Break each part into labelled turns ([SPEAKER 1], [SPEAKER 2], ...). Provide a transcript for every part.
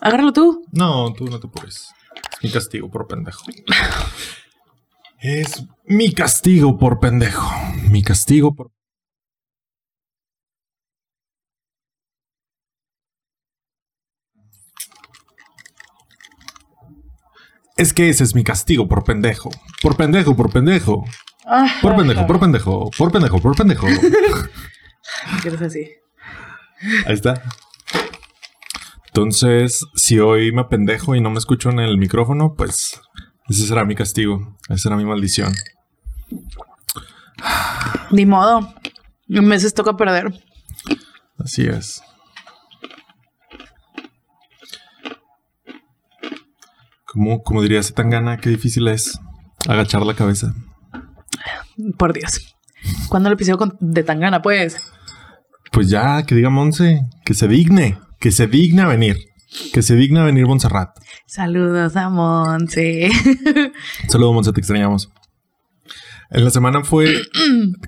[SPEAKER 1] Agárralo tú.
[SPEAKER 2] No, tú no te apures. Es mi castigo por pendejo. Es mi castigo por pendejo. Mi castigo por. Es que ese es mi castigo por pendejo. Por pendejo, por pendejo. Por pendejo, por pendejo, por pendejo, por pendejo.
[SPEAKER 1] Que eres así.
[SPEAKER 2] Ahí está. Entonces, si hoy me pendejo y no me escucho en el micrófono, pues ese será mi castigo. Esa será mi maldición.
[SPEAKER 1] Ni modo. En meses toca perder.
[SPEAKER 2] Así es. Como, como diría Zetangana, qué difícil es agachar la cabeza.
[SPEAKER 1] Por Dios. ¿Cuándo el episodio con- de Tangana, pues?
[SPEAKER 2] Pues ya, que diga Monse, que se digne, que se digna venir, que se digna venir Montserrat.
[SPEAKER 1] Saludos a Monse.
[SPEAKER 2] Un Saludo Monse, te extrañamos. En la semana fue...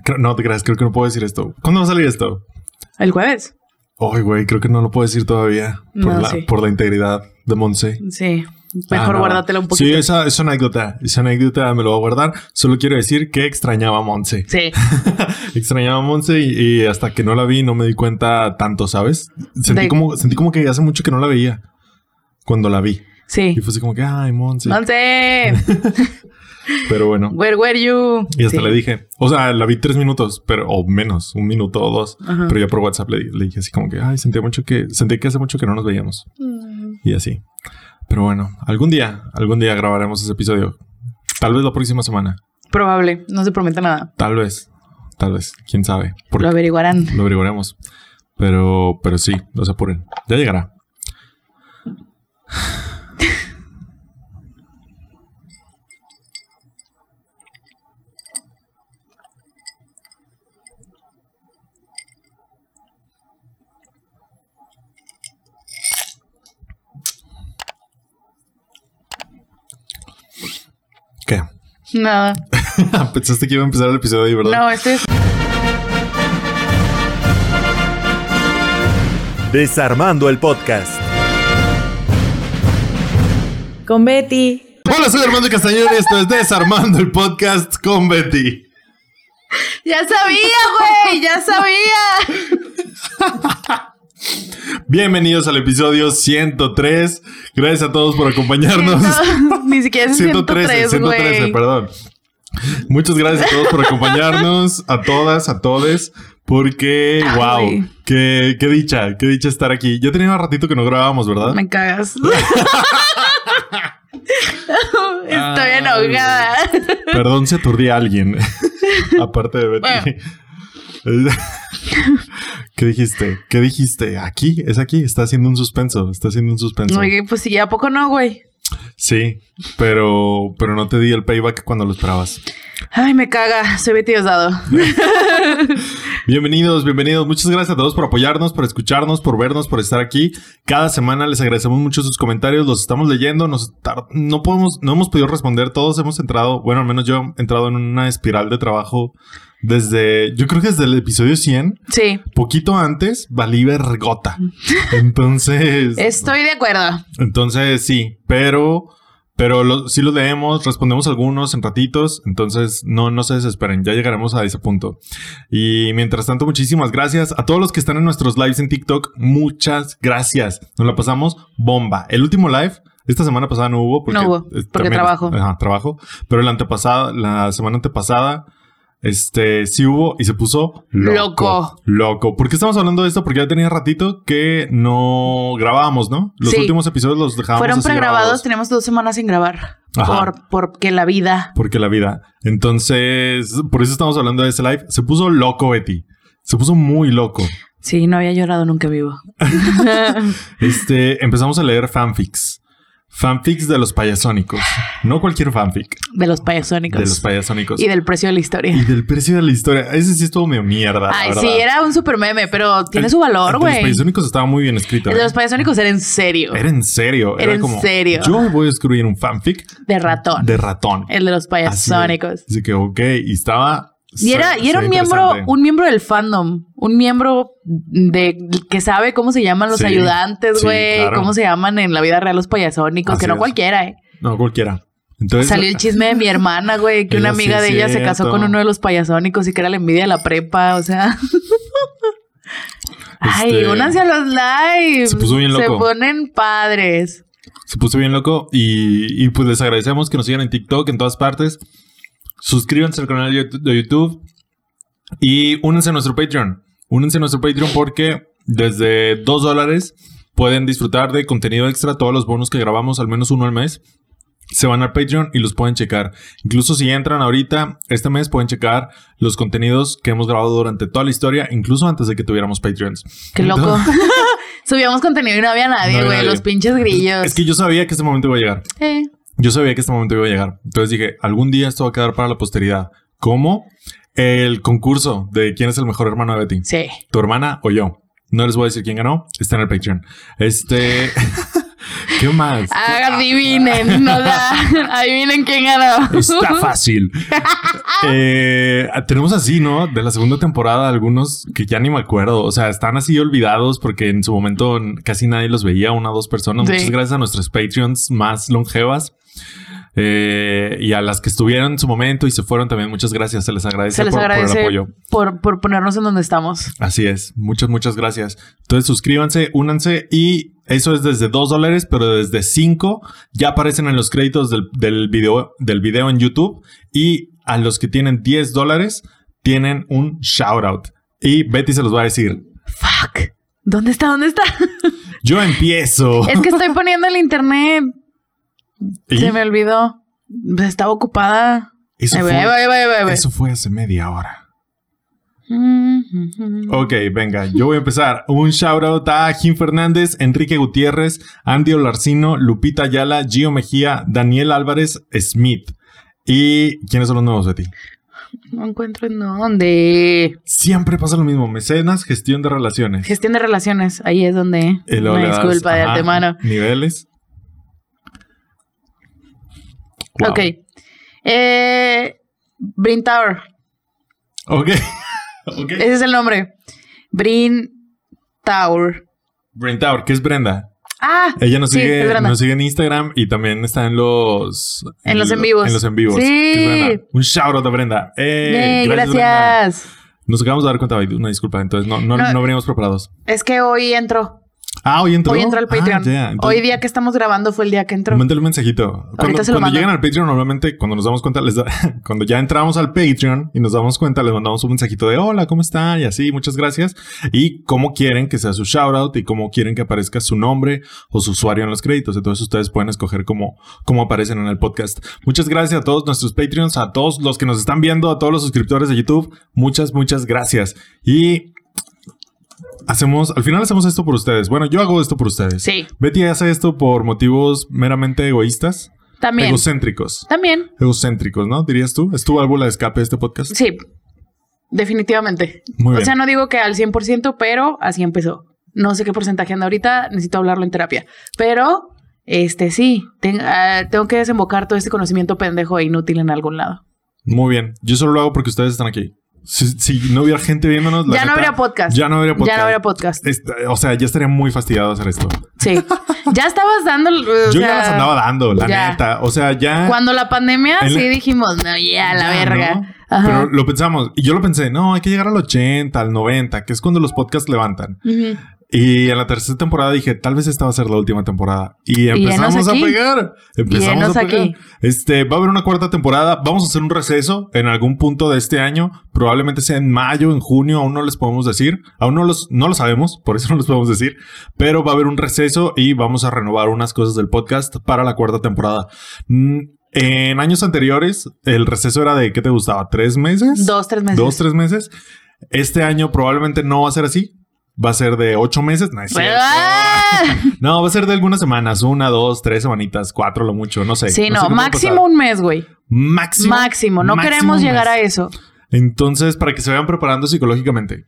[SPEAKER 2] creo- no, te creas, creo que no puedo decir esto. ¿Cuándo va a salir esto?
[SPEAKER 1] ¿El jueves?
[SPEAKER 2] Ay, güey, creo que no lo puedo decir todavía por,
[SPEAKER 1] No,
[SPEAKER 2] la,
[SPEAKER 1] sí.
[SPEAKER 2] por la integridad de Monse.
[SPEAKER 1] Sí.
[SPEAKER 2] Ah,
[SPEAKER 1] Mejor
[SPEAKER 2] no.
[SPEAKER 1] guárdatela un poquito.
[SPEAKER 2] Sí, esa es una anécdota. Esa anécdota me lo voy a guardar. Solo quiero decir que extrañaba a Monse.
[SPEAKER 1] Sí.
[SPEAKER 2] Extrañaba a Monse y, y hasta que no la vi no me di cuenta tanto, ¿sabes? Sentí,
[SPEAKER 1] De-
[SPEAKER 2] como, sentí como que hace mucho que no la veía cuando la vi.
[SPEAKER 1] Sí.
[SPEAKER 2] Y fue así como que, ay, Monse.
[SPEAKER 1] Monse.
[SPEAKER 2] Pero bueno.
[SPEAKER 1] Where were you?
[SPEAKER 2] Y hasta
[SPEAKER 1] Sí.
[SPEAKER 2] le dije, o sea, la vi tres minutos, pero, o menos, un minuto o dos.
[SPEAKER 1] Ajá.
[SPEAKER 2] Pero ya por WhatsApp le, le dije así como que, ay, sentía mucho que, sentí que hace mucho que no nos veíamos.
[SPEAKER 1] Mm.
[SPEAKER 2] Y así. Pero bueno, algún día, algún día grabaremos ese episodio. Tal vez la próxima semana.
[SPEAKER 1] Probable. No se promete nada.
[SPEAKER 2] Tal vez, tal vez, quién sabe. Porque
[SPEAKER 1] Lo averiguarán.
[SPEAKER 2] lo averiguaremos. Pero, pero sí, no se apuren. Ya llegará. ¿Qué?
[SPEAKER 1] Nada.
[SPEAKER 2] Pensaste que iba a empezar el episodio, ¿verdad?
[SPEAKER 1] No, este es...
[SPEAKER 3] Desarmando el podcast.
[SPEAKER 4] Con Betty.
[SPEAKER 2] Hola, soy Armando Castañón y esto es Desarmando el Podcast con Betty.
[SPEAKER 1] ¡Ya sabía, güey! ¡Ya sabía!
[SPEAKER 2] Bienvenidos al episodio 103. Gracias a todos por acompañarnos.
[SPEAKER 1] Siento- Ni siquiera es 103,
[SPEAKER 2] 113,
[SPEAKER 1] güey.
[SPEAKER 2] perdón. Muchas gracias a todos por acompañarnos, a todas, a todes, porque,
[SPEAKER 1] Ay,
[SPEAKER 2] wow,
[SPEAKER 1] güey.
[SPEAKER 2] qué, qué dicha, qué dicha estar aquí. Ya tenía un ratito que no grabábamos, ¿verdad?
[SPEAKER 1] Me cagas. Estoy
[SPEAKER 2] Ay,
[SPEAKER 1] enojada.
[SPEAKER 2] Perdón si aturdí a alguien, aparte de Betty. ¿Qué dijiste? ¿Qué dijiste? Aquí, es aquí, está haciendo un suspenso, está haciendo un suspenso.
[SPEAKER 1] Oye, pues sí, ¿a poco no, güey?
[SPEAKER 2] Sí, pero, pero no te di el payback cuando lo esperabas.
[SPEAKER 1] Ay, me caga. Soy Betty Osado.
[SPEAKER 2] Bienvenidos, bienvenidos. Muchas gracias a todos por apoyarnos, por escucharnos, por vernos, por estar aquí. Cada semana les agradecemos mucho sus comentarios, los estamos leyendo, nos tar- no podemos, no hemos podido responder todos. Hemos entrado, bueno, al menos yo he entrado en una espiral de trabajo desde, yo creo que desde el episodio 100,
[SPEAKER 1] Sí,
[SPEAKER 2] poquito antes, valí vergota.
[SPEAKER 1] Mm.
[SPEAKER 2] Entonces,
[SPEAKER 1] estoy de acuerdo.
[SPEAKER 2] entonces sí, pero pero lo- sí los leemos, respondemos algunos en ratitos, entonces no, no se desesperen, ya llegaremos a ese punto. Y mientras tanto, muchísimas gracias a todos los que están en nuestros lives en TikTok, muchas gracias, nos la pasamos bomba. El último live, esta semana pasada no hubo porque,
[SPEAKER 1] No hubo,
[SPEAKER 2] eh,
[SPEAKER 1] porque trabajo.
[SPEAKER 2] Ajá, trabajo, pero la antepasada, la semana antepasada, este sí hubo y se puso loco.
[SPEAKER 1] Loco.
[SPEAKER 2] Loco. ¿Por qué estamos hablando de esto? Porque ya tenía ratito que no grabábamos, ¿no? Los
[SPEAKER 1] Sí.
[SPEAKER 2] últimos episodios los dejábamos.
[SPEAKER 1] Fueron
[SPEAKER 2] así
[SPEAKER 1] pregrabados, tenemos dos semanas sin grabar.
[SPEAKER 2] Ajá.
[SPEAKER 1] Por, porque la vida.
[SPEAKER 2] Porque la vida. Entonces, por eso estamos hablando de ese live. Se puso loco, Betty. Se puso muy loco.
[SPEAKER 1] Sí, no había llorado nunca vivo.
[SPEAKER 2] Este, empezamos a leer fanfics. Fanfics de los payasónicos. No cualquier fanfic.
[SPEAKER 1] de los payasónicos.
[SPEAKER 2] De los payasónicos.
[SPEAKER 1] y del precio de la historia.
[SPEAKER 2] Y del precio de la historia. Ese sí estuvo medio mierda. la
[SPEAKER 1] Ay,
[SPEAKER 2] verdad.
[SPEAKER 1] sí, era un super meme, pero tiene
[SPEAKER 2] El-
[SPEAKER 1] su
[SPEAKER 2] el
[SPEAKER 1] valor,
[SPEAKER 2] de Los
[SPEAKER 1] güey.
[SPEAKER 2] payasónicos estaba muy bien escrito.
[SPEAKER 1] El de
[SPEAKER 2] ¿eh?
[SPEAKER 1] los payasónicos era en serio.
[SPEAKER 2] Era en serio. Era,
[SPEAKER 1] Era en
[SPEAKER 2] como,
[SPEAKER 1] serio.
[SPEAKER 2] Yo voy a escribir un fanfic
[SPEAKER 1] De ratón.
[SPEAKER 2] de ratón.
[SPEAKER 1] El de los
[SPEAKER 2] Así de-
[SPEAKER 1] payasónicos.
[SPEAKER 2] Así que, ok. Y estaba
[SPEAKER 1] Y era, y era un miembro, un miembro del fandom, un miembro de que sabe cómo se llaman los
[SPEAKER 2] Sí,
[SPEAKER 1] ayudantes,
[SPEAKER 2] sí,
[SPEAKER 1] güey,
[SPEAKER 2] claro.
[SPEAKER 1] cómo se llaman en la vida real los payasónicos,
[SPEAKER 2] Así
[SPEAKER 1] que no
[SPEAKER 2] es.
[SPEAKER 1] cualquiera, eh.
[SPEAKER 2] No, cualquiera. Entonces,
[SPEAKER 1] Salió el chisme de mi hermana, güey, que una
[SPEAKER 2] Eso sí
[SPEAKER 1] amiga
[SPEAKER 2] es
[SPEAKER 1] de ella se casó
[SPEAKER 2] cierto.
[SPEAKER 1] con uno de los payasónicos y que era la envidia de la prepa, o sea. Ay,
[SPEAKER 2] Este,
[SPEAKER 1] únanse a los lives.
[SPEAKER 2] se puso bien
[SPEAKER 1] Se
[SPEAKER 2] loco.
[SPEAKER 1] ponen padres.
[SPEAKER 2] Se puso bien loco y, y pues les agradecemos que nos sigan en TikTok, en todas partes. Suscríbanse al canal de Yout- de YouTube y únanse a nuestro Patreon. Únanse a nuestro Patreon porque desde 2 dólares pueden disfrutar de contenido extra, todos los bonos que grabamos, al menos uno al mes. Se van al Patreon y los pueden checar. Incluso si entran ahorita, este mes pueden checar los contenidos que hemos grabado durante toda la historia, incluso antes de que tuviéramos Patreons.
[SPEAKER 1] Qué loco.
[SPEAKER 2] Entonces-
[SPEAKER 1] Subíamos contenido y no había
[SPEAKER 2] No
[SPEAKER 1] nadie,
[SPEAKER 2] había
[SPEAKER 1] güey.
[SPEAKER 2] nadie.
[SPEAKER 1] los pinches grillos.
[SPEAKER 2] Es que yo sabía que este momento iba a llegar.
[SPEAKER 1] Eh.
[SPEAKER 2] Yo sabía que este momento iba a llegar. Entonces dije, algún día esto va a quedar para la posteridad. ¿Cómo? El concurso de quién es el mejor hermano de Betty.
[SPEAKER 1] Sí.
[SPEAKER 2] ¿Tu hermana o yo? No les voy a decir quién ganó. Está en el Patreon. Este... ¿Qué más?
[SPEAKER 1] Adivinen, no da. Adivinen quién ganó.
[SPEAKER 2] Está fácil. Eh, tenemos así, ¿no? De la segunda temporada algunos que ya ni me acuerdo. O sea, están así olvidados porque en su momento casi nadie los veía, una o dos personas.
[SPEAKER 1] Sí.
[SPEAKER 2] Muchas gracias a nuestros Patreons más longevas. eh, y a las que estuvieron en su momento y se fueron también, muchas gracias. Se les agradece,
[SPEAKER 1] Se les
[SPEAKER 2] por- por el
[SPEAKER 1] agradece
[SPEAKER 2] apoyo.
[SPEAKER 1] por, por ponernos en donde estamos.
[SPEAKER 2] Así es, muchas, muchas gracias. Entonces suscríbanse, únanse y eso es desde 2 dólares, pero desde 5 ya aparecen en los créditos del, del video, del video en YouTube y a los que tienen 10 dólares tienen un shout out. Y Betty se los va a decir,
[SPEAKER 1] Fuck. ¿Dónde está? ¿Dónde está?
[SPEAKER 2] yo empiezo.
[SPEAKER 1] Es que estoy poniendo el internet.
[SPEAKER 2] Y
[SPEAKER 1] Se me olvidó. Pues, Estaba ocupada.
[SPEAKER 2] eso,
[SPEAKER 1] Ahí
[SPEAKER 2] fue,
[SPEAKER 1] va, ahí va, ahí va, ahí va, ahí va.
[SPEAKER 2] eso fue hace media hora.
[SPEAKER 1] Mm, mm, mm.
[SPEAKER 2] Ok, venga, yo voy a empezar. Un shout out a Jim Fernández, Enrique Gutiérrez, Andy Olarcino, Lupita Ayala, Gio Mejía, Daniel Álvarez, Smith. ¿Y quiénes son los nuevos de ti?
[SPEAKER 1] No encuentro en dónde.
[SPEAKER 2] Siempre pasa lo mismo, mecenas, gestión de relaciones.
[SPEAKER 1] Gestión de relaciones. Ahí es donde.
[SPEAKER 2] Y luego
[SPEAKER 1] Una
[SPEAKER 2] le das,
[SPEAKER 1] disculpa de
[SPEAKER 2] ajá,
[SPEAKER 1] antemano.
[SPEAKER 2] Niveles. Wow.
[SPEAKER 1] Ok. Eh, Brin Tower.
[SPEAKER 2] Ok. ok.
[SPEAKER 1] Ese es el nombre. Brin Tower.
[SPEAKER 2] Brain Tower, ¿qué es Brenda?
[SPEAKER 1] Ah,
[SPEAKER 2] Ella nos,
[SPEAKER 1] Sí, es
[SPEAKER 2] sigue,
[SPEAKER 1] Brenda.
[SPEAKER 2] nos sigue en Instagram y también está en los...
[SPEAKER 1] En los en vivos.
[SPEAKER 2] En los en vivos.
[SPEAKER 1] Sí.
[SPEAKER 2] que es Brenda. Un shout out a Brenda. ¡Eh!
[SPEAKER 1] yay,
[SPEAKER 2] gracias.
[SPEAKER 1] gracias.
[SPEAKER 2] Brenda. Nos acabamos de dar cuenta, Baidu, una disculpa. Entonces, no, no,
[SPEAKER 1] No.
[SPEAKER 2] no veníamos preparados.
[SPEAKER 1] Es que hoy entró.
[SPEAKER 2] Ah, hoy entró.
[SPEAKER 1] Hoy entró al Patreon.
[SPEAKER 2] Ah, ya. Entonces,
[SPEAKER 1] hoy día que estamos grabando fue el día que entró.
[SPEAKER 2] Mándale un mensajito. Cuando,
[SPEAKER 1] se lo
[SPEAKER 2] cuando
[SPEAKER 1] mando.
[SPEAKER 2] llegan al Patreon, normalmente cuando nos damos cuenta, les da- cuando ya entramos al Patreon y nos damos cuenta, les mandamos un mensajito de hola, ¿cómo están? Y así, muchas gracias. Y cómo quieren que sea su shoutout y cómo quieren que aparezca su nombre o su usuario en los créditos. Entonces ustedes pueden escoger cómo, cómo aparecen en el podcast. Muchas gracias a todos nuestros Patreons, a todos los que nos están viendo, a todos los suscriptores de YouTube. Muchas, muchas gracias. Y hacemos, al final hacemos esto por ustedes. Bueno, yo hago esto por ustedes.
[SPEAKER 1] Sí,
[SPEAKER 2] Betty hace esto por motivos meramente egoístas,
[SPEAKER 1] también.
[SPEAKER 2] egocéntricos.
[SPEAKER 1] También.
[SPEAKER 2] Egocéntricos, ¿no? Dirías tú. ¿Es tu válvula de escape de este podcast?
[SPEAKER 1] Sí, definitivamente.
[SPEAKER 2] Muy
[SPEAKER 1] O
[SPEAKER 2] bien.
[SPEAKER 1] sea, no digo que al 100%, pero así empezó. No sé qué porcentaje anda ahorita, necesito hablarlo en terapia. Pero, este sí, ten- ah, tengo que desembocar todo este conocimiento pendejo e inútil en algún lado.
[SPEAKER 2] Muy bien. Yo solo lo hago porque ustedes están aquí. Si, si no hubiera gente viéndonos, la
[SPEAKER 1] ya no
[SPEAKER 2] neta,
[SPEAKER 1] habría podcast.
[SPEAKER 2] Ya no habría podcast.
[SPEAKER 1] Ya no habría podcast.
[SPEAKER 2] Esta- o sea, ya estaría muy fastidiado hacer esto.
[SPEAKER 1] Sí. ya estabas dando. o
[SPEAKER 2] Yo
[SPEAKER 1] sea,
[SPEAKER 2] ya las andaba dando, la
[SPEAKER 1] ya.
[SPEAKER 2] neta. O sea, ya.
[SPEAKER 1] Cuando la pandemia,
[SPEAKER 2] En la-
[SPEAKER 1] sí dijimos, no, ya, la
[SPEAKER 2] Ya,
[SPEAKER 1] verga.
[SPEAKER 2] ¿no?
[SPEAKER 1] Ajá.
[SPEAKER 2] Pero lo pensamos. Y yo lo pensé, no, hay que llegar al 80, al 90, que es cuando los podcasts levantan.
[SPEAKER 1] Ujú.
[SPEAKER 2] Y en la tercera temporada dije, tal vez esta va a ser la última temporada. Y
[SPEAKER 1] enos
[SPEAKER 2] empezamos a
[SPEAKER 1] aquí.
[SPEAKER 2] pegar.
[SPEAKER 1] Y
[SPEAKER 2] Empezamos
[SPEAKER 1] enos
[SPEAKER 2] a pegar.
[SPEAKER 1] aquí.
[SPEAKER 2] Este, va a haber una cuarta temporada. Vamos a hacer un receso en algún punto de este año. Probablemente sea en mayo, en junio. Aún no les podemos decir. Aún no, los, no lo sabemos. Por eso no les podemos decir. Pero va a haber un receso y vamos a renovar unas cosas del podcast para la cuarta temporada. Mm, En años anteriores, el receso era de, ¿qué te gustaba? ¿Tres meses?
[SPEAKER 1] Dos, tres meses.
[SPEAKER 2] Dos, tres meses. Este año probablemente no va a ser así. Va a ser de ocho meses. No, es cierto.
[SPEAKER 1] ¡Ah!
[SPEAKER 2] No, va a ser de algunas semanas. Una, dos, tres semanitas, cuatro, lo mucho. No sé.
[SPEAKER 1] Sí,
[SPEAKER 2] sé
[SPEAKER 1] no,
[SPEAKER 2] qué puede
[SPEAKER 1] máximo
[SPEAKER 2] pasar.
[SPEAKER 1] un mes, güey.
[SPEAKER 2] Máximo.
[SPEAKER 1] máximo. No
[SPEAKER 2] máximo
[SPEAKER 1] queremos
[SPEAKER 2] un
[SPEAKER 1] llegar
[SPEAKER 2] mes.
[SPEAKER 1] a eso.
[SPEAKER 2] Entonces, para que se vayan preparando psicológicamente.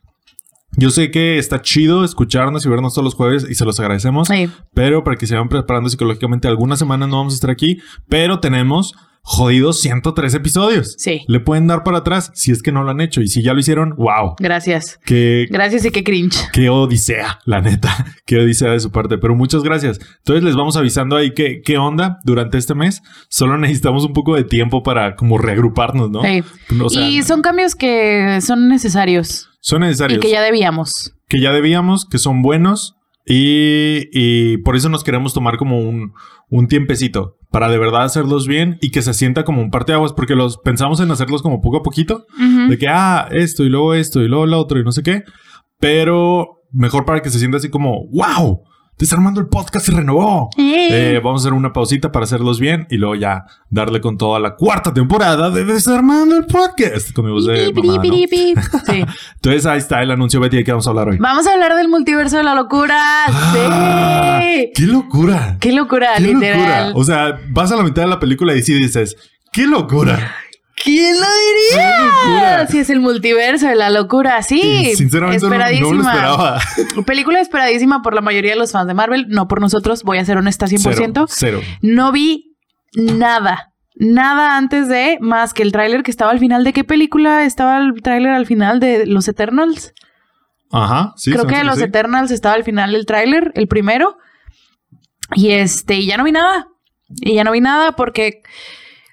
[SPEAKER 2] Yo sé que está chido escucharnos y vernos todos los jueves y se los agradecemos.
[SPEAKER 1] Sí.
[SPEAKER 2] Pero para que se vayan preparando psicológicamente, algunas semanas no vamos a estar aquí, pero tenemos jodidos 103 episodios.
[SPEAKER 1] Sí.
[SPEAKER 2] Le pueden dar para atrás si es que no lo han hecho y si ya lo hicieron, wow.
[SPEAKER 1] Gracias.
[SPEAKER 2] Que,
[SPEAKER 1] Gracias y qué cringe.
[SPEAKER 2] Qué odisea, la neta. Qué odisea de su parte. Pero muchas gracias. Entonces les vamos avisando ahí qué, qué onda durante este mes. Solo necesitamos un poco de tiempo para como reagruparnos, ¿no?
[SPEAKER 1] Sí.
[SPEAKER 2] O sea,
[SPEAKER 1] y son cambios que son necesarios
[SPEAKER 2] son necesarios.
[SPEAKER 1] y que ya debíamos.
[SPEAKER 2] que ya debíamos, que son buenos. Y, y por eso nos queremos tomar como un, un tiempecito para de verdad hacerlos bien y que se sienta como un parteaguas, porque los pensamos en hacerlos como poco a poquito,
[SPEAKER 1] Ujú.
[SPEAKER 2] de que ah, esto y luego esto y luego lo otro y no sé qué, pero mejor para que se sienta así como wow, desarmando el podcast se renovó.
[SPEAKER 1] Eh.
[SPEAKER 2] Eh, vamos a hacer una pausita para hacerlos bien y luego ya darle con toda la cuarta temporada de Desarmando el Podcast con mi voz de
[SPEAKER 1] Piri,
[SPEAKER 2] mamá, eh, pues, ¿no?
[SPEAKER 1] piri, piri, piri. Sí.
[SPEAKER 2] Entonces ahí está el anuncio, Betty, de qué vamos a hablar hoy.
[SPEAKER 1] Vamos a hablar del multiverso de la locura.
[SPEAKER 2] Ah,
[SPEAKER 1] Sí.
[SPEAKER 2] ¡Qué locura!
[SPEAKER 1] Qué locura,
[SPEAKER 2] ¡Qué
[SPEAKER 1] literal.
[SPEAKER 2] locura! O sea, vas a la mitad de la película y sí dices, ¡qué locura!
[SPEAKER 1] ¿Quién lo diría?
[SPEAKER 2] locura!
[SPEAKER 1] Si es el multiverso de la locura, sí.
[SPEAKER 2] Y Sinceramente no, no lo
[SPEAKER 1] Esperadísima.
[SPEAKER 2] esperaba.
[SPEAKER 1] Película esperadísima por la mayoría de los fans de Marvel, no por nosotros, voy a ser honesta 100%.
[SPEAKER 2] Cero, cero.
[SPEAKER 1] No vi nada, nada antes de más que el tráiler que estaba al final. ¿De qué película estaba el tráiler al final de Los Eternals?
[SPEAKER 2] Ajá, sí.
[SPEAKER 1] Creo
[SPEAKER 2] se me
[SPEAKER 1] que
[SPEAKER 2] hace
[SPEAKER 1] Los
[SPEAKER 2] sí.
[SPEAKER 1] Eternals estaba al final del tráiler, el primero. Y este, y ya no vi nada. Y ya no vi nada porque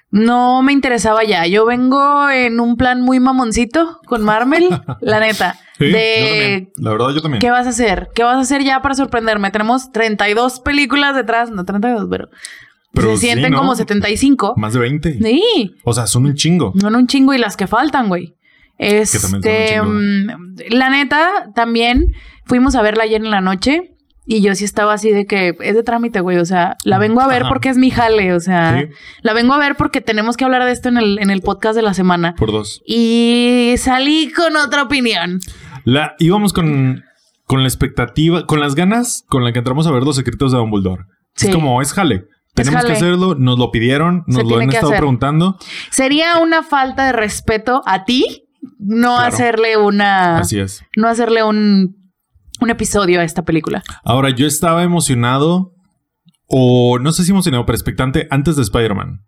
[SPEAKER 1] no me interesaba ya. Yo vengo en un plan muy mamoncito con Marvel, la neta.
[SPEAKER 2] Sí, yo
[SPEAKER 1] de
[SPEAKER 2] también. La verdad, yo también.
[SPEAKER 1] ¿Qué vas a hacer? ¿Qué vas a hacer ya para sorprenderme? Tenemos 32 películas detrás, no 32, pero,
[SPEAKER 2] Pero
[SPEAKER 1] se
[SPEAKER 2] sí,
[SPEAKER 1] sienten
[SPEAKER 2] ¿no?
[SPEAKER 1] como 75.
[SPEAKER 2] Más de 20.
[SPEAKER 1] Sí,
[SPEAKER 2] O sea, son un chingo.
[SPEAKER 1] son un chingo y las que faltan, güey.
[SPEAKER 2] también son un
[SPEAKER 1] Este, mm, la neta, también fuimos a verla ayer en la noche y yo sí estaba así de que es de trámite, güey. O sea, la vengo a ver
[SPEAKER 2] Ajá.
[SPEAKER 1] porque es mi jale, o sea,
[SPEAKER 2] Sí.
[SPEAKER 1] la vengo a ver porque tenemos que hablar de esto en el, en el podcast de la semana.
[SPEAKER 2] Por dos.
[SPEAKER 1] Y salí con otra opinión.
[SPEAKER 2] La, íbamos con, con la expectativa, con las ganas con la que entramos a ver los secretos de Dumbledore.
[SPEAKER 1] Sí.
[SPEAKER 2] Es como, es jale. Tenemos
[SPEAKER 1] jale.
[SPEAKER 2] que hacerlo, nos lo pidieron,
[SPEAKER 1] Se
[SPEAKER 2] nos lo
[SPEAKER 1] tiene
[SPEAKER 2] han
[SPEAKER 1] que
[SPEAKER 2] estado
[SPEAKER 1] hacer.
[SPEAKER 2] preguntando.
[SPEAKER 1] Sería una falta de respeto a ti no
[SPEAKER 2] Claro.
[SPEAKER 1] hacerle una.
[SPEAKER 2] Así es.
[SPEAKER 1] No hacerle un, un episodio a esta película.
[SPEAKER 2] Ahora, yo estaba emocionado, o no sé si emocionado, pero expectante antes de Spider-Man.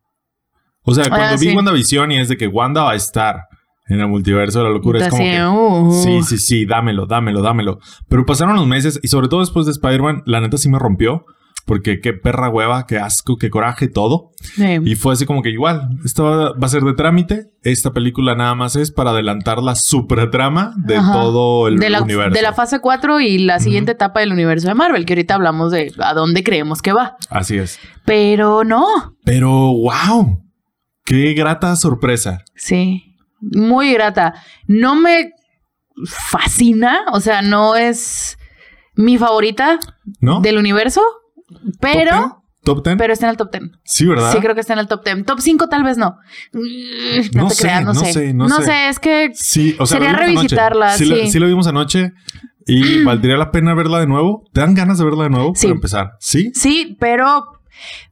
[SPEAKER 2] O sea, cuando vi
[SPEAKER 1] Ah, sí.
[SPEAKER 2] WandaVision y es de que Wanda va a estar en el multiverso de la locura, es como
[SPEAKER 1] Así,
[SPEAKER 2] que.
[SPEAKER 1] uh, uh.
[SPEAKER 2] Sí, sí, sí, dámelo, dámelo, dámelo. Pero pasaron los meses y sobre todo después de Spider-Man, la neta sí me rompió. Porque qué perra hueva, qué asco, qué coraje, todo.
[SPEAKER 1] Sí.
[SPEAKER 2] Y fue así como que igual, esto va va a ser de trámite. Esta película nada más es para adelantar la super trama de
[SPEAKER 1] Ajá.
[SPEAKER 2] todo el
[SPEAKER 1] de, la,
[SPEAKER 2] universo.
[SPEAKER 1] de la fase 4 y la
[SPEAKER 2] Ujú.
[SPEAKER 1] siguiente etapa del universo de Marvel, que ahorita hablamos de a dónde creemos que va.
[SPEAKER 2] Así es.
[SPEAKER 1] Pero no.
[SPEAKER 2] Pero wow, qué grata sorpresa.
[SPEAKER 1] Sí. Muy grata. No me fascina. O sea, no es mi favorita
[SPEAKER 2] ¿No?
[SPEAKER 1] del universo. Pero,
[SPEAKER 2] ¿Top 10?
[SPEAKER 1] pero está en el top 10.
[SPEAKER 2] sí, ¿verdad?
[SPEAKER 1] Sí, creo que está en el top 10. Top 5 tal vez no. Mm, No,
[SPEAKER 2] No
[SPEAKER 1] te
[SPEAKER 2] sé,
[SPEAKER 1] creas, no,
[SPEAKER 2] no
[SPEAKER 1] sé.
[SPEAKER 2] sé,
[SPEAKER 1] No,
[SPEAKER 2] no
[SPEAKER 1] sé.
[SPEAKER 2] sé.
[SPEAKER 1] es que
[SPEAKER 2] Sí, o sea,
[SPEAKER 1] Sería
[SPEAKER 2] lo vimos
[SPEAKER 1] revisitarla,
[SPEAKER 2] anoche.
[SPEAKER 1] sí.
[SPEAKER 2] Lo, sí, lo vimos anoche y valdría la pena verla de nuevo. ¿Te dan ganas de verla de nuevo
[SPEAKER 1] Sí.
[SPEAKER 2] para empezar? Sí.
[SPEAKER 1] sí, pero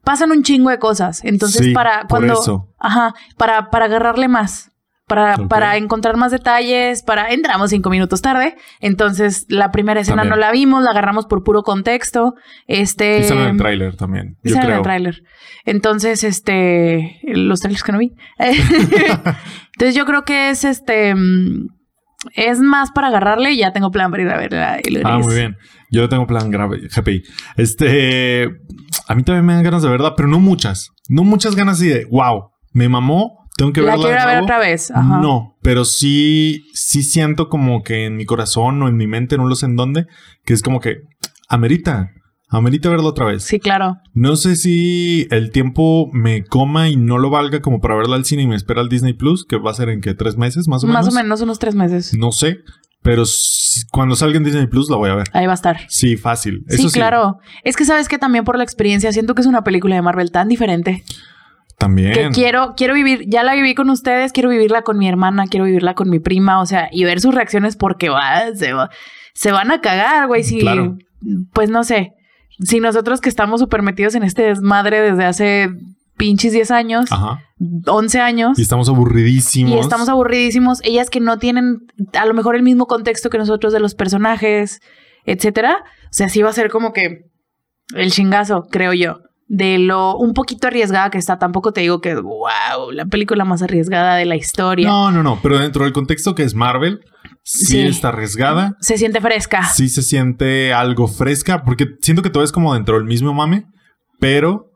[SPEAKER 1] pasan un chingo de cosas. Entonces,
[SPEAKER 2] Sí,
[SPEAKER 1] para
[SPEAKER 2] por
[SPEAKER 1] cuando.
[SPEAKER 2] eso.
[SPEAKER 1] Ajá, para, para agarrarle más. Para,
[SPEAKER 2] Ok.
[SPEAKER 1] para encontrar más detalles, para entramos cinco minutos tarde, entonces la primera escena
[SPEAKER 2] También.
[SPEAKER 1] no la vimos, la agarramos por puro contexto, este,
[SPEAKER 2] Y sale en el tráiler también.
[SPEAKER 1] Y
[SPEAKER 2] Yo
[SPEAKER 1] sale en
[SPEAKER 2] creo.
[SPEAKER 1] el tráiler. Entonces, este, los trailers que no vi. Entonces, yo creo que es este, mm, es más para agarrarle y ya tengo plan para ir a verla. el
[SPEAKER 2] Ah,
[SPEAKER 1] lunes.
[SPEAKER 2] muy bien. Yo tengo plan grave, GPI. Este, a mí también me dan ganas de verla, pero no muchas. No muchas ganas así de, wow, me mamó, tengo que
[SPEAKER 1] La
[SPEAKER 2] verla.
[SPEAKER 1] quiero ir
[SPEAKER 2] de
[SPEAKER 1] a ver
[SPEAKER 2] nuevo.
[SPEAKER 1] otra vez. Ajá.
[SPEAKER 2] No, pero sí, sí siento como que en mi corazón o en mi mente, no lo sé en dónde, que es como que amerita, amerita verlo otra vez.
[SPEAKER 1] Sí, claro.
[SPEAKER 2] No sé si el tiempo me coma y no lo valga como para verla al cine y me espera el Disney Plus, que va a ser en que tres meses, más o
[SPEAKER 1] más
[SPEAKER 2] menos.
[SPEAKER 1] o menos unos tres meses.
[SPEAKER 2] No sé, pero s- cuando salga en Disney Plus la voy a ver.
[SPEAKER 1] Ahí va a estar.
[SPEAKER 2] Sí, fácil.
[SPEAKER 1] sí,
[SPEAKER 2] Eso sí,
[SPEAKER 1] claro. Es que sabes que también por la experiencia siento que es una película de Marvel tan diferente
[SPEAKER 2] También.
[SPEAKER 1] que quiero quiero vivir, ya la viví con ustedes, quiero vivirla con mi hermana, quiero vivirla con mi prima, o sea, y ver sus reacciones porque va, se, va- se van a cagar, güey, si
[SPEAKER 2] Claro.
[SPEAKER 1] pues no sé, si nosotros que estamos súper metidos en este desmadre desde hace pinches 10 años,
[SPEAKER 2] Ajá.
[SPEAKER 1] 11 años.
[SPEAKER 2] Y estamos aburridísimos.
[SPEAKER 1] Y estamos aburridísimos. Ellas que no tienen a lo mejor el mismo contexto que nosotros de los personajes, etcétera. O sea, sí va a ser como que el chingazo, creo yo. De lo un poquito arriesgada que está. Tampoco te digo que, wow, la película más arriesgada de la historia.
[SPEAKER 2] No, no, no. Pero dentro del contexto que es Marvel, sí,
[SPEAKER 1] Sí.
[SPEAKER 2] está arriesgada.
[SPEAKER 1] Se siente fresca.
[SPEAKER 2] Sí se siente algo fresca. Porque siento que todo es como dentro del mismo mame. Pero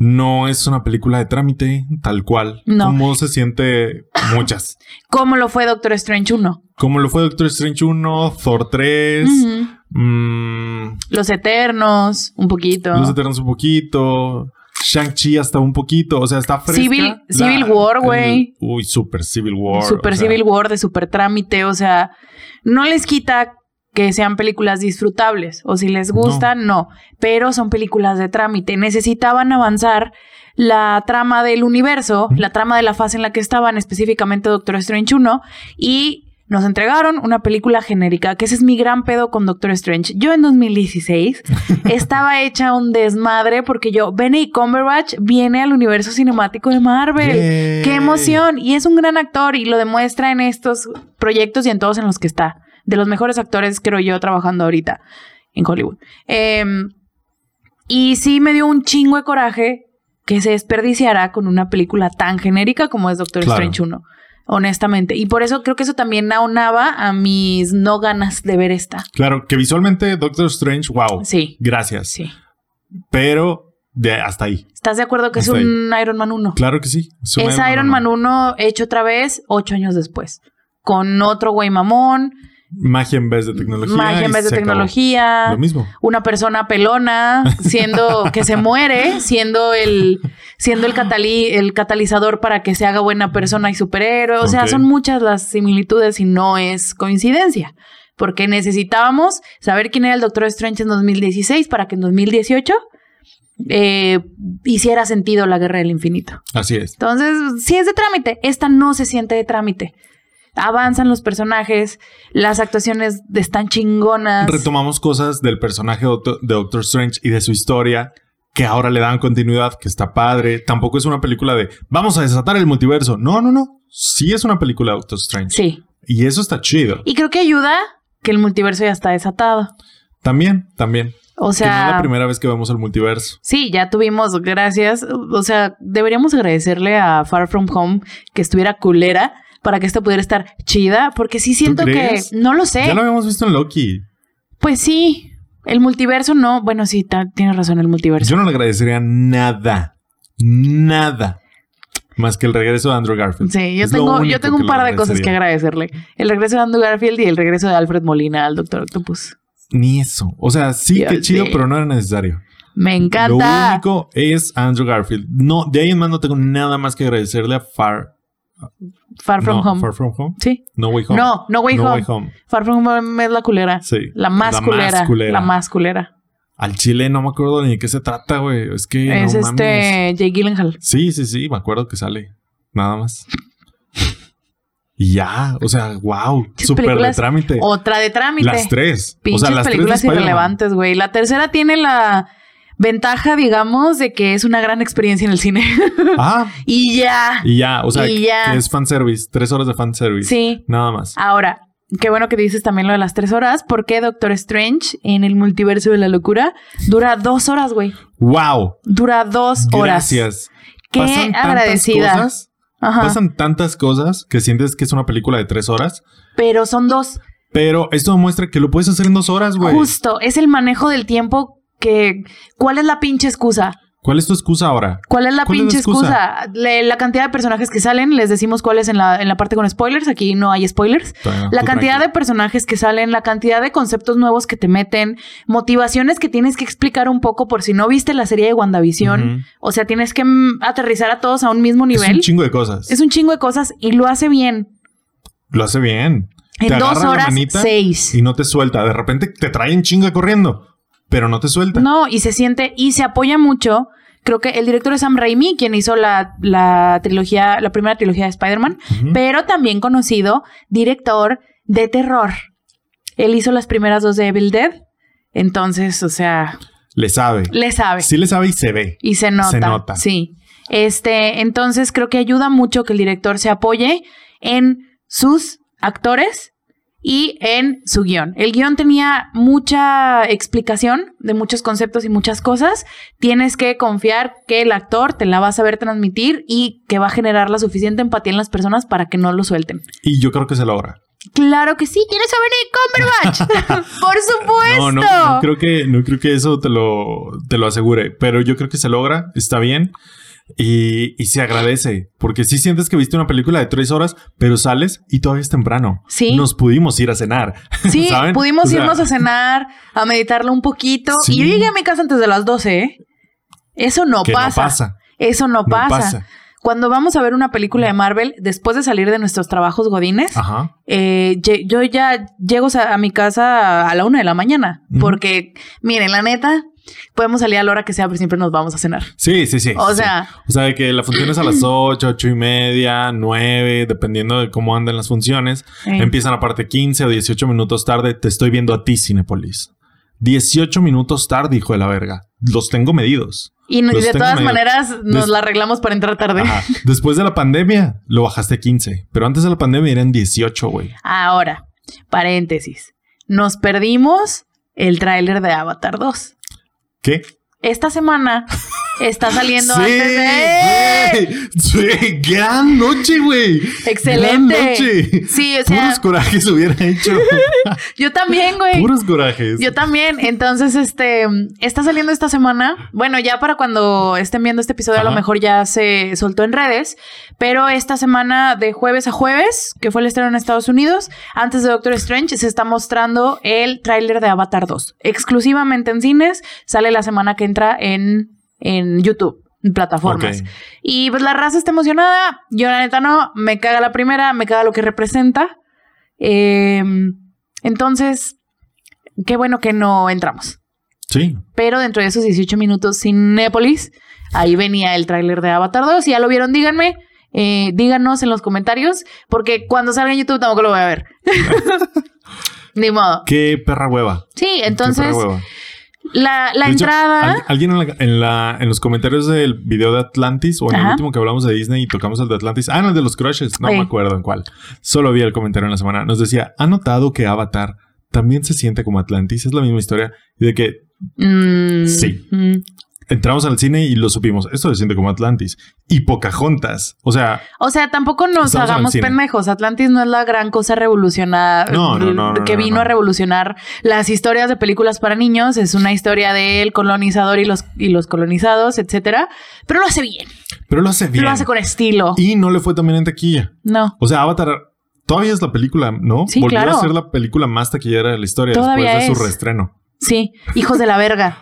[SPEAKER 2] no es una película de trámite tal cual.
[SPEAKER 1] No.
[SPEAKER 2] Como se siente muchas.
[SPEAKER 1] Como lo fue Doctor Strange 1.
[SPEAKER 2] Como lo fue Doctor Strange 1, Thor 3.
[SPEAKER 1] Ujú.
[SPEAKER 2] mm,
[SPEAKER 1] Los Eternos, un poquito.
[SPEAKER 2] Los Eternos un poquito. Shang-Chi hasta un poquito. O sea, está fresca.
[SPEAKER 1] Civil-
[SPEAKER 2] la-
[SPEAKER 1] Civil War, güey.
[SPEAKER 2] el- Uy, super Civil War.
[SPEAKER 1] Super
[SPEAKER 2] o sea,
[SPEAKER 1] Civil War, de super trámite, o sea, no les quita que sean películas disfrutables, o si les gustan, no, pero son películas de trámite. Necesitaban avanzar la trama del universo,
[SPEAKER 2] Ujú.
[SPEAKER 1] la trama de la fase en la que estaban, específicamente Doctor Strange 1, y nos entregaron una película genérica, que ese es mi gran pedo con Doctor Strange. Yo en 2016 estaba hecha un desmadre porque yo, Benny Cumberbatch viene al universo cinemático de Marvel.
[SPEAKER 2] yay.
[SPEAKER 1] ¡Qué emoción! Y es un gran actor y lo demuestra en estos proyectos y en todos en los que está. De los mejores actores, creo yo, trabajando ahorita en Hollywood. Em, y sí me dio un chingo de coraje que se desperdiciara con una película tan genérica como es Doctor
[SPEAKER 2] Claro.
[SPEAKER 1] Strange 1. Honestamente. Y por eso creo que eso también aunaba a mis no ganas de ver esta.
[SPEAKER 2] Claro, que visualmente Doctor Strange, wow.
[SPEAKER 1] Sí,
[SPEAKER 2] Gracias.
[SPEAKER 1] sí.
[SPEAKER 2] Pero de hasta ahí.
[SPEAKER 1] ¿Estás de acuerdo que es
[SPEAKER 2] Hasta ahí.
[SPEAKER 1] un Iron Man 1?
[SPEAKER 2] Claro que sí. un
[SPEAKER 1] es Iron Man 1 hecho otra vez ocho años después. Con otro güey mamón,
[SPEAKER 2] Magia en vez de tecnología.
[SPEAKER 1] magia en
[SPEAKER 2] y
[SPEAKER 1] vez de
[SPEAKER 2] se acabó.
[SPEAKER 1] tecnología,
[SPEAKER 2] Lo mismo.
[SPEAKER 1] una persona pelona, siendo que se muere, siendo el, siendo el, catali- el catalizador para que se haga buena persona y superhéroe. O sea,
[SPEAKER 2] Ok.
[SPEAKER 1] son muchas las similitudes y no es coincidencia. Porque necesitábamos saber quién era el Doctor Strange en 2016 para que en 2018 eh, hiciera sentido la Guerra del Infinito.
[SPEAKER 2] Así es.
[SPEAKER 1] Entonces, sí es de trámite. Esta no se siente de trámite. Avanzan los personajes, las actuaciones de- están chingonas.
[SPEAKER 2] Retomamos cosas del personaje docto- de Doctor Strange y de su historia que ahora le dan continuidad, que está padre. Tampoco es una película de vamos a desatar el multiverso. No, no, no. Sí es una película de Doctor Strange.
[SPEAKER 1] Sí.
[SPEAKER 2] Y eso está chido.
[SPEAKER 1] Y creo que ayuda que el multiverso ya está desatado.
[SPEAKER 2] También, también.
[SPEAKER 1] O
[SPEAKER 2] que no es la
[SPEAKER 1] sea,
[SPEAKER 2] primera vez que vemos el multiverso.
[SPEAKER 1] sí, ya tuvimos gracias. O sea, deberíamos agradecerle a Far From Home que estuviera culera para que esta pudiera estar chida, porque sí siento que
[SPEAKER 2] crees?
[SPEAKER 1] no lo sé.
[SPEAKER 2] Ya lo habíamos visto en Loki.
[SPEAKER 1] Pues sí, el multiverso no. Bueno, sí, ta- tienes razón, el multiverso.
[SPEAKER 2] Yo no le agradecería nada. Nada. Más que el regreso de Andrew Garfield.
[SPEAKER 1] Sí, yo
[SPEAKER 2] Es lo
[SPEAKER 1] tengo, yo
[SPEAKER 2] único
[SPEAKER 1] tengo
[SPEAKER 2] que
[SPEAKER 1] un
[SPEAKER 2] le
[SPEAKER 1] par de cosas que
[SPEAKER 2] agradecería.
[SPEAKER 1] agradecerle. El regreso de Andrew Garfield y el regreso de Alfred Molina al Doctor Octopus.
[SPEAKER 2] Ni eso. O sea, sí,
[SPEAKER 1] Ya
[SPEAKER 2] que chido,
[SPEAKER 1] sé.
[SPEAKER 2] pero no era necesario.
[SPEAKER 1] Me encanta.
[SPEAKER 2] Lo único es Andrew Garfield. No, de ahí en más no tengo nada más que agradecerle a Far,
[SPEAKER 1] Far From
[SPEAKER 2] no,
[SPEAKER 1] Home.
[SPEAKER 2] Far From Home.
[SPEAKER 1] Sí.
[SPEAKER 2] No Way Home.
[SPEAKER 1] No, No Way
[SPEAKER 2] No
[SPEAKER 1] Home.
[SPEAKER 2] Way Home.
[SPEAKER 1] Far From Home es la culera.
[SPEAKER 2] Sí.
[SPEAKER 1] La más, culera, La más culera.
[SPEAKER 2] Al chile no me acuerdo ni de qué se trata, güey. Es que
[SPEAKER 1] es
[SPEAKER 2] no mames.
[SPEAKER 1] este Jake Gyllenhaal.
[SPEAKER 2] Sí, sí, sí, me acuerdo que sale. Nada más. Y ya, o sea, wow.
[SPEAKER 1] Pinches
[SPEAKER 2] Súper de
[SPEAKER 1] películas
[SPEAKER 2] trámite.
[SPEAKER 1] Otra de trámite.
[SPEAKER 2] Las tres. o
[SPEAKER 1] Pinches
[SPEAKER 2] sea, las tres de
[SPEAKER 1] películas
[SPEAKER 2] Spider-Man.
[SPEAKER 1] irrelevantes, güey. La tercera tiene la ventaja, digamos, de que es una gran experiencia en el cine.
[SPEAKER 2] Ah,
[SPEAKER 1] y ya.
[SPEAKER 2] y ya, o sea,
[SPEAKER 1] Y ya.
[SPEAKER 2] que es fanservice. Tres horas de fanservice.
[SPEAKER 1] Sí.
[SPEAKER 2] Nada más.
[SPEAKER 1] Ahora, qué bueno que dices también lo de las tres horas, porque Doctor Strange en el multiverso de la locura dura dos horas, güey.
[SPEAKER 2] Wow.
[SPEAKER 1] Dura dos horas.
[SPEAKER 2] Gracias.
[SPEAKER 1] Qué
[SPEAKER 2] Pasan tantas
[SPEAKER 1] agradecida.
[SPEAKER 2] cosas,
[SPEAKER 1] Ajá.
[SPEAKER 2] Pasan tantas cosas que sientes que es una película de tres horas,
[SPEAKER 1] Pero son dos.
[SPEAKER 2] pero esto demuestra que lo puedes hacer en dos horas, güey.
[SPEAKER 1] Justo, es el manejo del tiempo que. ¿Cuál es la pinche excusa?
[SPEAKER 2] ¿Cuál es tu excusa ahora?
[SPEAKER 1] ¿Cuál es la
[SPEAKER 2] ¿Cuál es la
[SPEAKER 1] pinche
[SPEAKER 2] excusa?
[SPEAKER 1] excusa? Le- la cantidad de personajes que salen, les decimos cuál es en la, en la parte con spoilers. Aquí no hay spoilers.
[SPEAKER 2] Ah,
[SPEAKER 1] La cantidad de personajes que salen, la cantidad de conceptos nuevos que te meten, motivaciones que tienes que explicar un poco por si no viste la serie de WandaVision. O sea, tienes que mm, aterrizar a todos a un mismo
[SPEAKER 2] Es un
[SPEAKER 1] nivel.
[SPEAKER 2] chingo de cosas.
[SPEAKER 1] Es un chingo de cosas y lo hace bien.
[SPEAKER 2] Lo hace bien. Te
[SPEAKER 1] En dos
[SPEAKER 2] agarra la
[SPEAKER 1] horas,
[SPEAKER 2] manita
[SPEAKER 1] seis.
[SPEAKER 2] Y no te suelta. De repente te traen chinga corriendo, pero no te suelta.
[SPEAKER 1] No, y se siente y se apoya mucho. Creo que el director es Sam Raimi, quien hizo la, la trilogía, la primera trilogía de Spider-Man,
[SPEAKER 2] Ujú.
[SPEAKER 1] pero también conocido director de terror. Él hizo las primeras dos de Evil Dead. Entonces, o sea,
[SPEAKER 2] Le sabe.
[SPEAKER 1] le sabe.
[SPEAKER 2] Sí le sabe y se ve.
[SPEAKER 1] Y se nota.
[SPEAKER 2] Se nota.
[SPEAKER 1] Sí. Este, entonces creo que ayuda mucho que el director se apoye en sus actores y en su guión. El guión tenía mucha explicación de muchos conceptos y muchas cosas. Tienes que confiar que el actor te la va a saber transmitir y que va a generar la suficiente empatía en las personas para que no lo suelten.
[SPEAKER 2] Y yo creo que se logra.
[SPEAKER 1] Claro que sí, ¿quieres a Benedict Cumberbatch? Por
[SPEAKER 2] No,
[SPEAKER 1] supuesto.
[SPEAKER 2] no, no creo que, no creo que eso te lo, te lo asegure, pero yo creo que se logra, está bien y, y se agradece, porque si sientes que viste una película de tres horas, pero sales y todavía es temprano.
[SPEAKER 1] Sí.
[SPEAKER 2] Nos pudimos ir a cenar.
[SPEAKER 1] Sí,
[SPEAKER 2] ¿saben?
[SPEAKER 1] pudimos
[SPEAKER 2] O sea,
[SPEAKER 1] irnos a cenar, a meditarlo un poquito.
[SPEAKER 2] Sí.
[SPEAKER 1] Y yo llegué a mi casa antes de las 12, ¿eh? Eso no
[SPEAKER 2] que
[SPEAKER 1] pasa.
[SPEAKER 2] No pasa.
[SPEAKER 1] Eso no
[SPEAKER 2] No
[SPEAKER 1] pasa.
[SPEAKER 2] pasa.
[SPEAKER 1] Cuando vamos a ver una película de Marvel, después de salir de nuestros trabajos godines,
[SPEAKER 2] Ajá.
[SPEAKER 1] eh, lle- yo ya llego sa- a mi casa a la una de la mañana.
[SPEAKER 2] Ujú.
[SPEAKER 1] Porque, miren, la neta, podemos salir a la hora que sea, pero siempre nos vamos a cenar.
[SPEAKER 2] Sí, sí, sí.
[SPEAKER 1] O
[SPEAKER 2] sí.
[SPEAKER 1] sea,
[SPEAKER 2] O sea, de que la función es a las 8, 8 y media, 9, dependiendo de cómo andan las funciones.
[SPEAKER 1] eh,
[SPEAKER 2] Empiezan aparte 15 o 18 minutos tarde. Te estoy viendo a ti, Cinepolis. 18 minutos tarde, hijo de la verga. Los tengo medidos.
[SPEAKER 1] y, no- y
[SPEAKER 2] los
[SPEAKER 1] de
[SPEAKER 2] tengo
[SPEAKER 1] todas
[SPEAKER 2] medio-
[SPEAKER 1] maneras nos
[SPEAKER 2] des-
[SPEAKER 1] la arreglamos para entrar tarde.
[SPEAKER 2] Ajá. Después de la pandemia, lo bajaste a 15. Pero antes de la pandemia eran 18, güey.
[SPEAKER 1] Ahora, paréntesis. Nos perdimos el tráiler de Avatar 2.
[SPEAKER 2] ¿Qué?
[SPEAKER 1] Esta semana está saliendo
[SPEAKER 2] sí,
[SPEAKER 1] antes de...
[SPEAKER 2] güey. Sí, gran noche, güey.
[SPEAKER 1] Excelente.
[SPEAKER 2] Gran noche.
[SPEAKER 1] Sí, o sea,
[SPEAKER 2] Puros corajes hubiera hecho.
[SPEAKER 1] yo también, güey.
[SPEAKER 2] Puros corajes.
[SPEAKER 1] Yo también. Entonces, este, está saliendo esta semana. Bueno, ya para cuando estén viendo este episodio, a lo
[SPEAKER 2] Ajá.
[SPEAKER 1] mejor ya se soltó en redes. Pero esta semana, de jueves a jueves, que fue el estreno en Estados Unidos, antes de Doctor Strange, se está mostrando el tráiler de Avatar 2. Exclusivamente en cines. Sale la semana que entra en, en YouTube, en plataformas.
[SPEAKER 2] Ok.
[SPEAKER 1] Y pues la raza está emocionada. Yo la neta no, me caga la primera, me caga lo que representa. Eh, entonces, qué bueno que no entramos.
[SPEAKER 2] Sí,
[SPEAKER 1] Pero dentro de esos 18 minutos sin Népolis, ahí venía el tráiler de Avatar 2. Si ya lo vieron, díganme. eh, díganos en los comentarios, porque cuando salga en YouTube tampoco lo voy a ver. Ni modo.
[SPEAKER 2] Qué perra hueva.
[SPEAKER 1] Sí,
[SPEAKER 2] Qué
[SPEAKER 1] entonces
[SPEAKER 2] perra hueva.
[SPEAKER 1] la, la
[SPEAKER 2] De hecho,
[SPEAKER 1] entrada...
[SPEAKER 2] al- alguien en, la- en la- en los comentarios del video de Atlantis o en
[SPEAKER 1] Ajá.
[SPEAKER 2] el último que hablamos de Disney y tocamos el de Atlantis. Ah, no, el de los crushes. No
[SPEAKER 1] Sí.
[SPEAKER 2] me acuerdo en cuál. Solo vi el comentario en la semana. Nos decía, ¿ha notado que Avatar también se siente como Atlantis? Es la misma historia. Y de que
[SPEAKER 1] Mm,
[SPEAKER 2] Sí.
[SPEAKER 1] mm.
[SPEAKER 2] entramos al cine y lo supimos. Esto se siente como Atlantis. Y Pocahontas. O sea,
[SPEAKER 1] O sea, tampoco nos
[SPEAKER 2] Estamos en el
[SPEAKER 1] hagamos
[SPEAKER 2] cine.
[SPEAKER 1] pendejos. Atlantis no es la gran cosa revolucionada
[SPEAKER 2] No, no, no, no,
[SPEAKER 1] que
[SPEAKER 2] no,
[SPEAKER 1] vino
[SPEAKER 2] no.
[SPEAKER 1] a revolucionar las historias de películas para niños. Es una historia del colonizador y los, y los colonizados, etcétera. Pero lo hace bien.
[SPEAKER 2] pero lo hace bien.
[SPEAKER 1] Lo hace con estilo.
[SPEAKER 2] Y no le fue también en taquilla.
[SPEAKER 1] No.
[SPEAKER 2] O sea, Avatar todavía es la película, ¿no?
[SPEAKER 1] Sí,
[SPEAKER 2] Volvió
[SPEAKER 1] claro.
[SPEAKER 2] a ser la película más taquillera de la historia
[SPEAKER 1] Todavía
[SPEAKER 2] después de
[SPEAKER 1] es.
[SPEAKER 2] su reestreno.
[SPEAKER 1] Sí. Hijos de la verga.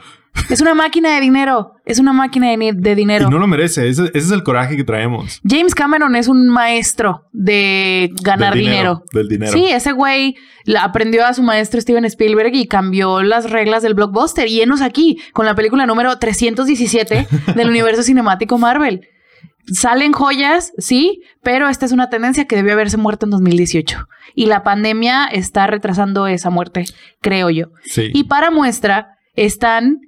[SPEAKER 1] Es una máquina de dinero. Es una máquina de, ni- de dinero.
[SPEAKER 2] Y no lo merece. Ese, ese es el coraje que traemos.
[SPEAKER 1] James Cameron es un maestro de ganar
[SPEAKER 2] Del
[SPEAKER 1] dinero.
[SPEAKER 2] Del dinero.
[SPEAKER 1] Sí, ese güey la- aprendió a su maestro Steven Spielberg y cambió las reglas del blockbuster. Y enos aquí, con la película número 317 del universo cinemático Marvel. Salen joyas, sí, pero esta es una tendencia que debió haberse muerto en 2018. Y la pandemia está retrasando esa muerte, creo yo.
[SPEAKER 2] Sí.
[SPEAKER 1] Y para muestra, están.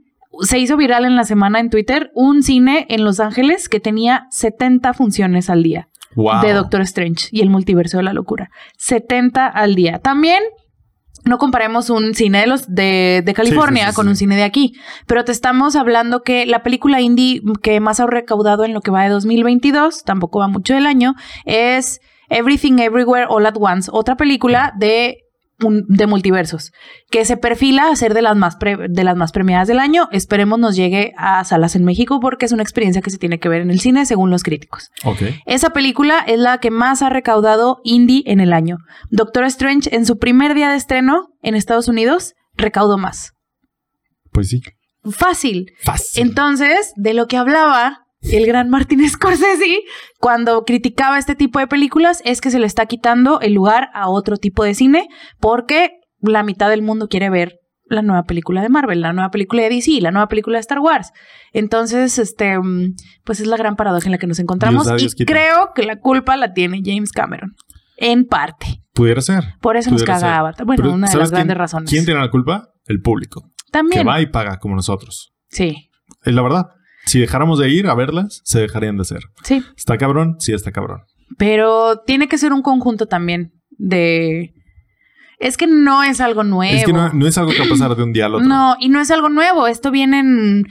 [SPEAKER 1] Se hizo viral en la semana en Twitter un cine en Los Ángeles que tenía 70 funciones al día
[SPEAKER 2] Wow.
[SPEAKER 1] de Doctor Strange y el multiverso de la locura. 70 al día. También no comparemos un cine de los de, de California
[SPEAKER 2] sí, sí,
[SPEAKER 1] con
[SPEAKER 2] sí.
[SPEAKER 1] un cine de aquí, pero te estamos hablando que la película indie que más ha recaudado en lo que va de 2022, tampoco va mucho del año, es Everything Everywhere All at Once, otra película de un- de multiversos que se perfila a ser de las más pre- de las más premiadas del año. Esperemos nos llegue a salas en México porque es una experiencia que se tiene que ver en el cine según los críticos.
[SPEAKER 2] Ok.
[SPEAKER 1] Esa película es la que más ha recaudado indie en el año. Doctor Strange en su primer día de estreno en Estados Unidos recaudó más.
[SPEAKER 2] Pues sí.
[SPEAKER 1] Fácil.
[SPEAKER 2] Fácil.
[SPEAKER 1] Entonces, de lo que hablaba el gran Martin Scorsese cuando criticaba este tipo de películas es que se le está quitando el lugar a otro tipo de cine porque la mitad del mundo quiere ver la nueva película de Marvel, la nueva película de DC, la nueva película de Star Wars. Entonces, este, mm, pues es la gran paradoja en la que nos encontramos
[SPEAKER 2] Dios da, Dios
[SPEAKER 1] y
[SPEAKER 2] quita.
[SPEAKER 1] creo que la culpa la tiene James Cameron, en parte.
[SPEAKER 2] Pudiera ser.
[SPEAKER 1] Por eso nos
[SPEAKER 2] Pudiera ser.
[SPEAKER 1] caga Avatar. Bueno,
[SPEAKER 2] Pero,
[SPEAKER 1] una de
[SPEAKER 2] ¿sabes
[SPEAKER 1] las
[SPEAKER 2] quién-
[SPEAKER 1] grandes razones.
[SPEAKER 2] ¿Quién tiene la culpa? El público. Que
[SPEAKER 1] También.
[SPEAKER 2] va y paga como nosotros.
[SPEAKER 1] Sí.
[SPEAKER 2] Es la verdad. si dejáramos de ir a verlas, se dejarían de hacer.
[SPEAKER 1] Sí.
[SPEAKER 2] ¿Está cabrón? Sí, está cabrón.
[SPEAKER 1] Pero tiene que ser un conjunto también de... Es que no es algo nuevo.
[SPEAKER 2] Es que no, no es algo que va a pasar de un día al otro.
[SPEAKER 1] No, y no es algo nuevo. Esto viene en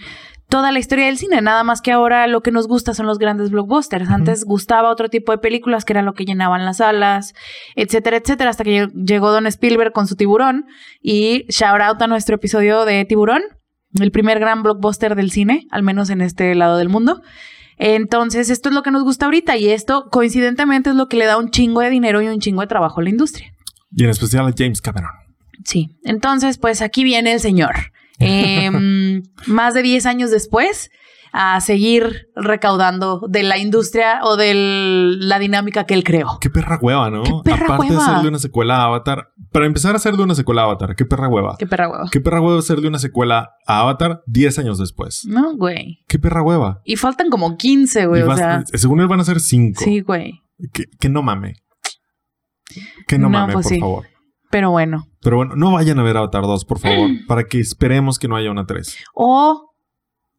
[SPEAKER 1] toda la historia del cine. Nada más que ahora lo que nos gusta son los grandes blockbusters. Antes gustaba otro tipo de películas que era lo que llenaban las salas, etcétera, etcétera. Hasta que lle- llegó Don Spielberg con su tiburón. Y shout out a nuestro episodio de Tiburón, el primer gran blockbuster del cine, al menos en este lado del mundo. Entonces, esto es lo que nos gusta ahorita y esto coincidentemente es lo que le da un chingo de dinero y un chingo de trabajo a la industria.
[SPEAKER 2] Y en especial a James Cameron.
[SPEAKER 1] Sí, entonces pues aquí viene el señor. Em, más de 10 años después a seguir recaudando de la industria o de la dinámica que él creó.
[SPEAKER 2] Qué perra hueva, ¿no?
[SPEAKER 1] Qué perra
[SPEAKER 2] Aparte de
[SPEAKER 1] hueva.
[SPEAKER 2] hacerle una secuela a Avatar. Para empezar a hacerle una secuela a Avatar, qué perra hueva.
[SPEAKER 1] Qué perra huevo.
[SPEAKER 2] Qué perra hueva hacerle una secuela a Avatar 10 años después.
[SPEAKER 1] No, güey.
[SPEAKER 2] Qué perra hueva.
[SPEAKER 1] Y faltan como 15,
[SPEAKER 2] Y
[SPEAKER 1] güey. O
[SPEAKER 2] vas-
[SPEAKER 1] sea,
[SPEAKER 2] según él van a ser 5.
[SPEAKER 1] sí, güey.
[SPEAKER 2] Que, que no mame. Que no,
[SPEAKER 1] No,
[SPEAKER 2] mame,
[SPEAKER 1] pues
[SPEAKER 2] por
[SPEAKER 1] sí.
[SPEAKER 2] favor.
[SPEAKER 1] Pero bueno.
[SPEAKER 2] Pero bueno, no vayan a ver Avatar 2, por favor, para que esperemos que no haya una 3.
[SPEAKER 1] O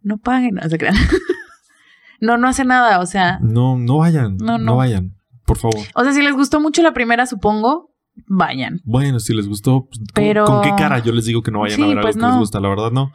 [SPEAKER 1] no paguen, no se crean. no, no hace nada, o sea.
[SPEAKER 2] No, no vayan.
[SPEAKER 1] No,
[SPEAKER 2] No,
[SPEAKER 1] no.
[SPEAKER 2] vayan. Por favor.
[SPEAKER 1] O sea, si les gustó mucho la primera, supongo, vayan.
[SPEAKER 2] Bueno, si les gustó, pues, ¿con-
[SPEAKER 1] Pero-
[SPEAKER 2] ¿con qué cara yo les digo que no vayan a
[SPEAKER 1] Sí,
[SPEAKER 2] ver algo
[SPEAKER 1] pues
[SPEAKER 2] que
[SPEAKER 1] no.
[SPEAKER 2] les gusta? La verdad, no.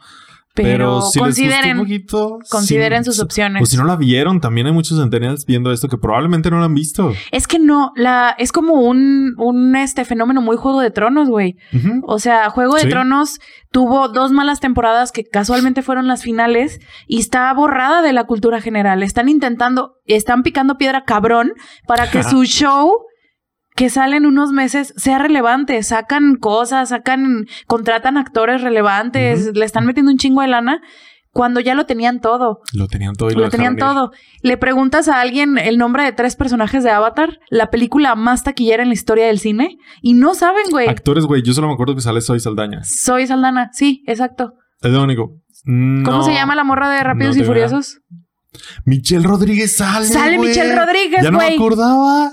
[SPEAKER 1] Pero,
[SPEAKER 2] si
[SPEAKER 1] consideren,
[SPEAKER 2] les gustó un poquito,
[SPEAKER 1] consideren
[SPEAKER 2] sí,
[SPEAKER 1] sus opciones.
[SPEAKER 2] O si no la vieron, también hay muchos centennials viendo esto que probablemente no lo han visto.
[SPEAKER 1] Es que no, la, es como un, un este fenómeno muy Juego de Tronos, güey.
[SPEAKER 2] Ujú.
[SPEAKER 1] O sea, Juego de
[SPEAKER 2] Sí.
[SPEAKER 1] Tronos tuvo dos malas temporadas que casualmente fueron las finales y está borrada de la cultura general. Están intentando, están picando piedra cabrón para que su show que sale en unos meses sea relevante. Sacan cosas, sacan, contratan actores relevantes, le están metiendo un chingo de lana cuando ya lo tenían todo.
[SPEAKER 2] Lo tenían todo y lo,
[SPEAKER 1] Lo, tenían
[SPEAKER 2] dejaron ir.
[SPEAKER 1] todo. Le preguntas a alguien el nombre de tres personajes de Avatar, la película más taquillera en la historia del cine, y no saben, güey.
[SPEAKER 2] Actores, güey, yo solo me acuerdo que sale Soy Saldaña.
[SPEAKER 1] Soy Saldana, sí, exacto.
[SPEAKER 2] Es lo único.
[SPEAKER 1] ¿Cómo se llama la morra de Rápidos
[SPEAKER 2] no
[SPEAKER 1] y
[SPEAKER 2] tengo idea.
[SPEAKER 1] Furiosos?
[SPEAKER 2] Michelle Rodríguez sale.
[SPEAKER 1] Sale
[SPEAKER 2] güey.
[SPEAKER 1] Michelle Rodríguez,
[SPEAKER 2] Ya no me
[SPEAKER 1] güey.
[SPEAKER 2] acordaba.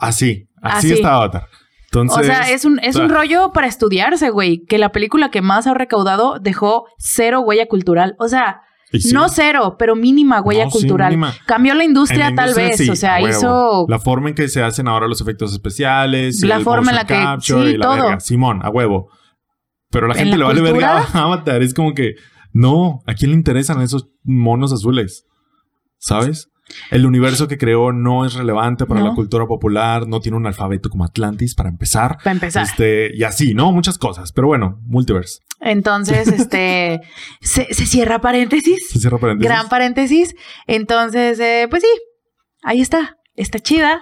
[SPEAKER 2] Así, así,
[SPEAKER 1] Así.
[SPEAKER 2] está Avatar. Entonces,
[SPEAKER 1] o sea, es un, es
[SPEAKER 2] o
[SPEAKER 1] un
[SPEAKER 2] sea-
[SPEAKER 1] rollo para estudiarse, güey. Que la película que más ha recaudado dejó cero huella cultural. O sea,
[SPEAKER 2] y sí,
[SPEAKER 1] no cero, pero mínima huella
[SPEAKER 2] No, sí,
[SPEAKER 1] cultural.
[SPEAKER 2] mínima.
[SPEAKER 1] Cambió la
[SPEAKER 2] en la
[SPEAKER 1] industria tal
[SPEAKER 2] industria
[SPEAKER 1] vez.
[SPEAKER 2] sí,
[SPEAKER 1] o
[SPEAKER 2] a
[SPEAKER 1] sea,
[SPEAKER 2] huevo.
[SPEAKER 1] hizo
[SPEAKER 2] La forma en que se hacen ahora los efectos especiales. y
[SPEAKER 1] La
[SPEAKER 2] el
[SPEAKER 1] forma en
[SPEAKER 2] motion
[SPEAKER 1] la que-
[SPEAKER 2] capture
[SPEAKER 1] sí,
[SPEAKER 2] y la
[SPEAKER 1] todo.
[SPEAKER 2] verga. Simón, a huevo. Pero la
[SPEAKER 1] En
[SPEAKER 2] gente
[SPEAKER 1] la
[SPEAKER 2] le vale
[SPEAKER 1] cultura-
[SPEAKER 2] verga a Avatar. Es como que, no, ¿a quién le interesan esos monos azules? ¿Sabes? El universo que creó no es relevante para
[SPEAKER 1] No.
[SPEAKER 2] la cultura popular, no tiene un alfabeto como Atlantis para empezar.
[SPEAKER 1] para empezar.
[SPEAKER 2] Este, y así, ¿no? Muchas cosas. Pero bueno, multiverse.
[SPEAKER 1] Entonces, este se, se cierra paréntesis.
[SPEAKER 2] Se cierra paréntesis.
[SPEAKER 1] Gran paréntesis. Entonces, eh, pues sí, ahí está. Está chida.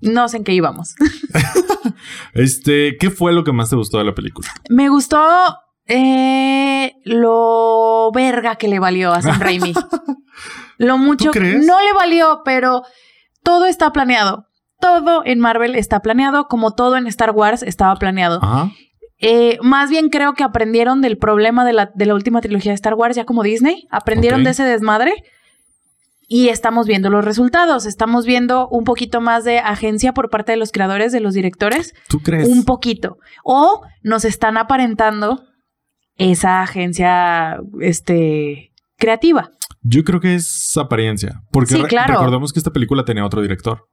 [SPEAKER 1] No sé en qué íbamos.
[SPEAKER 2] Este, ¿qué fue lo que más te gustó de la película?
[SPEAKER 1] Me gustó eh, lo verga que le valió a Sam Raimi. lo mucho
[SPEAKER 2] ¿Tú crees?
[SPEAKER 1] no le valió, pero todo está planeado. Todo en Marvel está planeado, como todo en Star Wars estaba planeado.
[SPEAKER 2] Ajá.
[SPEAKER 1] Eh, más bien creo que aprendieron del problema de la, de la última trilogía de Star Wars, ya como Disney. Aprendieron
[SPEAKER 2] Ok.
[SPEAKER 1] de ese desmadre. Y estamos viendo los resultados. Estamos viendo un poquito más de agencia por parte de los creadores, de los directores.
[SPEAKER 2] ¿Tú crees?
[SPEAKER 1] Un poquito. O nos están aparentando esa agencia este, creativa.
[SPEAKER 2] Yo creo que es apariencia. Porque
[SPEAKER 1] Sí,
[SPEAKER 2] re-
[SPEAKER 1] claro. Ah,
[SPEAKER 2] recordemos que esta película tenía otro director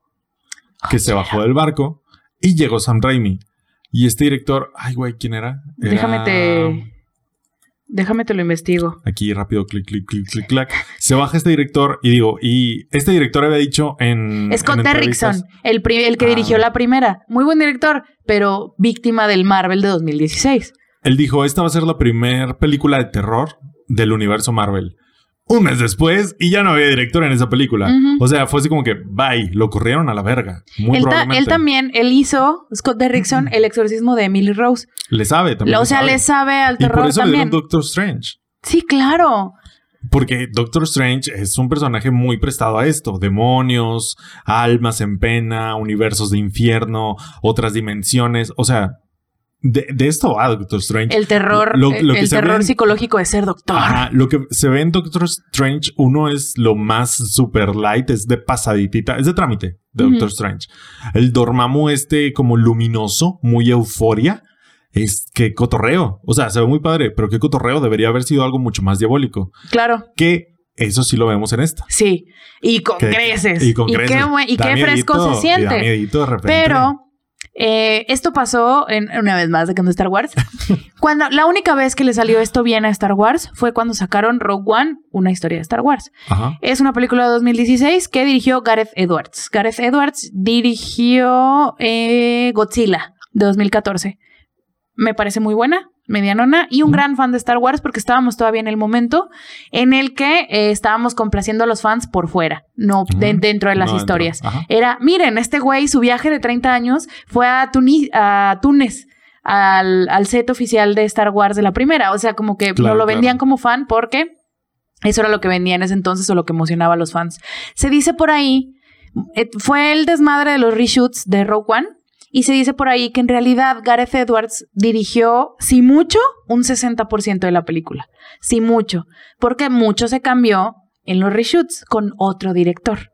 [SPEAKER 2] que se bajó del barco y llegó Sam Raimi. Y este director, ay, güey, ¿quién era? Era-
[SPEAKER 1] Déjame te. Déjame te lo investigo.
[SPEAKER 2] Aquí rápido, clic, clic, clic, clic, clac. Se baja este director y digo, y este director había dicho en.
[SPEAKER 1] Scott
[SPEAKER 2] en entrevistas-
[SPEAKER 1] Derrickson, el, pri- el que
[SPEAKER 2] Ah,
[SPEAKER 1] dirigió
[SPEAKER 2] bueno.
[SPEAKER 1] la primera. Muy buen director, pero víctima del Marvel de 2016.
[SPEAKER 2] Él dijo, esta va a ser la primera película de terror del universo Marvel. Un mes después y ya no había director en esa película.
[SPEAKER 1] Ujú.
[SPEAKER 2] O sea, fue así como que, bye, lo corrieron a la verga. Muy
[SPEAKER 1] Él, ta-
[SPEAKER 2] probablemente.
[SPEAKER 1] él también, él hizo, Scott Derrickson, el exorcismo de Emily Rose.
[SPEAKER 2] Le sabe también.
[SPEAKER 1] o sea, le sabe al
[SPEAKER 2] Y por
[SPEAKER 1] terror
[SPEAKER 2] eso le
[SPEAKER 1] también.
[SPEAKER 2] dieron Doctor Strange.
[SPEAKER 1] Sí, claro.
[SPEAKER 2] Porque Doctor Strange es un personaje muy prestado a esto. Demonios, almas en pena, universos de infierno, otras dimensiones. O sea, de, de esto va Doctor Strange.
[SPEAKER 1] El terror,
[SPEAKER 2] Lo- lo que
[SPEAKER 1] el
[SPEAKER 2] se
[SPEAKER 1] terror
[SPEAKER 2] ven-
[SPEAKER 1] psicológico de ser doctor.
[SPEAKER 2] Ajá, lo que se ve en Doctor Strange, uno es lo más super light, es de pasaditita, es de trámite de Doctor
[SPEAKER 1] Ujú.
[SPEAKER 2] Strange. El Dormammu este como luminoso, muy euforia. es que cotorreo. O sea, se ve muy padre, pero qué cotorreo debería haber sido algo mucho más diabólico.
[SPEAKER 1] Claro,
[SPEAKER 2] Que eso sí lo vemos en esta.
[SPEAKER 1] sí. Y con
[SPEAKER 2] Que-
[SPEAKER 1] creces.
[SPEAKER 2] Y con
[SPEAKER 1] qué
[SPEAKER 2] creces.
[SPEAKER 1] buen- y
[SPEAKER 2] Da
[SPEAKER 1] qué
[SPEAKER 2] miedito,
[SPEAKER 1] fresco se
[SPEAKER 2] Y da
[SPEAKER 1] siente.
[SPEAKER 2] miedito de repente.
[SPEAKER 1] Pero eh, esto pasó en, una vez más de Star Wars. cuando la única vez que le salió esto bien a Star Wars fue cuando sacaron Rogue One, una historia de Star Wars.
[SPEAKER 2] Ajá.
[SPEAKER 1] Es una película de 2016 que dirigió Gareth Edwards. Gareth Edwards dirigió eh, Godzilla de 2014. Me parece muy buena, medianona y un
[SPEAKER 2] Mm.
[SPEAKER 1] gran fan de Star Wars porque estábamos todavía en el momento en el que eh, estábamos complaciendo a los fans por fuera, no de-
[SPEAKER 2] Mm.
[SPEAKER 1] dentro de las
[SPEAKER 2] No, dentro.
[SPEAKER 1] historias
[SPEAKER 2] Ajá.
[SPEAKER 1] era, miren, este güey, su viaje de 30 años fue a, Tuni- a Túnez, al, al set oficial de Star Wars de la primera. O sea, como que
[SPEAKER 2] Claro,
[SPEAKER 1] no lo vendían
[SPEAKER 2] claro.
[SPEAKER 1] como fan porque eso era lo que vendían en ese entonces o lo que emocionaba a los fans. Se dice por ahí, eh, fue el desmadre de los reshoots de Rogue One. Y se dice por ahí que en realidad Gareth Edwards dirigió, si mucho, un 60% de la película. Si mucho. Porque mucho se cambió en los reshoots con otro director.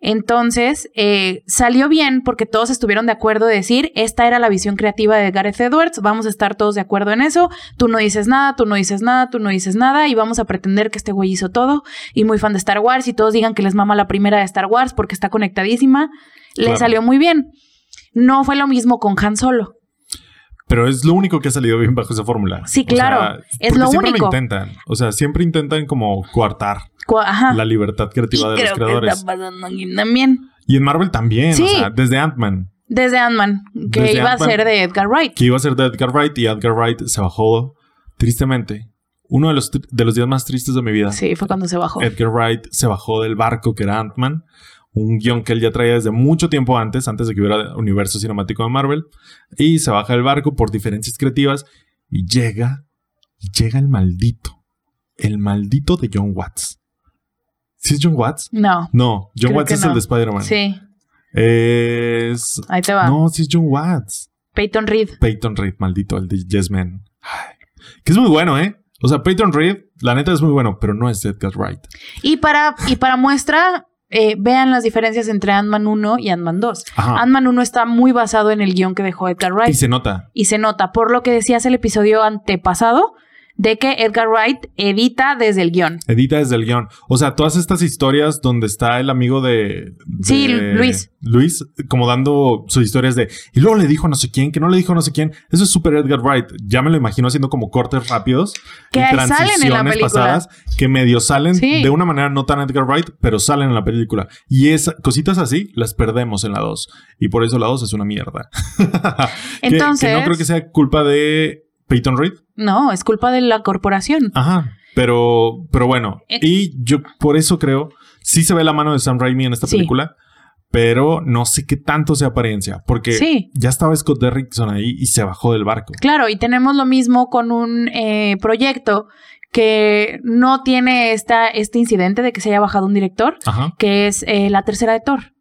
[SPEAKER 1] Entonces, eh, salió bien porque todos estuvieron de acuerdo de decir, esta era la visión creativa de Gareth Edwards, vamos a estar todos de acuerdo en eso, tú no dices nada, tú no dices nada, tú no dices nada, y vamos a pretender que este güey hizo todo, y muy fan de Star Wars, y todos digan que les mama la primera de Star Wars porque está conectadísima, le
[SPEAKER 2] Claro.
[SPEAKER 1] salió muy bien. No fue lo mismo con Han Solo.
[SPEAKER 2] Pero es lo único que ha salido bien bajo esa fórmula.
[SPEAKER 1] Sí,
[SPEAKER 2] O
[SPEAKER 1] claro.
[SPEAKER 2] sea,
[SPEAKER 1] Es
[SPEAKER 2] porque
[SPEAKER 1] lo
[SPEAKER 2] siempre
[SPEAKER 1] único.
[SPEAKER 2] Lo intentan. O sea, siempre intentan como coartar
[SPEAKER 1] Cu- Ajá.
[SPEAKER 2] la libertad
[SPEAKER 1] Ah. Y
[SPEAKER 2] creativa de los
[SPEAKER 1] creo que
[SPEAKER 2] creadores.
[SPEAKER 1] está pasando aquí también.
[SPEAKER 2] Y en Marvel también.
[SPEAKER 1] Sí.
[SPEAKER 2] O sea, desde Ant-Man,
[SPEAKER 1] Desde Ant-Man, que
[SPEAKER 2] Desde
[SPEAKER 1] iba
[SPEAKER 2] Ant-Man.
[SPEAKER 1] a ser de Edgar Wright.
[SPEAKER 2] que iba a ser de Edgar Wright y Edgar Wright se bajó tristemente. Uno de los, tri- de los días más tristes de mi vida.
[SPEAKER 1] Sí, fue cuando se bajó.
[SPEAKER 2] Edgar Wright se bajó del barco que era Ant-Man, un guión que él ya traía desde mucho tiempo antes, antes de que hubiera universo cinemático de Marvel, y se baja del barco por diferencias creativas y llega, y llega el maldito, el maldito de John Watts. ¿Sí es John Watts?
[SPEAKER 1] No.
[SPEAKER 2] No, John
[SPEAKER 1] Creo
[SPEAKER 2] Watts
[SPEAKER 1] que
[SPEAKER 2] es
[SPEAKER 1] no.
[SPEAKER 2] el de Spider-Man.
[SPEAKER 1] Sí,
[SPEAKER 2] Es...
[SPEAKER 1] ahí te va.
[SPEAKER 2] No, sí es John Watts.
[SPEAKER 1] Peyton Reed.
[SPEAKER 2] Peyton Reed, maldito, el de Yes Man. Ay, Que es muy bueno, ¿eh? O sea, Peyton Reed, la neta es muy bueno, pero no es Edgar Wright.
[SPEAKER 1] Y para, y para muestra, eh, vean las diferencias entre Ant-Man 1 y Ant-Man 2.
[SPEAKER 2] Ajá.
[SPEAKER 1] Ant-Man 1 está muy basado en el guión que dejó Edgar
[SPEAKER 2] Ah. y
[SPEAKER 1] Wright.
[SPEAKER 2] se nota.
[SPEAKER 1] Y se nota, por lo que decías el episodio antepasado, de que Edgar Wright edita desde el guión.
[SPEAKER 2] Edita desde el guión. O sea, todas estas historias donde está el amigo de, de-
[SPEAKER 1] Sí, Luis.
[SPEAKER 2] Luis, como dando sus historias de. Y luego le dijo no sé quién, que no le dijo no sé quién. Eso es súper Edgar Wright. Ya me lo imagino haciendo como cortes rápidos.
[SPEAKER 1] Que
[SPEAKER 2] y
[SPEAKER 1] salen en la
[SPEAKER 2] transiciones
[SPEAKER 1] película.
[SPEAKER 2] pasadas que medio salen
[SPEAKER 1] Sí.
[SPEAKER 2] de una manera no tan Edgar Wright, pero salen en la película. Y esas cositas así las perdemos en la 2. Y por eso la 2 es una mierda. Que-
[SPEAKER 1] Entonces,
[SPEAKER 2] Que, no creo que sea culpa de Peyton Reed.
[SPEAKER 1] no, es culpa de la corporación.
[SPEAKER 2] Ajá. Pero, pero bueno.
[SPEAKER 1] Eh.
[SPEAKER 2] Y yo por eso creo, sí se ve la mano de Sam Raimi en esta
[SPEAKER 1] Sí.
[SPEAKER 2] película, pero no sé qué tanto sea apariencia, porque
[SPEAKER 1] Sí.
[SPEAKER 2] ya estaba Scott Derrickson ahí y se bajó del barco.
[SPEAKER 1] Claro, y tenemos lo mismo con un eh, proyecto que no tiene esta, este incidente de que se haya bajado un director,
[SPEAKER 2] Ajá.
[SPEAKER 1] que es eh, la tercera de Thor.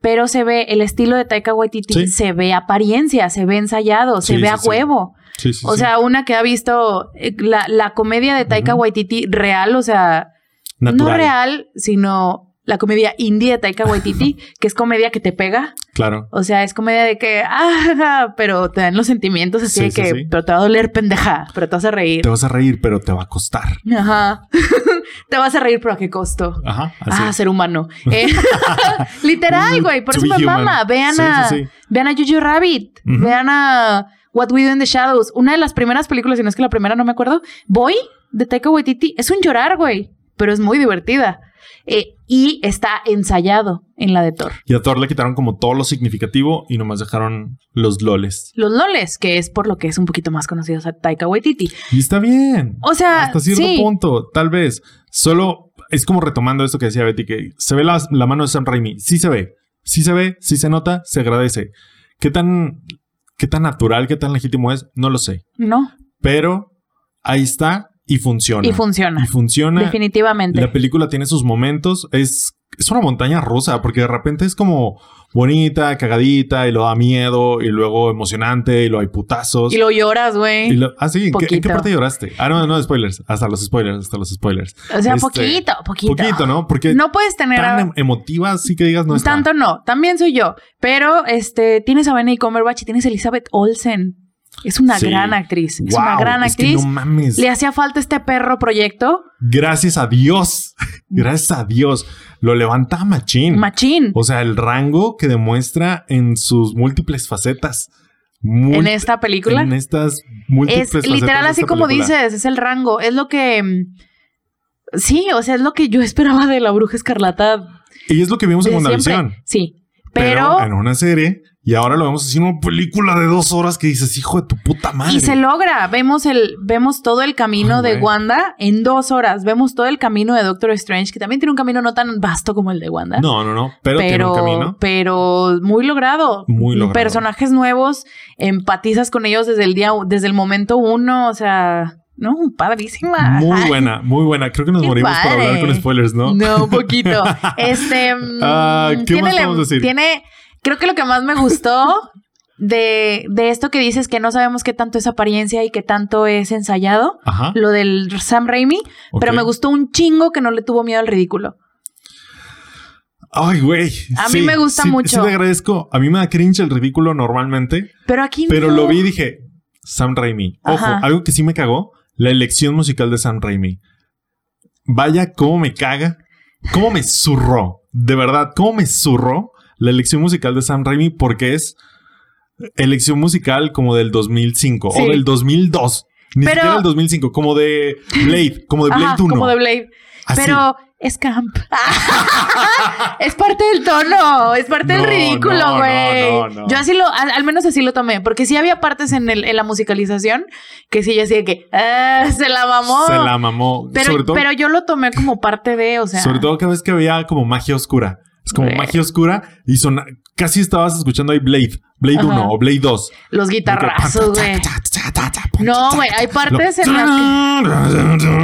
[SPEAKER 1] Pero se ve el estilo de Taika Waititi,
[SPEAKER 2] Sí.
[SPEAKER 1] se ve apariencia, se ve ensayado, se
[SPEAKER 2] Sí,
[SPEAKER 1] ve
[SPEAKER 2] sí,
[SPEAKER 1] a
[SPEAKER 2] sí.
[SPEAKER 1] huevo.
[SPEAKER 2] Sí, sí,
[SPEAKER 1] o
[SPEAKER 2] sí.
[SPEAKER 1] sea, una que ha visto eh, la, la comedia de Taika
[SPEAKER 2] Ujú.
[SPEAKER 1] Waititi real, o sea, no
[SPEAKER 2] Natural.
[SPEAKER 1] real, sino la comedia indie de Taika Waititi, que es comedia que te pega.
[SPEAKER 2] Claro.
[SPEAKER 1] O sea, es comedia de que, ah, ja, ja", pero te dan los sentimientos así
[SPEAKER 2] Sí,
[SPEAKER 1] de
[SPEAKER 2] sí,
[SPEAKER 1] que,
[SPEAKER 2] sí.
[SPEAKER 1] pero te va a doler pendeja, pero te vas a reír.
[SPEAKER 2] Te vas a reír, pero te va a costar.
[SPEAKER 1] Ajá. te vas a reír, pero a qué costo.
[SPEAKER 2] Ajá.
[SPEAKER 1] Ah,
[SPEAKER 2] Así.
[SPEAKER 1] ser humano. Eh, literal, güey. Por
[SPEAKER 2] To
[SPEAKER 1] eso
[SPEAKER 2] be
[SPEAKER 1] me
[SPEAKER 2] human.
[SPEAKER 1] mama. Vean
[SPEAKER 2] Sí,
[SPEAKER 1] a,
[SPEAKER 2] sí, sí.
[SPEAKER 1] vean a Jojo Rabbit.
[SPEAKER 2] Ujú.
[SPEAKER 1] Vean a What We Do in the Shadows. Una de las primeras películas, si no es que la primera, no me acuerdo. Boy, de Taika Waititi. Es un llorar, güey. Pero es muy divertida. Eh, y está ensayado en la de Thor.
[SPEAKER 2] Y a Thor le quitaron como todo lo significativo y nomás dejaron los loles.
[SPEAKER 1] Los loles, que es por lo que es un poquito más conocido a Taika Waititi.
[SPEAKER 2] Y está bien.
[SPEAKER 1] O sea,
[SPEAKER 2] Hasta cierto
[SPEAKER 1] sí,
[SPEAKER 2] punto, tal vez. Solo es como retomando esto que decía Betty, que se ve la, la mano de Sam Raimi. Sí se ve. Sí se ve, sí se nota, se agradece. ¿Qué tan, qué tan natural, qué tan legítimo es? No lo sé.
[SPEAKER 1] ¿no?
[SPEAKER 2] Pero ahí está y funciona.
[SPEAKER 1] Y funciona.
[SPEAKER 2] Y funciona.
[SPEAKER 1] Definitivamente.
[SPEAKER 2] La película tiene sus momentos. Es, es una montaña rusa, porque de repente es como bonita, cagadita, y luego da miedo, y luego emocionante, y luego hay putazos.
[SPEAKER 1] Y lo lloras,
[SPEAKER 2] Y
[SPEAKER 1] güey.
[SPEAKER 2] lo- ah, sí, ¿en qué, en qué
[SPEAKER 1] Poquito.
[SPEAKER 2] parte lloraste? Ah, no, no, spoilers. Hasta los spoilers, hasta los spoilers.
[SPEAKER 1] O sea,
[SPEAKER 2] este,
[SPEAKER 1] poquito, poquito.
[SPEAKER 2] Poquito, ¿no? Porque
[SPEAKER 1] No puedes tener
[SPEAKER 2] tan
[SPEAKER 1] a-
[SPEAKER 2] em- emotiva, así que digas, no está.
[SPEAKER 1] Tanto no, también soy yo. Pero este, tienes a Benny Cumberbatch y tienes a Elizabeth Olsen. Es una
[SPEAKER 2] Sí.
[SPEAKER 1] gran actriz. Es una
[SPEAKER 2] Guau,
[SPEAKER 1] gran
[SPEAKER 2] es que
[SPEAKER 1] actriz.
[SPEAKER 2] no mames.
[SPEAKER 1] Le hacía falta este perro proyecto.
[SPEAKER 2] Gracias a Dios. Gracias a Dios. Lo levanta machín.
[SPEAKER 1] Machín.
[SPEAKER 2] O sea, el rango que demuestra en sus múltiples facetas. Mul-
[SPEAKER 1] en esta película.
[SPEAKER 2] en estas múltiples
[SPEAKER 1] Es
[SPEAKER 2] facetas.
[SPEAKER 1] literal
[SPEAKER 2] de
[SPEAKER 1] así
[SPEAKER 2] esta
[SPEAKER 1] como
[SPEAKER 2] película.
[SPEAKER 1] dices, es el rango. Es lo que. mm, Sí, o sea, es lo que yo esperaba de la bruja escarlata.
[SPEAKER 2] Y es lo que vimos
[SPEAKER 1] de
[SPEAKER 2] en WandaVision.
[SPEAKER 1] siempre. Sí. Pero.
[SPEAKER 2] en una serie. Y ahora lo vemos así en una película de dos horas que dices, hijo de tu puta madre.
[SPEAKER 1] y se logra. Vemos el, vemos todo el camino
[SPEAKER 2] Ay,
[SPEAKER 1] de
[SPEAKER 2] güey.
[SPEAKER 1] Wanda en dos horas. Vemos todo el camino de Doctor Strange, que también tiene un camino no tan vasto como el de Wanda.
[SPEAKER 2] No, no, no. Pero, tiene un
[SPEAKER 1] pero,
[SPEAKER 2] camino.
[SPEAKER 1] pero muy logrado.
[SPEAKER 2] Muy logrado.
[SPEAKER 1] Personajes nuevos, empatizas con ellos desde el día, desde el momento uno, o sea, no, padrísima.
[SPEAKER 2] Muy buena, muy buena. Creo que nos
[SPEAKER 1] Qué
[SPEAKER 2] morimos por hablar
[SPEAKER 1] padre.
[SPEAKER 2] con spoilers, ¿no?
[SPEAKER 1] No, un poquito. Este, mm,
[SPEAKER 2] Ah, ¿qué más
[SPEAKER 1] la-
[SPEAKER 2] podemos decir?
[SPEAKER 1] tiene- creo que lo que más me gustó de, de esto que dices que no sabemos qué tanto es apariencia y qué tanto es ensayado,
[SPEAKER 2] Ajá.
[SPEAKER 1] lo del Sam Raimi, pero
[SPEAKER 2] ok.
[SPEAKER 1] me gustó un chingo que no le tuvo miedo al ridículo.
[SPEAKER 2] Ay, güey.
[SPEAKER 1] A mí me gusta
[SPEAKER 2] sí,
[SPEAKER 1] mucho.
[SPEAKER 2] Sí, te agradezco. A mí me da cringe el ridículo normalmente,
[SPEAKER 1] Pero aquí
[SPEAKER 2] pero
[SPEAKER 1] no.
[SPEAKER 2] lo vi y dije, Sam Raimi. Ojo,
[SPEAKER 1] Ajá.
[SPEAKER 2] algo que sí me cagó, la elección musical de Sam Raimi. Vaya, cómo me caga, cómo me zurró. De verdad, cómo me zurró la elección musical de Sam Raimi porque es elección musical como del 2005
[SPEAKER 1] Sí.
[SPEAKER 2] o del 2002. Ni
[SPEAKER 1] Pero-
[SPEAKER 2] siquiera del 2005, como de Blade, como de Blade
[SPEAKER 1] Ajá,
[SPEAKER 2] 1.
[SPEAKER 1] como de Blade.
[SPEAKER 2] Así.
[SPEAKER 1] Pero es camp. es parte del tono, es parte
[SPEAKER 2] No,
[SPEAKER 1] del
[SPEAKER 2] no,
[SPEAKER 1] ridículo,
[SPEAKER 2] no,
[SPEAKER 1] güey.
[SPEAKER 2] no, no.
[SPEAKER 1] Yo así lo, al, al menos así lo tomé, porque sí había partes en, el- en la musicalización que sí, yo así de que "Ah, se la mamó.
[SPEAKER 2] Se la mamó.
[SPEAKER 1] pero,
[SPEAKER 2] Sobre todo-
[SPEAKER 1] pero yo lo tomé como parte de, o sea.
[SPEAKER 2] Sobre todo cada vez que veía como magia oscura. Es como
[SPEAKER 1] Bleh.
[SPEAKER 2] magia oscura y son casi estabas escuchando ahí Blade, Blade
[SPEAKER 1] Ajá.
[SPEAKER 2] 1 o Blade 2.
[SPEAKER 1] Los guitarrazos, güey. No, güey, hay partes en las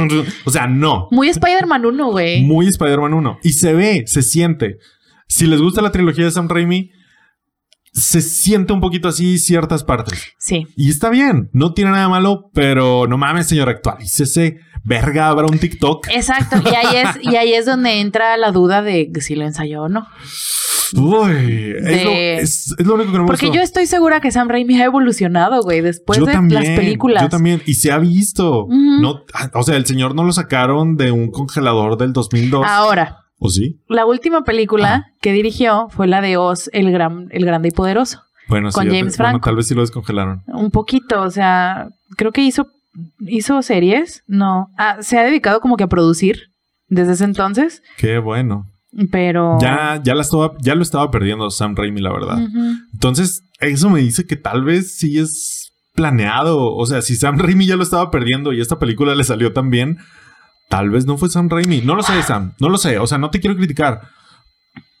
[SPEAKER 1] que.
[SPEAKER 2] O sea, no.
[SPEAKER 1] Muy Spider-Man 1, güey.
[SPEAKER 2] Muy Spider-Man 1. Y se ve, se siente. Si les gusta la trilogía de Sam Raimi, se siente un poquito así ciertas partes.
[SPEAKER 1] Sí.
[SPEAKER 2] Y está bien, no tiene nada de malo, pero no mames, señor, actualícese. Verga, habrá un TikTok.
[SPEAKER 1] Exacto. Y ahí es, y ahí es donde entra la duda de si lo ensayó o no.
[SPEAKER 2] Uy, es, lo, es- es lo único que no me
[SPEAKER 1] Eh, Porque
[SPEAKER 2] gustó.
[SPEAKER 1] yo estoy segura que Sam Raimi ha evolucionado, güey, después de las películas.
[SPEAKER 2] Yo también. Y se ha visto.
[SPEAKER 1] Ujú.
[SPEAKER 2] no, ah, o sea, el señor no lo sacaron de un congelador del 2002.
[SPEAKER 1] Ahora,
[SPEAKER 2] ¿O sí?
[SPEAKER 1] la última película que dirigió fue la de Oz, el, gran, el Grande y Poderoso.
[SPEAKER 2] Bueno, sí,
[SPEAKER 1] Con
[SPEAKER 2] ya te-
[SPEAKER 1] James
[SPEAKER 2] bueno,
[SPEAKER 1] Franco.
[SPEAKER 2] tal vez sí lo descongelaron.
[SPEAKER 1] Un poquito, o sea, creo que hizo, hizo series, no. Ah, se ha dedicado como que a producir desde ese entonces,
[SPEAKER 2] Qué bueno.
[SPEAKER 1] pero...
[SPEAKER 2] Ya, ya, la estaba, ya lo estaba perdiendo Sam Raimi, la verdad.
[SPEAKER 1] Oh. Ujú.
[SPEAKER 2] Entonces, eso me dice que tal vez sí es planeado. O sea, si Sam Raimi ya lo estaba perdiendo y esta película le salió tan bien, tal vez no fue Sam Raimi. No lo sé, Sam. No lo sé. O sea, no te quiero criticar.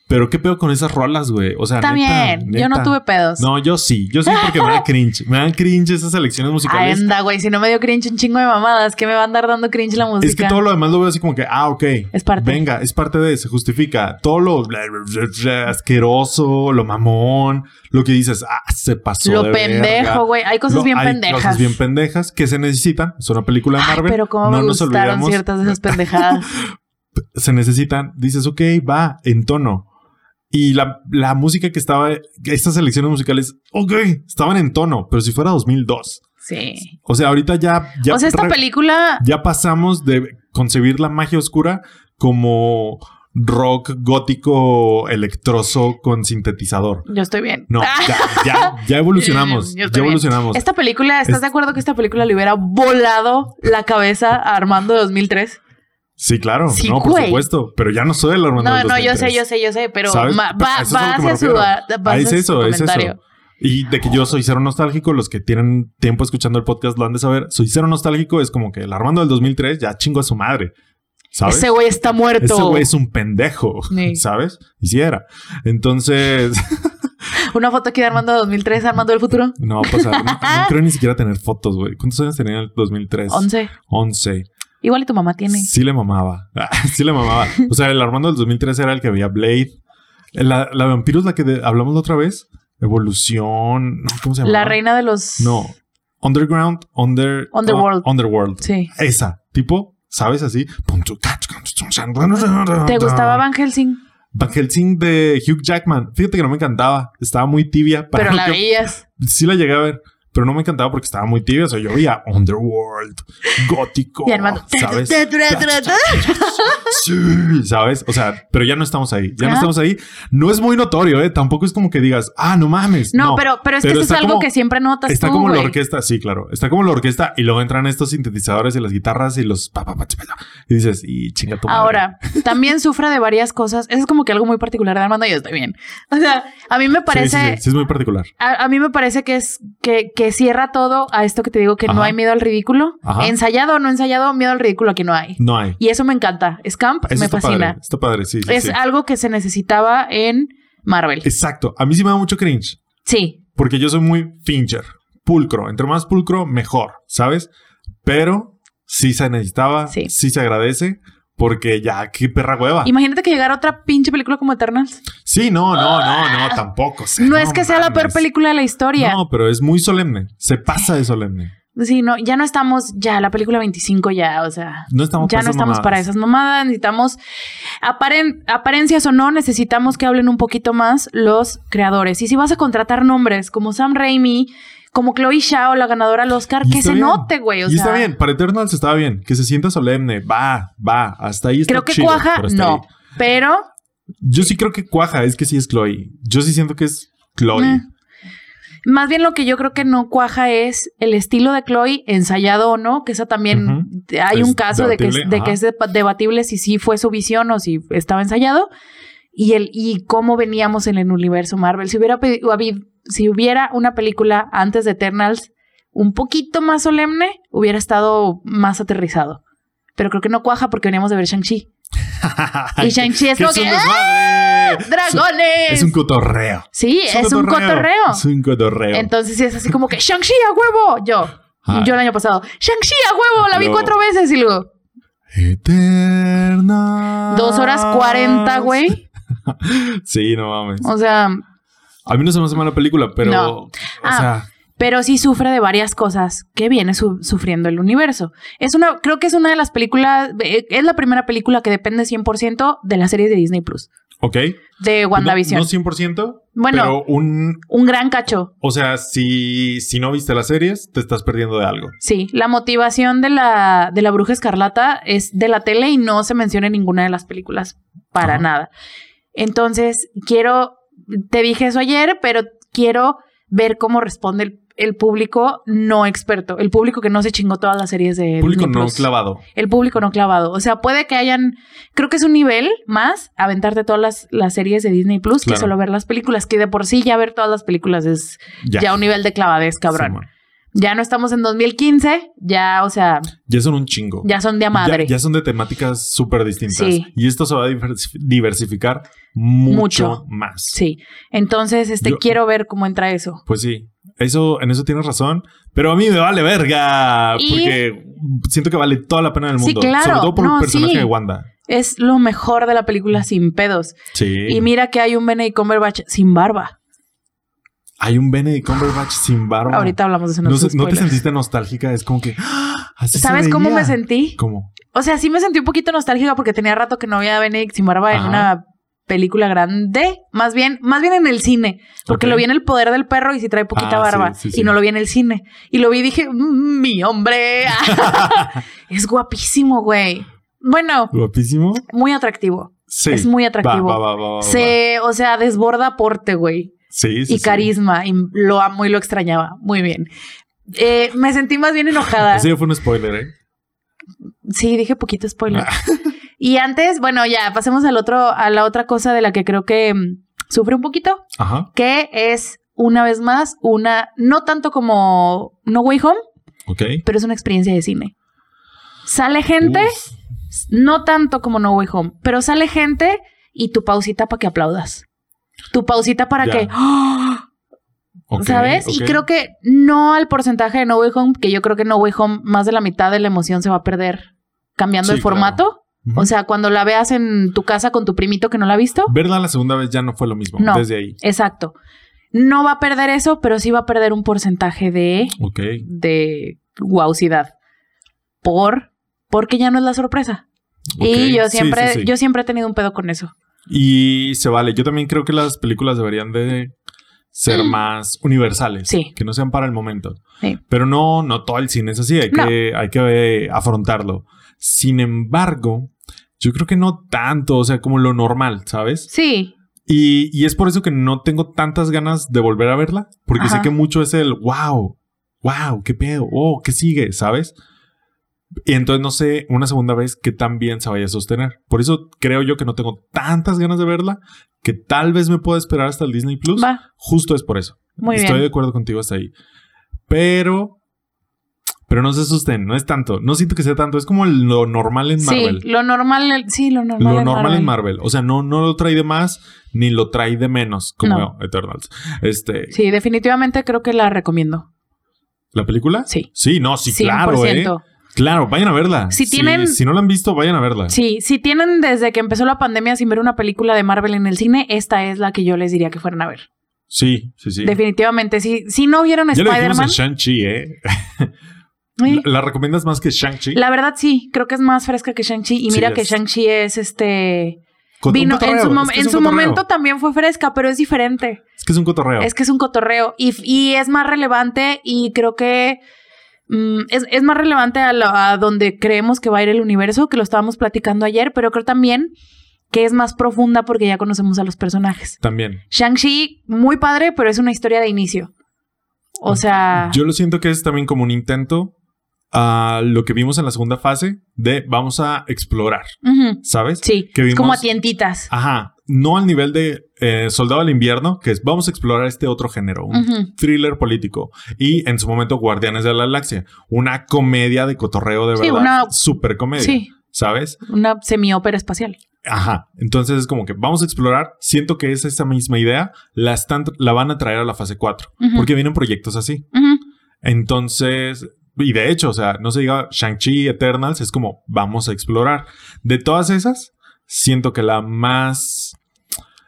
[SPEAKER 2] Pero qué pedo con esas rolas, güey. O sea,
[SPEAKER 1] Está
[SPEAKER 2] neta,
[SPEAKER 1] bien, yo no
[SPEAKER 2] neta.
[SPEAKER 1] tuve pedos.
[SPEAKER 2] No, yo sí. Yo sí porque me da cringe. Me dan cringe esas elecciones musicales.
[SPEAKER 1] Anda, güey, si no me dio cringe un chingo de mamadas, que me va a andar dando cringe la música.
[SPEAKER 2] Es que todo lo demás lo veo así como que, ah, ok.
[SPEAKER 1] Es parte.
[SPEAKER 2] Venga, es parte de, se justifica. Todo lo bla, bla, bla, bla, asqueroso, lo mamón, lo que dices, ah, se pasó.
[SPEAKER 1] Lo
[SPEAKER 2] de verga.
[SPEAKER 1] pendejo, güey. Hay cosas
[SPEAKER 2] Lo-
[SPEAKER 1] bien
[SPEAKER 2] hay
[SPEAKER 1] pendejas.
[SPEAKER 2] Cosas bien pendejas que se necesitan. Es una película de
[SPEAKER 1] Ay,
[SPEAKER 2] Marvel.
[SPEAKER 1] pero cómo
[SPEAKER 2] no
[SPEAKER 1] me
[SPEAKER 2] nos
[SPEAKER 1] gustaron
[SPEAKER 2] olvidemos.
[SPEAKER 1] ciertas de esas pendejadas.
[SPEAKER 2] Se necesitan. Dices, ok, va, en tono. Y la, la música que estaba, estas elecciones musicales, ok, estaban en tono, pero si fuera 2002.
[SPEAKER 1] Sí.
[SPEAKER 2] O sea, ahorita ya. ya
[SPEAKER 1] o sea, esta
[SPEAKER 2] re-
[SPEAKER 1] película
[SPEAKER 2] Ya pasamos de concebir la magia oscura como rock gótico electroso con sintetizador.
[SPEAKER 1] Yo estoy bien.
[SPEAKER 2] No,
[SPEAKER 1] Ah,
[SPEAKER 2] ya, ya, ya evolucionamos.
[SPEAKER 1] Yo
[SPEAKER 2] ya
[SPEAKER 1] también.
[SPEAKER 2] evolucionamos.
[SPEAKER 1] Esta película, ¿estás
[SPEAKER 2] Es-
[SPEAKER 1] de acuerdo que esta película le hubiera volado la cabeza a Armando de 2003?
[SPEAKER 2] Sí, claro.
[SPEAKER 1] Sí,
[SPEAKER 2] no, por
[SPEAKER 1] güey.
[SPEAKER 2] supuesto. Pero ya no soy el Armando
[SPEAKER 1] No,
[SPEAKER 2] del
[SPEAKER 1] no, yo
[SPEAKER 2] 2003.
[SPEAKER 1] sé, yo sé, yo sé, pero
[SPEAKER 2] ¿Sabes?
[SPEAKER 1] ma-
[SPEAKER 2] Pero
[SPEAKER 1] va,
[SPEAKER 2] a eso es
[SPEAKER 1] va
[SPEAKER 2] a lo que me
[SPEAKER 1] hacia su,
[SPEAKER 2] refiero.
[SPEAKER 1] va
[SPEAKER 2] Ah,
[SPEAKER 1] hacia
[SPEAKER 2] es
[SPEAKER 1] su
[SPEAKER 2] eso, es
[SPEAKER 1] comentario.
[SPEAKER 2] eso. Y de que yo soy cero nostálgico, los que tienen tiempo escuchando el podcast lo han de saber. Soy cero nostálgico, es como que el Armando del 2003 ya chingo a su madre. ¿Sabes?
[SPEAKER 1] Ese güey está muerto.
[SPEAKER 2] Ese güey es un pendejo,
[SPEAKER 1] Sí.
[SPEAKER 2] ¿sabes? Y si era. Entonces,
[SPEAKER 1] Una foto aquí de Armando de 2003, Armando del futuro.
[SPEAKER 2] no va a pasar. No, no creo ni siquiera tener fotos, güey. ¿Cuántos años tenía en el 2003?
[SPEAKER 1] 11.
[SPEAKER 2] 11.
[SPEAKER 1] Igual y tu mamá tiene.
[SPEAKER 2] Sí le mamaba. sí le mamaba. O sea, el Armando del 2003 era el que veía Blade. La, la vampiro es la que de- hablamos la otra vez. Evolución. no, ¿Cómo se llama?
[SPEAKER 1] La reina de los...
[SPEAKER 2] No. Underground. Under,
[SPEAKER 1] Underworld.
[SPEAKER 2] ah, underworld.
[SPEAKER 1] Sí.
[SPEAKER 2] Esa. Tipo, ¿sabes? Así.
[SPEAKER 1] ¿Te gustaba Van Helsing?
[SPEAKER 2] Van Helsing de Hugh Jackman. Fíjate que no me encantaba. Estaba muy tibia. para
[SPEAKER 1] Pero
[SPEAKER 2] lo
[SPEAKER 1] la
[SPEAKER 2] que-
[SPEAKER 1] veías.
[SPEAKER 2] Sí la llegué a ver. pero no me encantaba porque estaba muy tibio. O sea, yo veía Underworld, gótico,
[SPEAKER 1] Y Armando,
[SPEAKER 2] ¿sabes?
[SPEAKER 1] "Ta, ta, ta, ta, ta".
[SPEAKER 2] Sí, ¿sabes? O sea, pero ya no estamos ahí. Ya no
[SPEAKER 1] Ajá.
[SPEAKER 2] estamos ahí. No es muy notorio, ¿eh? Tampoco es como que digas, ah, no mames.
[SPEAKER 1] No, pero, pero es que eso es
[SPEAKER 2] está
[SPEAKER 1] algo
[SPEAKER 2] como-
[SPEAKER 1] que siempre notas
[SPEAKER 2] Está
[SPEAKER 1] tú,
[SPEAKER 2] como la
[SPEAKER 1] güey.
[SPEAKER 2] orquesta, sí, claro. Está como la orquesta y luego entran estos sintetizadores y las guitarras y los... pa, pa, pa, chi, pa, pa. y dices, y chinga tu madre".
[SPEAKER 1] Ahora, también sufre de varias cosas. Eso es como que algo muy particular de Armando y yo estoy bien. O sea, a mí me
[SPEAKER 2] Sí, sí,
[SPEAKER 1] parece...
[SPEAKER 2] sí, sí, es muy particular.
[SPEAKER 1] A, a mí me parece que es que, que cierra todo a esto que te digo que no
[SPEAKER 2] Ajá.
[SPEAKER 1] hay miedo al ridículo.
[SPEAKER 2] Ajá.
[SPEAKER 1] Ensayado o no ensayado, miedo al ridículo aquí no hay.
[SPEAKER 2] No hay.
[SPEAKER 1] Y eso me encanta. Scamp
[SPEAKER 2] Eso
[SPEAKER 1] me
[SPEAKER 2] está
[SPEAKER 1] fascina.
[SPEAKER 2] padre. Está padre, sí. sí,
[SPEAKER 1] es
[SPEAKER 2] sí.
[SPEAKER 1] algo que se necesitaba en Marvel.
[SPEAKER 2] Exacto. A mí sí me da mucho cringe.
[SPEAKER 1] Sí.
[SPEAKER 2] Porque yo soy muy Fincher. Pulcro. Entre más pulcro, mejor, ¿sabes? Pero sí se necesitaba, sí,
[SPEAKER 1] Sí.
[SPEAKER 2] se agradece, porque ya, qué perra hueva.
[SPEAKER 1] Imagínate que llegara otra pinche película como Eternals.
[SPEAKER 2] Sí, no, no, no, Ah. no, tampoco. o sea,
[SPEAKER 1] No, es que sea la peor
[SPEAKER 2] mames.
[SPEAKER 1] película de la historia.
[SPEAKER 2] No, pero es muy solemne. Se pasa de solemne.
[SPEAKER 1] Sí, no, ya no estamos, ya, la película 25 ya, o sea,
[SPEAKER 2] No estamos
[SPEAKER 1] ya no
[SPEAKER 2] para esas
[SPEAKER 1] estamos
[SPEAKER 2] mamadas.
[SPEAKER 1] para esas mamadas, necesitamos, aparen- apariencias o no, necesitamos que hablen un poquito más los creadores. Y si vas a contratar nombres como Sam Raimi, como Chloe Shao, la ganadora del Oscar,
[SPEAKER 2] Y
[SPEAKER 1] que
[SPEAKER 2] está
[SPEAKER 1] se
[SPEAKER 2] bien.
[SPEAKER 1] note, güey, o
[SPEAKER 2] y
[SPEAKER 1] sea.
[SPEAKER 2] está bien, para Eternals estaba bien, que se sienta solemne, va, va, hasta ahí está
[SPEAKER 1] Creo que
[SPEAKER 2] chido,
[SPEAKER 1] cuaja,
[SPEAKER 2] pero hasta
[SPEAKER 1] no,
[SPEAKER 2] ahí.
[SPEAKER 1] pero
[SPEAKER 2] Yo sí creo que cuaja, es que sí es Chloe. Yo sí siento que es Chloe.
[SPEAKER 1] Eh. más bien lo que yo creo que no cuaja es el estilo de Chloe, ensayado o no, que esa también
[SPEAKER 2] Ujú.
[SPEAKER 1] hay
[SPEAKER 2] Es
[SPEAKER 1] un caso de que, es,
[SPEAKER 2] debatible,
[SPEAKER 1] de que
[SPEAKER 2] ajá.
[SPEAKER 1] es deba- debatible si sí fue su visión o si estaba ensayado. Y el, y cómo veníamos en el universo Marvel. Si hubiera pedi- habi- si hubiera una película antes de Eternals un poquito más solemne, hubiera estado más aterrizado. Pero creo que no cuaja porque veníamos de ver Shang-Chi. Y Shang-Chi es
[SPEAKER 2] Que
[SPEAKER 1] lo
[SPEAKER 2] es
[SPEAKER 1] que.
[SPEAKER 2] un
[SPEAKER 1] ¡Ah!
[SPEAKER 2] desmadre.
[SPEAKER 1] ¡Dragones!
[SPEAKER 2] Es un cotorreo.
[SPEAKER 1] sí, es un cotorreo.
[SPEAKER 2] Es un cotorreo.
[SPEAKER 1] Entonces sí es así como que Shang-Chi a huevo. Yo,
[SPEAKER 2] Ah.
[SPEAKER 1] yo el año pasado, Shang-Chi a huevo, la vi
[SPEAKER 2] Yo.
[SPEAKER 1] cuatro veces y luego
[SPEAKER 2] Eterna.
[SPEAKER 1] dos horas
[SPEAKER 2] Ah.
[SPEAKER 1] cuarenta, güey.
[SPEAKER 2] Sí, no mames.
[SPEAKER 1] O sea,
[SPEAKER 2] A mí no se me hace mala película, pero.
[SPEAKER 1] No.
[SPEAKER 2] O
[SPEAKER 1] Ah.
[SPEAKER 2] sea,
[SPEAKER 1] pero sí sufre de varias cosas que viene su- sufriendo el universo. Es una, creo que es una de las películas, eh, es la primera película que depende 100% de la serie de Disney Plus,
[SPEAKER 2] ok.
[SPEAKER 1] de WandaVision.
[SPEAKER 2] Pues No, no 100%.
[SPEAKER 1] Bueno.
[SPEAKER 2] Pero un.
[SPEAKER 1] Un gran cacho.
[SPEAKER 2] O sea, si, si no viste las series, te estás perdiendo de algo.
[SPEAKER 1] Sí, la motivación de la, de la bruja escarlata es de la tele y no se menciona en ninguna de las películas para
[SPEAKER 2] Ajá.
[SPEAKER 1] nada. Entonces, quiero, te dije eso ayer, pero quiero ver cómo responde el, el público no experto, el público que no se chingó todas las series de...
[SPEAKER 2] Público
[SPEAKER 1] Disney
[SPEAKER 2] no
[SPEAKER 1] Plus.
[SPEAKER 2] clavado.
[SPEAKER 1] El público no clavado. O sea, puede que hayan, creo que es un nivel más aventarte todas las, las series de Disney Plus
[SPEAKER 2] Claro.
[SPEAKER 1] que solo ver las películas, que de por sí ya ver todas las películas es
[SPEAKER 2] Ya.
[SPEAKER 1] ya, un nivel de clavadez, cabrón.
[SPEAKER 2] Simón.
[SPEAKER 1] Ya no estamos en 2015, ya, o sea,
[SPEAKER 2] ya son un chingo.
[SPEAKER 1] ya son de a madre.
[SPEAKER 2] Ya, ya son de temáticas súper distintas.
[SPEAKER 1] Sí.
[SPEAKER 2] Y esto se va a diversif- diversificar mucho,
[SPEAKER 1] Mucho.
[SPEAKER 2] más.
[SPEAKER 1] Sí. Entonces, este,
[SPEAKER 2] Yo-
[SPEAKER 1] quiero ver cómo entra eso.
[SPEAKER 2] Pues sí. Eso, en eso tienes razón. Pero a mí me vale verga.
[SPEAKER 1] Y-
[SPEAKER 2] Porque siento que vale toda la pena del
[SPEAKER 1] Sí,
[SPEAKER 2] mundo.
[SPEAKER 1] claro.
[SPEAKER 2] Sobre todo por
[SPEAKER 1] No,
[SPEAKER 2] el personaje
[SPEAKER 1] sí.
[SPEAKER 2] de Wanda.
[SPEAKER 1] Es lo mejor de la película sin pedos.
[SPEAKER 2] Mm. Sí.
[SPEAKER 1] Y mira que hay un Benedict Cumberbatch sin barba.
[SPEAKER 2] Hay un Benedict Cumberbatch sin barba.
[SPEAKER 1] Ahorita hablamos de eso. en
[SPEAKER 2] Ah. No,
[SPEAKER 1] los
[SPEAKER 2] sé- no te
[SPEAKER 1] spoilers.
[SPEAKER 2] sentiste nostálgica. Es como que. ¡ah! Así se
[SPEAKER 1] ¿Sabes cómo
[SPEAKER 2] veía.
[SPEAKER 1] me sentí?
[SPEAKER 2] ¿Cómo?
[SPEAKER 1] O sea, sí me sentí un poquito nostálgica porque tenía rato que no había a Benedict sin barba en
[SPEAKER 2] Ajá.
[SPEAKER 1] una película grande. Más bien, más bien en el cine. Porque
[SPEAKER 2] Ok.
[SPEAKER 1] lo vi en El Poder del Perro y sí trae poquita
[SPEAKER 2] Ah, sí,
[SPEAKER 1] barba.
[SPEAKER 2] sí,
[SPEAKER 1] Y
[SPEAKER 2] sí.
[SPEAKER 1] no lo vi en el cine. Y lo vi y dije, "Mm, mi hombre. es guapísimo, güey. Bueno,
[SPEAKER 2] ¿Guapísimo?
[SPEAKER 1] muy atractivo.
[SPEAKER 2] Sí.
[SPEAKER 1] Es muy
[SPEAKER 2] Va,
[SPEAKER 1] atractivo.
[SPEAKER 2] va, va, va, va, va.
[SPEAKER 1] Se, o sea, desborda aporte, güey.
[SPEAKER 2] Sí, sí,
[SPEAKER 1] y
[SPEAKER 2] sí.
[SPEAKER 1] carisma. Y lo amo y lo extrañaba. Muy bien. Eh, me sentí más bien enojada.
[SPEAKER 2] Ese ya fue un spoiler, ¿eh?
[SPEAKER 1] Sí, dije poquito spoiler.
[SPEAKER 2] Ah.
[SPEAKER 1] y antes, bueno, ya pasemos al otro, a la otra cosa de la que creo que mm, sufre un poquito,
[SPEAKER 2] Ajá.
[SPEAKER 1] que es una vez más una, no tanto como No Way Home,
[SPEAKER 2] Ok.
[SPEAKER 1] pero es una experiencia de cine. Sale gente,
[SPEAKER 2] Uf.
[SPEAKER 1] no tanto como No Way Home, pero sale gente y tu pausita para que aplaudas. Tu pausita para
[SPEAKER 2] Ya.
[SPEAKER 1] que, ¡ah!
[SPEAKER 2] Ok,
[SPEAKER 1] ¿sabes? Y
[SPEAKER 2] ok.
[SPEAKER 1] creo que no al porcentaje de No Way Home, que yo creo que No Way Home más de la mitad de la emoción se va a perder cambiando
[SPEAKER 2] Sí,
[SPEAKER 1] el formato.
[SPEAKER 2] Ujú.
[SPEAKER 1] O sea, cuando la veas en tu casa con tu primito que no la ha visto.
[SPEAKER 2] Verla la segunda vez ya no fue lo mismo.
[SPEAKER 1] No.
[SPEAKER 2] Desde ahí.
[SPEAKER 1] Exacto. No va a perder eso, pero sí va a perder un porcentaje de,
[SPEAKER 2] Ok.
[SPEAKER 1] de guausidad. Por, porque ya no es la sorpresa.
[SPEAKER 2] ok.
[SPEAKER 1] Y yo
[SPEAKER 2] Sí,
[SPEAKER 1] siempre,
[SPEAKER 2] sí, sí.
[SPEAKER 1] yo siempre he tenido un pedo con eso.
[SPEAKER 2] Y se vale. Yo también creo que las películas deberían de ser más universales,
[SPEAKER 1] Mm. Sí.
[SPEAKER 2] que no sean para el momento.
[SPEAKER 1] Sí.
[SPEAKER 2] Pero no, no todo el cine es así, hay
[SPEAKER 1] No.
[SPEAKER 2] que, hay que eh, afrontarlo. Sin embargo, yo creo que no tanto, o sea, como lo normal, ¿sabes?
[SPEAKER 1] Sí,
[SPEAKER 2] Y, y es por eso que no tengo tantas ganas de volver a verla, porque sé
[SPEAKER 1] Ajá.
[SPEAKER 2] que mucho es el wow, wow, qué pedo, oh, qué sigue, ¿sabes? Y entonces no sé una segunda vez que tan bien se vaya a sostener. Por eso creo yo que no tengo tantas ganas de verla, que tal vez me pueda esperar hasta el Disney Plus.
[SPEAKER 1] va.
[SPEAKER 2] Justo es por eso.
[SPEAKER 1] Muy
[SPEAKER 2] Pues, Estoy
[SPEAKER 1] bien.
[SPEAKER 2] de acuerdo contigo hasta ahí. Pero, pero no se asusten, no es tanto. No siento que sea tanto, es como lo normal en Marvel.
[SPEAKER 1] Sí, lo normal, sí, lo normal.
[SPEAKER 2] Lo
[SPEAKER 1] en
[SPEAKER 2] normal
[SPEAKER 1] Marvel.
[SPEAKER 2] en Marvel. O sea, no, no lo trae de más ni lo trae de menos, como
[SPEAKER 1] No.
[SPEAKER 2] Eternals. Este,
[SPEAKER 1] Sí, definitivamente creo que la recomiendo.
[SPEAKER 2] ¿La película?
[SPEAKER 1] Sí.
[SPEAKER 2] Sí, no, sí,
[SPEAKER 1] 100%.
[SPEAKER 2] claro, ¿eh? Claro, vayan a verla.
[SPEAKER 1] Si tienen-
[SPEAKER 2] Si no la han visto, vayan a verla.
[SPEAKER 1] Sí, si tienen desde que empezó la pandemia sin ver una película de Marvel en el cine, esta es la que yo les diría que fueran a ver.
[SPEAKER 2] Sí, sí, sí.
[SPEAKER 1] Definitivamente, si, si no vieron
[SPEAKER 2] Ya lo dijimos en
[SPEAKER 1] Spider-Man,
[SPEAKER 2] Shang-Chi, ¿eh?
[SPEAKER 1] eh,
[SPEAKER 2] ¿La, la recomiendas más que Shang-Chi?
[SPEAKER 1] la verdad sí, creo que es más fresca que Shang-Chi. Y
[SPEAKER 2] Sí,
[SPEAKER 1] mira
[SPEAKER 2] es.
[SPEAKER 1] que Shang-Chi es este...
[SPEAKER 2] Cot- un
[SPEAKER 1] Vino, en
[SPEAKER 2] cotorreo,
[SPEAKER 1] su, mom-
[SPEAKER 2] es que
[SPEAKER 1] en
[SPEAKER 2] es un
[SPEAKER 1] su
[SPEAKER 2] cotorreo.
[SPEAKER 1] momento también fue fresca, pero es diferente.
[SPEAKER 2] Es que es un cotorreo.
[SPEAKER 1] Es que es un cotorreo y, y es más relevante y creo que mm, es, es más relevante a, lo- a donde creemos que va a ir el universo, que lo estábamos platicando ayer, pero creo también que es más profunda porque ya conocemos a los personajes.
[SPEAKER 2] También.
[SPEAKER 1] Shang-Chi, muy padre, pero es una historia de inicio. O sea,
[SPEAKER 2] Yo lo siento que es también como un intento a lo que vimos en la segunda fase de vamos a explorar,
[SPEAKER 1] ujú,
[SPEAKER 2] ¿sabes?
[SPEAKER 1] sí,
[SPEAKER 2] que
[SPEAKER 1] es como a
[SPEAKER 2] vimos-
[SPEAKER 1] tientitas.
[SPEAKER 2] Ajá, no al nivel de eh, Soldado del Invierno, que es vamos a explorar este otro género, un
[SPEAKER 1] Ujú.
[SPEAKER 2] thriller político. Y en su momento Guardianes de la Galaxia, una comedia de cotorreo de
[SPEAKER 1] Sí,
[SPEAKER 2] verdad,
[SPEAKER 1] una-
[SPEAKER 2] super comedia,
[SPEAKER 1] Sí,
[SPEAKER 2] ¿sabes?
[SPEAKER 1] una semiópera espacial.
[SPEAKER 2] Ajá, entonces es como que vamos a explorar, siento que es esa misma idea, la, están, la van a traer a la fase 4,
[SPEAKER 1] Ujú.
[SPEAKER 2] porque vienen proyectos así.
[SPEAKER 1] Ujú,
[SPEAKER 2] Entonces, y de hecho, o sea, no se diga Shang-Chi Eternals, es como vamos a explorar. De todas esas, siento que la más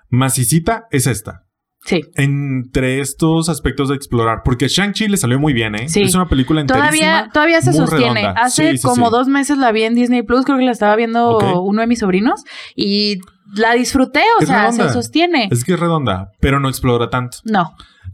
[SPEAKER 2] macicita es esta.
[SPEAKER 1] Sí.
[SPEAKER 2] Entre estos aspectos de explorar, porque Shang-Chi le salió muy bien, ¿eh?
[SPEAKER 1] Sí.
[SPEAKER 2] Es una película enterísima.
[SPEAKER 1] Todavía, todavía se
[SPEAKER 2] muy
[SPEAKER 1] sostiene.
[SPEAKER 2] redonda.
[SPEAKER 1] Hace
[SPEAKER 2] Sí, sí,
[SPEAKER 1] como
[SPEAKER 2] sí.
[SPEAKER 1] dos meses la vi en Disney Plus, creo que la estaba viendo
[SPEAKER 2] Ok.
[SPEAKER 1] uno de mis sobrinos y la disfruté, o
[SPEAKER 2] Es
[SPEAKER 1] sea,
[SPEAKER 2] redonda.
[SPEAKER 1] se sostiene.
[SPEAKER 2] Es que es redonda, pero no explora tanto.
[SPEAKER 1] No,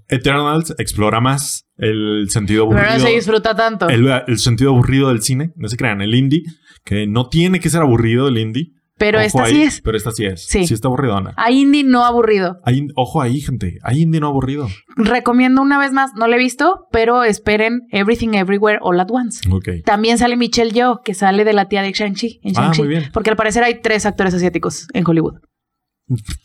[SPEAKER 2] Eternals explora más el sentido
[SPEAKER 1] pero no
[SPEAKER 2] aburrido.
[SPEAKER 1] se disfruta tanto.
[SPEAKER 2] el, el sentido aburrido del cine, no se crean, el indie, que no tiene que ser aburrido el indie.
[SPEAKER 1] pero
[SPEAKER 2] Ojo
[SPEAKER 1] esta
[SPEAKER 2] ahí,
[SPEAKER 1] sí es.
[SPEAKER 2] Pero esta sí es. Sí,
[SPEAKER 1] Sí.
[SPEAKER 2] está aburridona.
[SPEAKER 1] A Indy no aburrido.
[SPEAKER 2] Hay, ojo ahí, gente. Hay indie no aburrido.
[SPEAKER 1] Recomiendo una vez más, no la he visto, pero esperen Everything Everywhere All at Once.
[SPEAKER 2] Ok.
[SPEAKER 1] También sale Michelle Yeoh, que sale de la tía de Shang-Chi. en
[SPEAKER 2] Ah,
[SPEAKER 1] Shang-Chi,
[SPEAKER 2] muy bien.
[SPEAKER 1] porque al parecer hay tres actores asiáticos en Hollywood.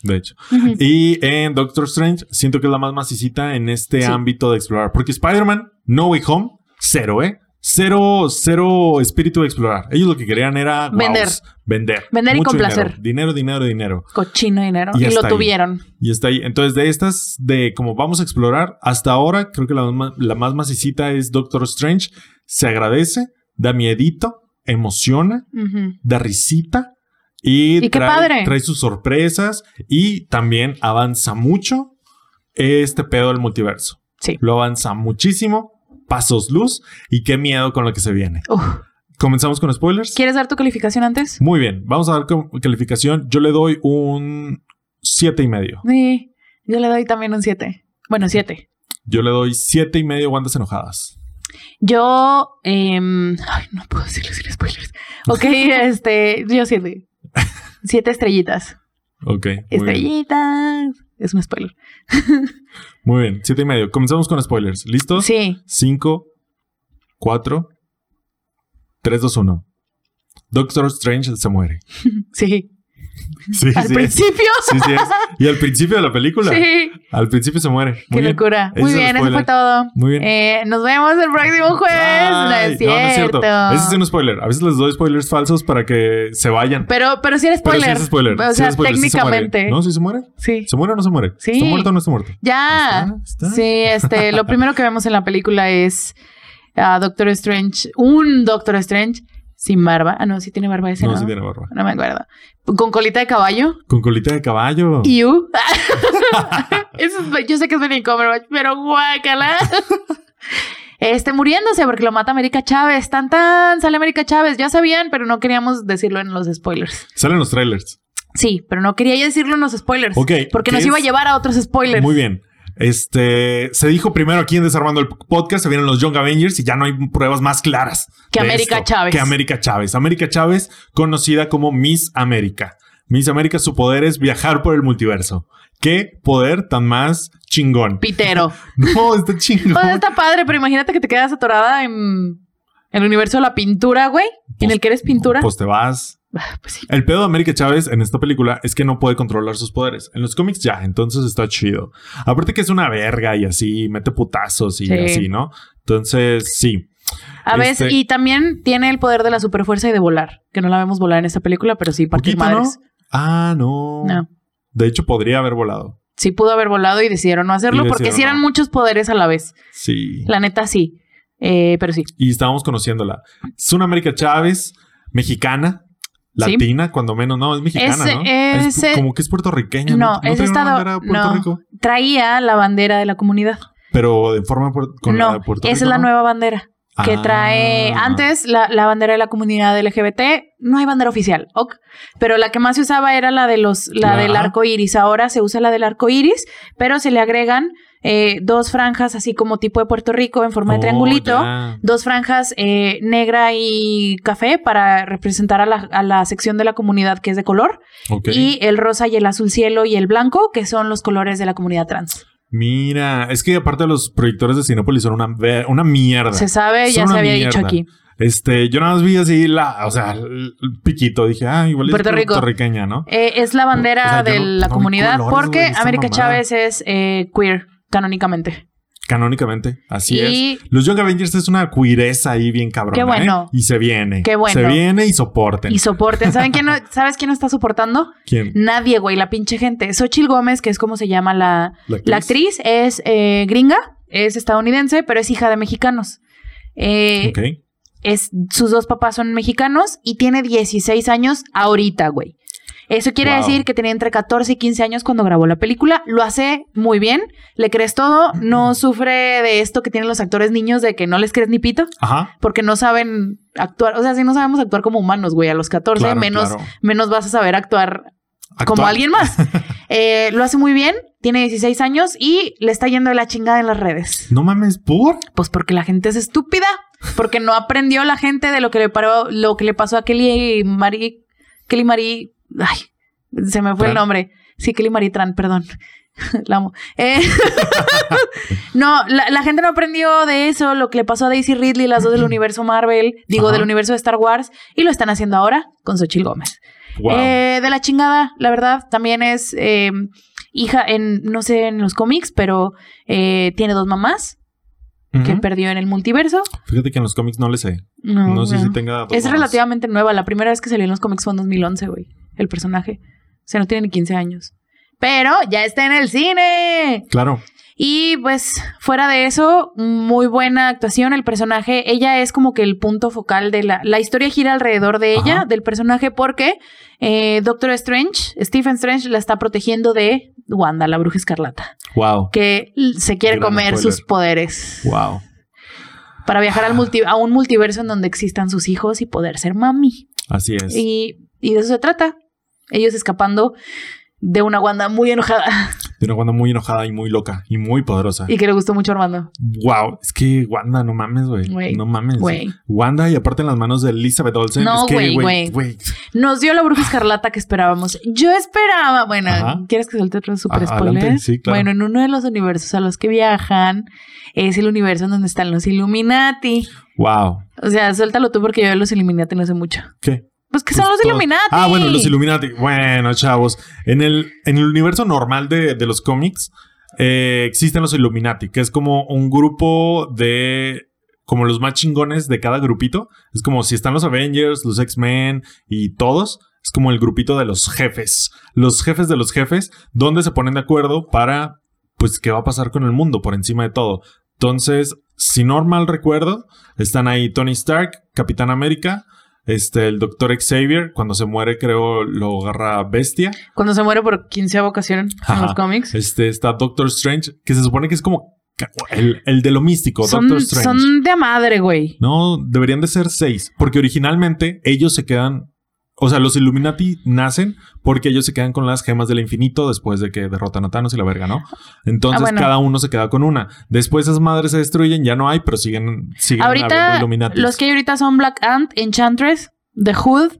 [SPEAKER 2] De hecho.
[SPEAKER 1] Ujú.
[SPEAKER 2] Y en Doctor Strange, siento que es la más macicita en este
[SPEAKER 1] Sí.
[SPEAKER 2] ámbito de explorar. Porque Spider-Man, No Way Home, cero, ¿eh? Cero, cero espíritu de explorar. Ellos lo que querían era wow,
[SPEAKER 1] Vender.
[SPEAKER 2] vender.
[SPEAKER 1] Vender y
[SPEAKER 2] Mucho
[SPEAKER 1] complacer.
[SPEAKER 2] Dinero, dinero, dinero. dinero.
[SPEAKER 1] Cochino dinero.
[SPEAKER 2] Y
[SPEAKER 1] Y, lo
[SPEAKER 2] hasta ahí.
[SPEAKER 1] tuvieron.
[SPEAKER 2] Y está ahí. Entonces, de estas, de como vamos a explorar, hasta ahora creo que la, ma- la más macicita es Doctor Strange. Se agradece, da miedito, emociona,
[SPEAKER 1] Ujú.
[SPEAKER 2] da risita. Y,
[SPEAKER 1] Y qué
[SPEAKER 2] trae,
[SPEAKER 1] padre.
[SPEAKER 2] trae sus sorpresas y también avanza mucho este pedo del multiverso.
[SPEAKER 1] Sí.
[SPEAKER 2] Lo avanza muchísimo, pasos luz y qué miedo con lo que se viene.
[SPEAKER 1] Uf.
[SPEAKER 2] Comenzamos con spoilers.
[SPEAKER 1] ¿Quieres dar tu calificación antes?
[SPEAKER 2] Muy bien, vamos a dar con- calificación. Yo le doy un siete y medio.
[SPEAKER 1] Sí, yo le doy también un 7. Bueno, 7.
[SPEAKER 2] Yo le doy siete y medio guantes enojadas.
[SPEAKER 1] Yo. em, ay, no puedo decirlo sin spoilers. Ok, este. Yo 7. 7 estrellitas.
[SPEAKER 2] Ok. Muy bien.
[SPEAKER 1] Estrellitas. Es un spoiler.
[SPEAKER 2] muy bien. Siete y medio. Comenzamos con spoilers. ¿Listos?
[SPEAKER 1] Sí.
[SPEAKER 2] 5, 4, 3, 2, 1. Doctor Strange se muere.
[SPEAKER 1] Sí.
[SPEAKER 2] Sí,
[SPEAKER 1] Al
[SPEAKER 2] sí es.
[SPEAKER 1] principio.
[SPEAKER 2] Sí, sí es. Y al principio de la película.
[SPEAKER 1] Sí.
[SPEAKER 2] Al principio se muere.
[SPEAKER 1] Qué
[SPEAKER 2] Muy bien.
[SPEAKER 1] locura.
[SPEAKER 2] Ese
[SPEAKER 1] Muy
[SPEAKER 2] es el
[SPEAKER 1] bien, eso fue
[SPEAKER 2] spoiler.
[SPEAKER 1] todo.
[SPEAKER 2] Muy bien.
[SPEAKER 1] Eh, nos vemos el próximo jueves. no,
[SPEAKER 2] Ay,
[SPEAKER 1] es cierto.
[SPEAKER 2] Ese es un spoiler. A veces les doy spoilers falsos para que se vayan.
[SPEAKER 1] Pero, pero sí era
[SPEAKER 2] Pero
[SPEAKER 1] Pues, spoiler.
[SPEAKER 2] sí es spoiler.
[SPEAKER 1] O
[SPEAKER 2] sí
[SPEAKER 1] sea,
[SPEAKER 2] es spoiler, sí se muere.
[SPEAKER 1] técnicamente.
[SPEAKER 2] no, si se muere.
[SPEAKER 1] sí.
[SPEAKER 2] ¿Se muere o no se muere?
[SPEAKER 1] Sí.
[SPEAKER 2] ¿Está muerto o no está muerto?
[SPEAKER 1] Ya.
[SPEAKER 2] ¿Está? ¿Está?
[SPEAKER 1] Sí, este, lo primero que vemos en la película es a Doctor Strange, un Doctor Strange sin barba. Ah, no, sí tiene barba ese,
[SPEAKER 2] No,
[SPEAKER 1] ¿no?
[SPEAKER 2] sí tiene barba.
[SPEAKER 1] No me acuerdo. Con colita de caballo.
[SPEAKER 2] Con colita de caballo.
[SPEAKER 1] Y u. Eso es- yo sé que es Benny Cumberbatch, pero guácala. Este, muriéndose porque lo mata América Chávez. Tan, tan, sale América Chávez. Ya sabían, pero no queríamos decirlo en los spoilers.
[SPEAKER 2] Salen los trailers.
[SPEAKER 1] Sí, pero no quería ya decirlo en los spoilers.
[SPEAKER 2] Ok,
[SPEAKER 1] Porque
[SPEAKER 2] ¿qué
[SPEAKER 1] nos iba a
[SPEAKER 2] es?
[SPEAKER 1] llevar a otros spoilers.
[SPEAKER 2] Muy bien. Este, se dijo primero aquí en Desarmando el Podcast, se vienen los Young Avengers y ya no hay pruebas más claras.
[SPEAKER 1] Que
[SPEAKER 2] de
[SPEAKER 1] América
[SPEAKER 2] esto,
[SPEAKER 1] Chávez.
[SPEAKER 2] Que América Chávez. América Chávez, conocida como Miss América. Miss América, su poder es viajar por el multiverso. Qué poder tan más chingón.
[SPEAKER 1] Pitero.
[SPEAKER 2] No, está chingón.
[SPEAKER 1] Pues está padre, pero imagínate que te quedas atorada en en el universo de la pintura, güey. en
[SPEAKER 2] Pues-
[SPEAKER 1] el que eres pintura.
[SPEAKER 2] Pues te vas.
[SPEAKER 1] Ah, pues sí.
[SPEAKER 2] El pedo de América Chávez en esta película es que no puede controlar sus poderes. En los cómics ya, entonces está chido. Aparte que es una verga y así, mete putazos y
[SPEAKER 1] Sí.
[SPEAKER 2] así, ¿no? Entonces, sí.
[SPEAKER 1] A veces,
[SPEAKER 2] Este-
[SPEAKER 1] y también tiene el poder de la superfuerza y de volar, que no la vemos volar en esta película, pero sí partir
[SPEAKER 2] Poquito, ¿no?
[SPEAKER 1] madres.
[SPEAKER 2] Ah, no.
[SPEAKER 1] No.
[SPEAKER 2] De hecho, podría haber volado.
[SPEAKER 1] Sí pudo haber volado y decidieron no hacerlo
[SPEAKER 2] Y
[SPEAKER 1] porque
[SPEAKER 2] decidieron
[SPEAKER 1] sí eran
[SPEAKER 2] no.
[SPEAKER 1] muchos poderes a la vez.
[SPEAKER 2] Sí.
[SPEAKER 1] La neta sí. Eh, pero sí.
[SPEAKER 2] Y estábamos conociéndola. Es una América Chávez mexicana.
[SPEAKER 1] Sí.
[SPEAKER 2] Latina, cuando menos, no, es mexicana,
[SPEAKER 1] Ese-
[SPEAKER 2] ¿no?
[SPEAKER 1] ese-
[SPEAKER 2] Es como que es puertorriqueña.
[SPEAKER 1] No,
[SPEAKER 2] No, ¿No
[SPEAKER 1] es
[SPEAKER 2] trae una
[SPEAKER 1] estado-
[SPEAKER 2] bandera de Puerto
[SPEAKER 1] no.
[SPEAKER 2] Rico,
[SPEAKER 1] Traía la bandera de la comunidad.
[SPEAKER 2] pero de forma puer- con la
[SPEAKER 1] no,
[SPEAKER 2] de Puerto
[SPEAKER 1] esa
[SPEAKER 2] Rico,
[SPEAKER 1] es la
[SPEAKER 2] ¿no?
[SPEAKER 1] nueva bandera que
[SPEAKER 2] Ah.
[SPEAKER 1] trae antes la, la bandera de la comunidad LGBT. No hay bandera oficial, ok. Pero la que más se usaba era la de los, la
[SPEAKER 2] Ajá.
[SPEAKER 1] del arco iris. Ahora se usa la del arco iris, pero se le agregan eh, dos franjas así como tipo de Puerto Rico en forma de
[SPEAKER 2] Oh,
[SPEAKER 1] triangulito.
[SPEAKER 2] ya.
[SPEAKER 1] dos franjas eh, negra y café para representar a la, a la sección de la comunidad que es de color
[SPEAKER 2] Ok.
[SPEAKER 1] y el rosa y el azul cielo y el blanco que son los colores de la comunidad trans.
[SPEAKER 2] Mira, es que aparte los proyectores de Cinepolis son una, ve- una mierda.
[SPEAKER 1] Se sabe,
[SPEAKER 2] Son
[SPEAKER 1] ya se
[SPEAKER 2] una
[SPEAKER 1] había dicho
[SPEAKER 2] mierda.
[SPEAKER 1] aquí.
[SPEAKER 2] Este, yo nada más vi así la, o sea, el el piquito. Dije, ah, igual es
[SPEAKER 1] Puerto Rico.
[SPEAKER 2] puertorriqueña, ¿no?
[SPEAKER 1] Eh, es la bandera
[SPEAKER 2] O sea, yo
[SPEAKER 1] de
[SPEAKER 2] no-
[SPEAKER 1] la
[SPEAKER 2] no vi
[SPEAKER 1] comunidad
[SPEAKER 2] colores,
[SPEAKER 1] porque
[SPEAKER 2] güey, esa
[SPEAKER 1] América
[SPEAKER 2] mamada.
[SPEAKER 1] Chávez es eh, queer canónicamente.
[SPEAKER 2] Canónicamente, así es.
[SPEAKER 1] y
[SPEAKER 2] Los Young Avengers es una cuireza ahí bien cabrona.
[SPEAKER 1] Qué bueno.
[SPEAKER 2] ¿eh? Y se viene.
[SPEAKER 1] Qué bueno.
[SPEAKER 2] Se viene y soporten.
[SPEAKER 1] y soporten. ¿Saben quién no- ¿Sabes quién no está soportando?
[SPEAKER 2] ¿Quién?
[SPEAKER 1] Nadie, güey, la pinche gente. Xochil Gómez, que es como se llama la, La actriz es eh, gringa, es estadounidense, pero es hija de mexicanos. Eh,
[SPEAKER 2] Ok.
[SPEAKER 1] es, sus dos papás son mexicanos y tiene 16 años ahorita, güey. Eso quiere
[SPEAKER 2] Wow.
[SPEAKER 1] decir que tenía entre 14 y 15 años cuando grabó la película. Lo hace muy bien, le crees todo, no sufre de esto que tienen los actores niños de que no les crees ni pito,
[SPEAKER 2] Ajá.
[SPEAKER 1] porque no saben actuar. O sea, si no sabemos actuar como humanos, güey, a los 14,
[SPEAKER 2] claro,
[SPEAKER 1] menos,
[SPEAKER 2] claro.
[SPEAKER 1] menos vas a saber actuar como
[SPEAKER 2] Actuar.
[SPEAKER 1] alguien más. Eh, lo hace muy bien, tiene 16 años y le está yendo de la chingada en las redes.
[SPEAKER 2] No mames, por.
[SPEAKER 1] Pues porque la gente es estúpida, porque no aprendió la gente de lo que le paró, lo que le pasó a Kelly Marie, Kelly Marie, ay, se me fue el
[SPEAKER 2] Tran.
[SPEAKER 1] nombre. Sí, Kelly Marie Tran, perdón. la amo. Eh, no, la, la gente no aprendió de eso, lo que le pasó a Daisy Ridley, las dos del universo Marvel, digo,
[SPEAKER 2] Ajá.
[SPEAKER 1] del universo de Star Wars, y lo están haciendo ahora con Xochitl Gómez.
[SPEAKER 2] Wow.
[SPEAKER 1] Eh, de la chingada, la verdad. También es eh, hija en, no sé, en los cómics, pero eh, tiene dos mamás que
[SPEAKER 2] Ujú.
[SPEAKER 1] perdió en el multiverso.
[SPEAKER 2] Fíjate que en los cómics no le sé.
[SPEAKER 1] No,
[SPEAKER 2] No, sé si
[SPEAKER 1] bueno.
[SPEAKER 2] tenga. dos
[SPEAKER 1] Es
[SPEAKER 2] mamás.
[SPEAKER 1] relativamente nueva. La primera vez que salió en los cómics fue en 2011, güey. El personaje. O sea, no tiene ni 15 años. Pero ya está en el cine.
[SPEAKER 2] Claro.
[SPEAKER 1] Y pues fuera de eso, muy buena actuación el personaje. Ella es como que el punto focal de la... La historia gira alrededor de ella,
[SPEAKER 2] Ajá.
[SPEAKER 1] del personaje, porque eh, Doctor Strange, Stephen Strange, la está protegiendo de Wanda, la bruja escarlata,
[SPEAKER 2] Wow.
[SPEAKER 1] que l- se quiere
[SPEAKER 2] Gran
[SPEAKER 1] comer
[SPEAKER 2] spoiler.
[SPEAKER 1] sus poderes
[SPEAKER 2] Wow.
[SPEAKER 1] para viajar al multi- a un multiverso en donde existan sus hijos y poder ser mami.
[SPEAKER 2] Así es.
[SPEAKER 1] Y, y de eso se trata. Ellos escapando de una Wanda muy enojada
[SPEAKER 2] De una Wanda muy enojada y muy loca y muy poderosa.
[SPEAKER 1] y que le gustó mucho a Armando.
[SPEAKER 2] Wow, es que Wanda, no mames,
[SPEAKER 1] Güey,
[SPEAKER 2] güey. No mames.
[SPEAKER 1] Güey.
[SPEAKER 2] Wanda y aparte en las manos de Elizabeth Olsen.
[SPEAKER 1] No,
[SPEAKER 2] es que,
[SPEAKER 1] güey, güey. Nos dio la bruja escarlata que esperábamos. Yo esperaba, bueno,
[SPEAKER 2] Ajá.
[SPEAKER 1] ¿quieres que suelte otro super
[SPEAKER 2] Ah,
[SPEAKER 1] spoiler?
[SPEAKER 2] adelante, sí, claro.
[SPEAKER 1] Bueno, en uno de los universos a los que viajan es el universo en donde están los Illuminati.
[SPEAKER 2] Wow.
[SPEAKER 1] O sea, suéltalo tú porque yo de los Illuminati no sé mucho.
[SPEAKER 2] ¿Qué?
[SPEAKER 1] Pues que son
[SPEAKER 2] Pues
[SPEAKER 1] los
[SPEAKER 2] todos-
[SPEAKER 1] Illuminati.
[SPEAKER 2] Ah, bueno, los Illuminati. Bueno, chavos. En el, en el universo normal de, de los cómics eh, existen los Illuminati, que es como un grupo de. Como los más chingones de cada grupito. Es como si están los Avengers, los X-Men y todos. Es como el grupito de los jefes. Los jefes de los jefes, donde se ponen de acuerdo para, pues, qué va a pasar con el mundo por encima de todo. Entonces, si no mal recuerdo, están ahí Tony Stark, Capitán América, este, el Doctor Xavier, cuando se muere, creo, lo agarra Bestia.
[SPEAKER 1] Cuando se muere por 15 vocación en
[SPEAKER 2] Ajá.
[SPEAKER 1] los cómics.
[SPEAKER 2] Este, está Doctor Strange, que se supone que es como ca- el, el de lo místico,
[SPEAKER 1] Son,
[SPEAKER 2] Doctor Strange.
[SPEAKER 1] son de a madre, güey.
[SPEAKER 2] No, deberían de ser seis, porque originalmente ellos se quedan O sea, los Illuminati nacen porque ellos se quedan con las gemas del infinito después de que derrotan a Thanos y la verga, ¿no?
[SPEAKER 1] Ah,
[SPEAKER 2] Entonces
[SPEAKER 1] bueno.
[SPEAKER 2] cada uno se queda con una. Después esas madres se destruyen, ya no hay, pero siguen, siguen habiendo
[SPEAKER 1] ahorita,
[SPEAKER 2] Illuminatis.
[SPEAKER 1] los que hay ahorita son Black Ant, Enchantress, The Hood,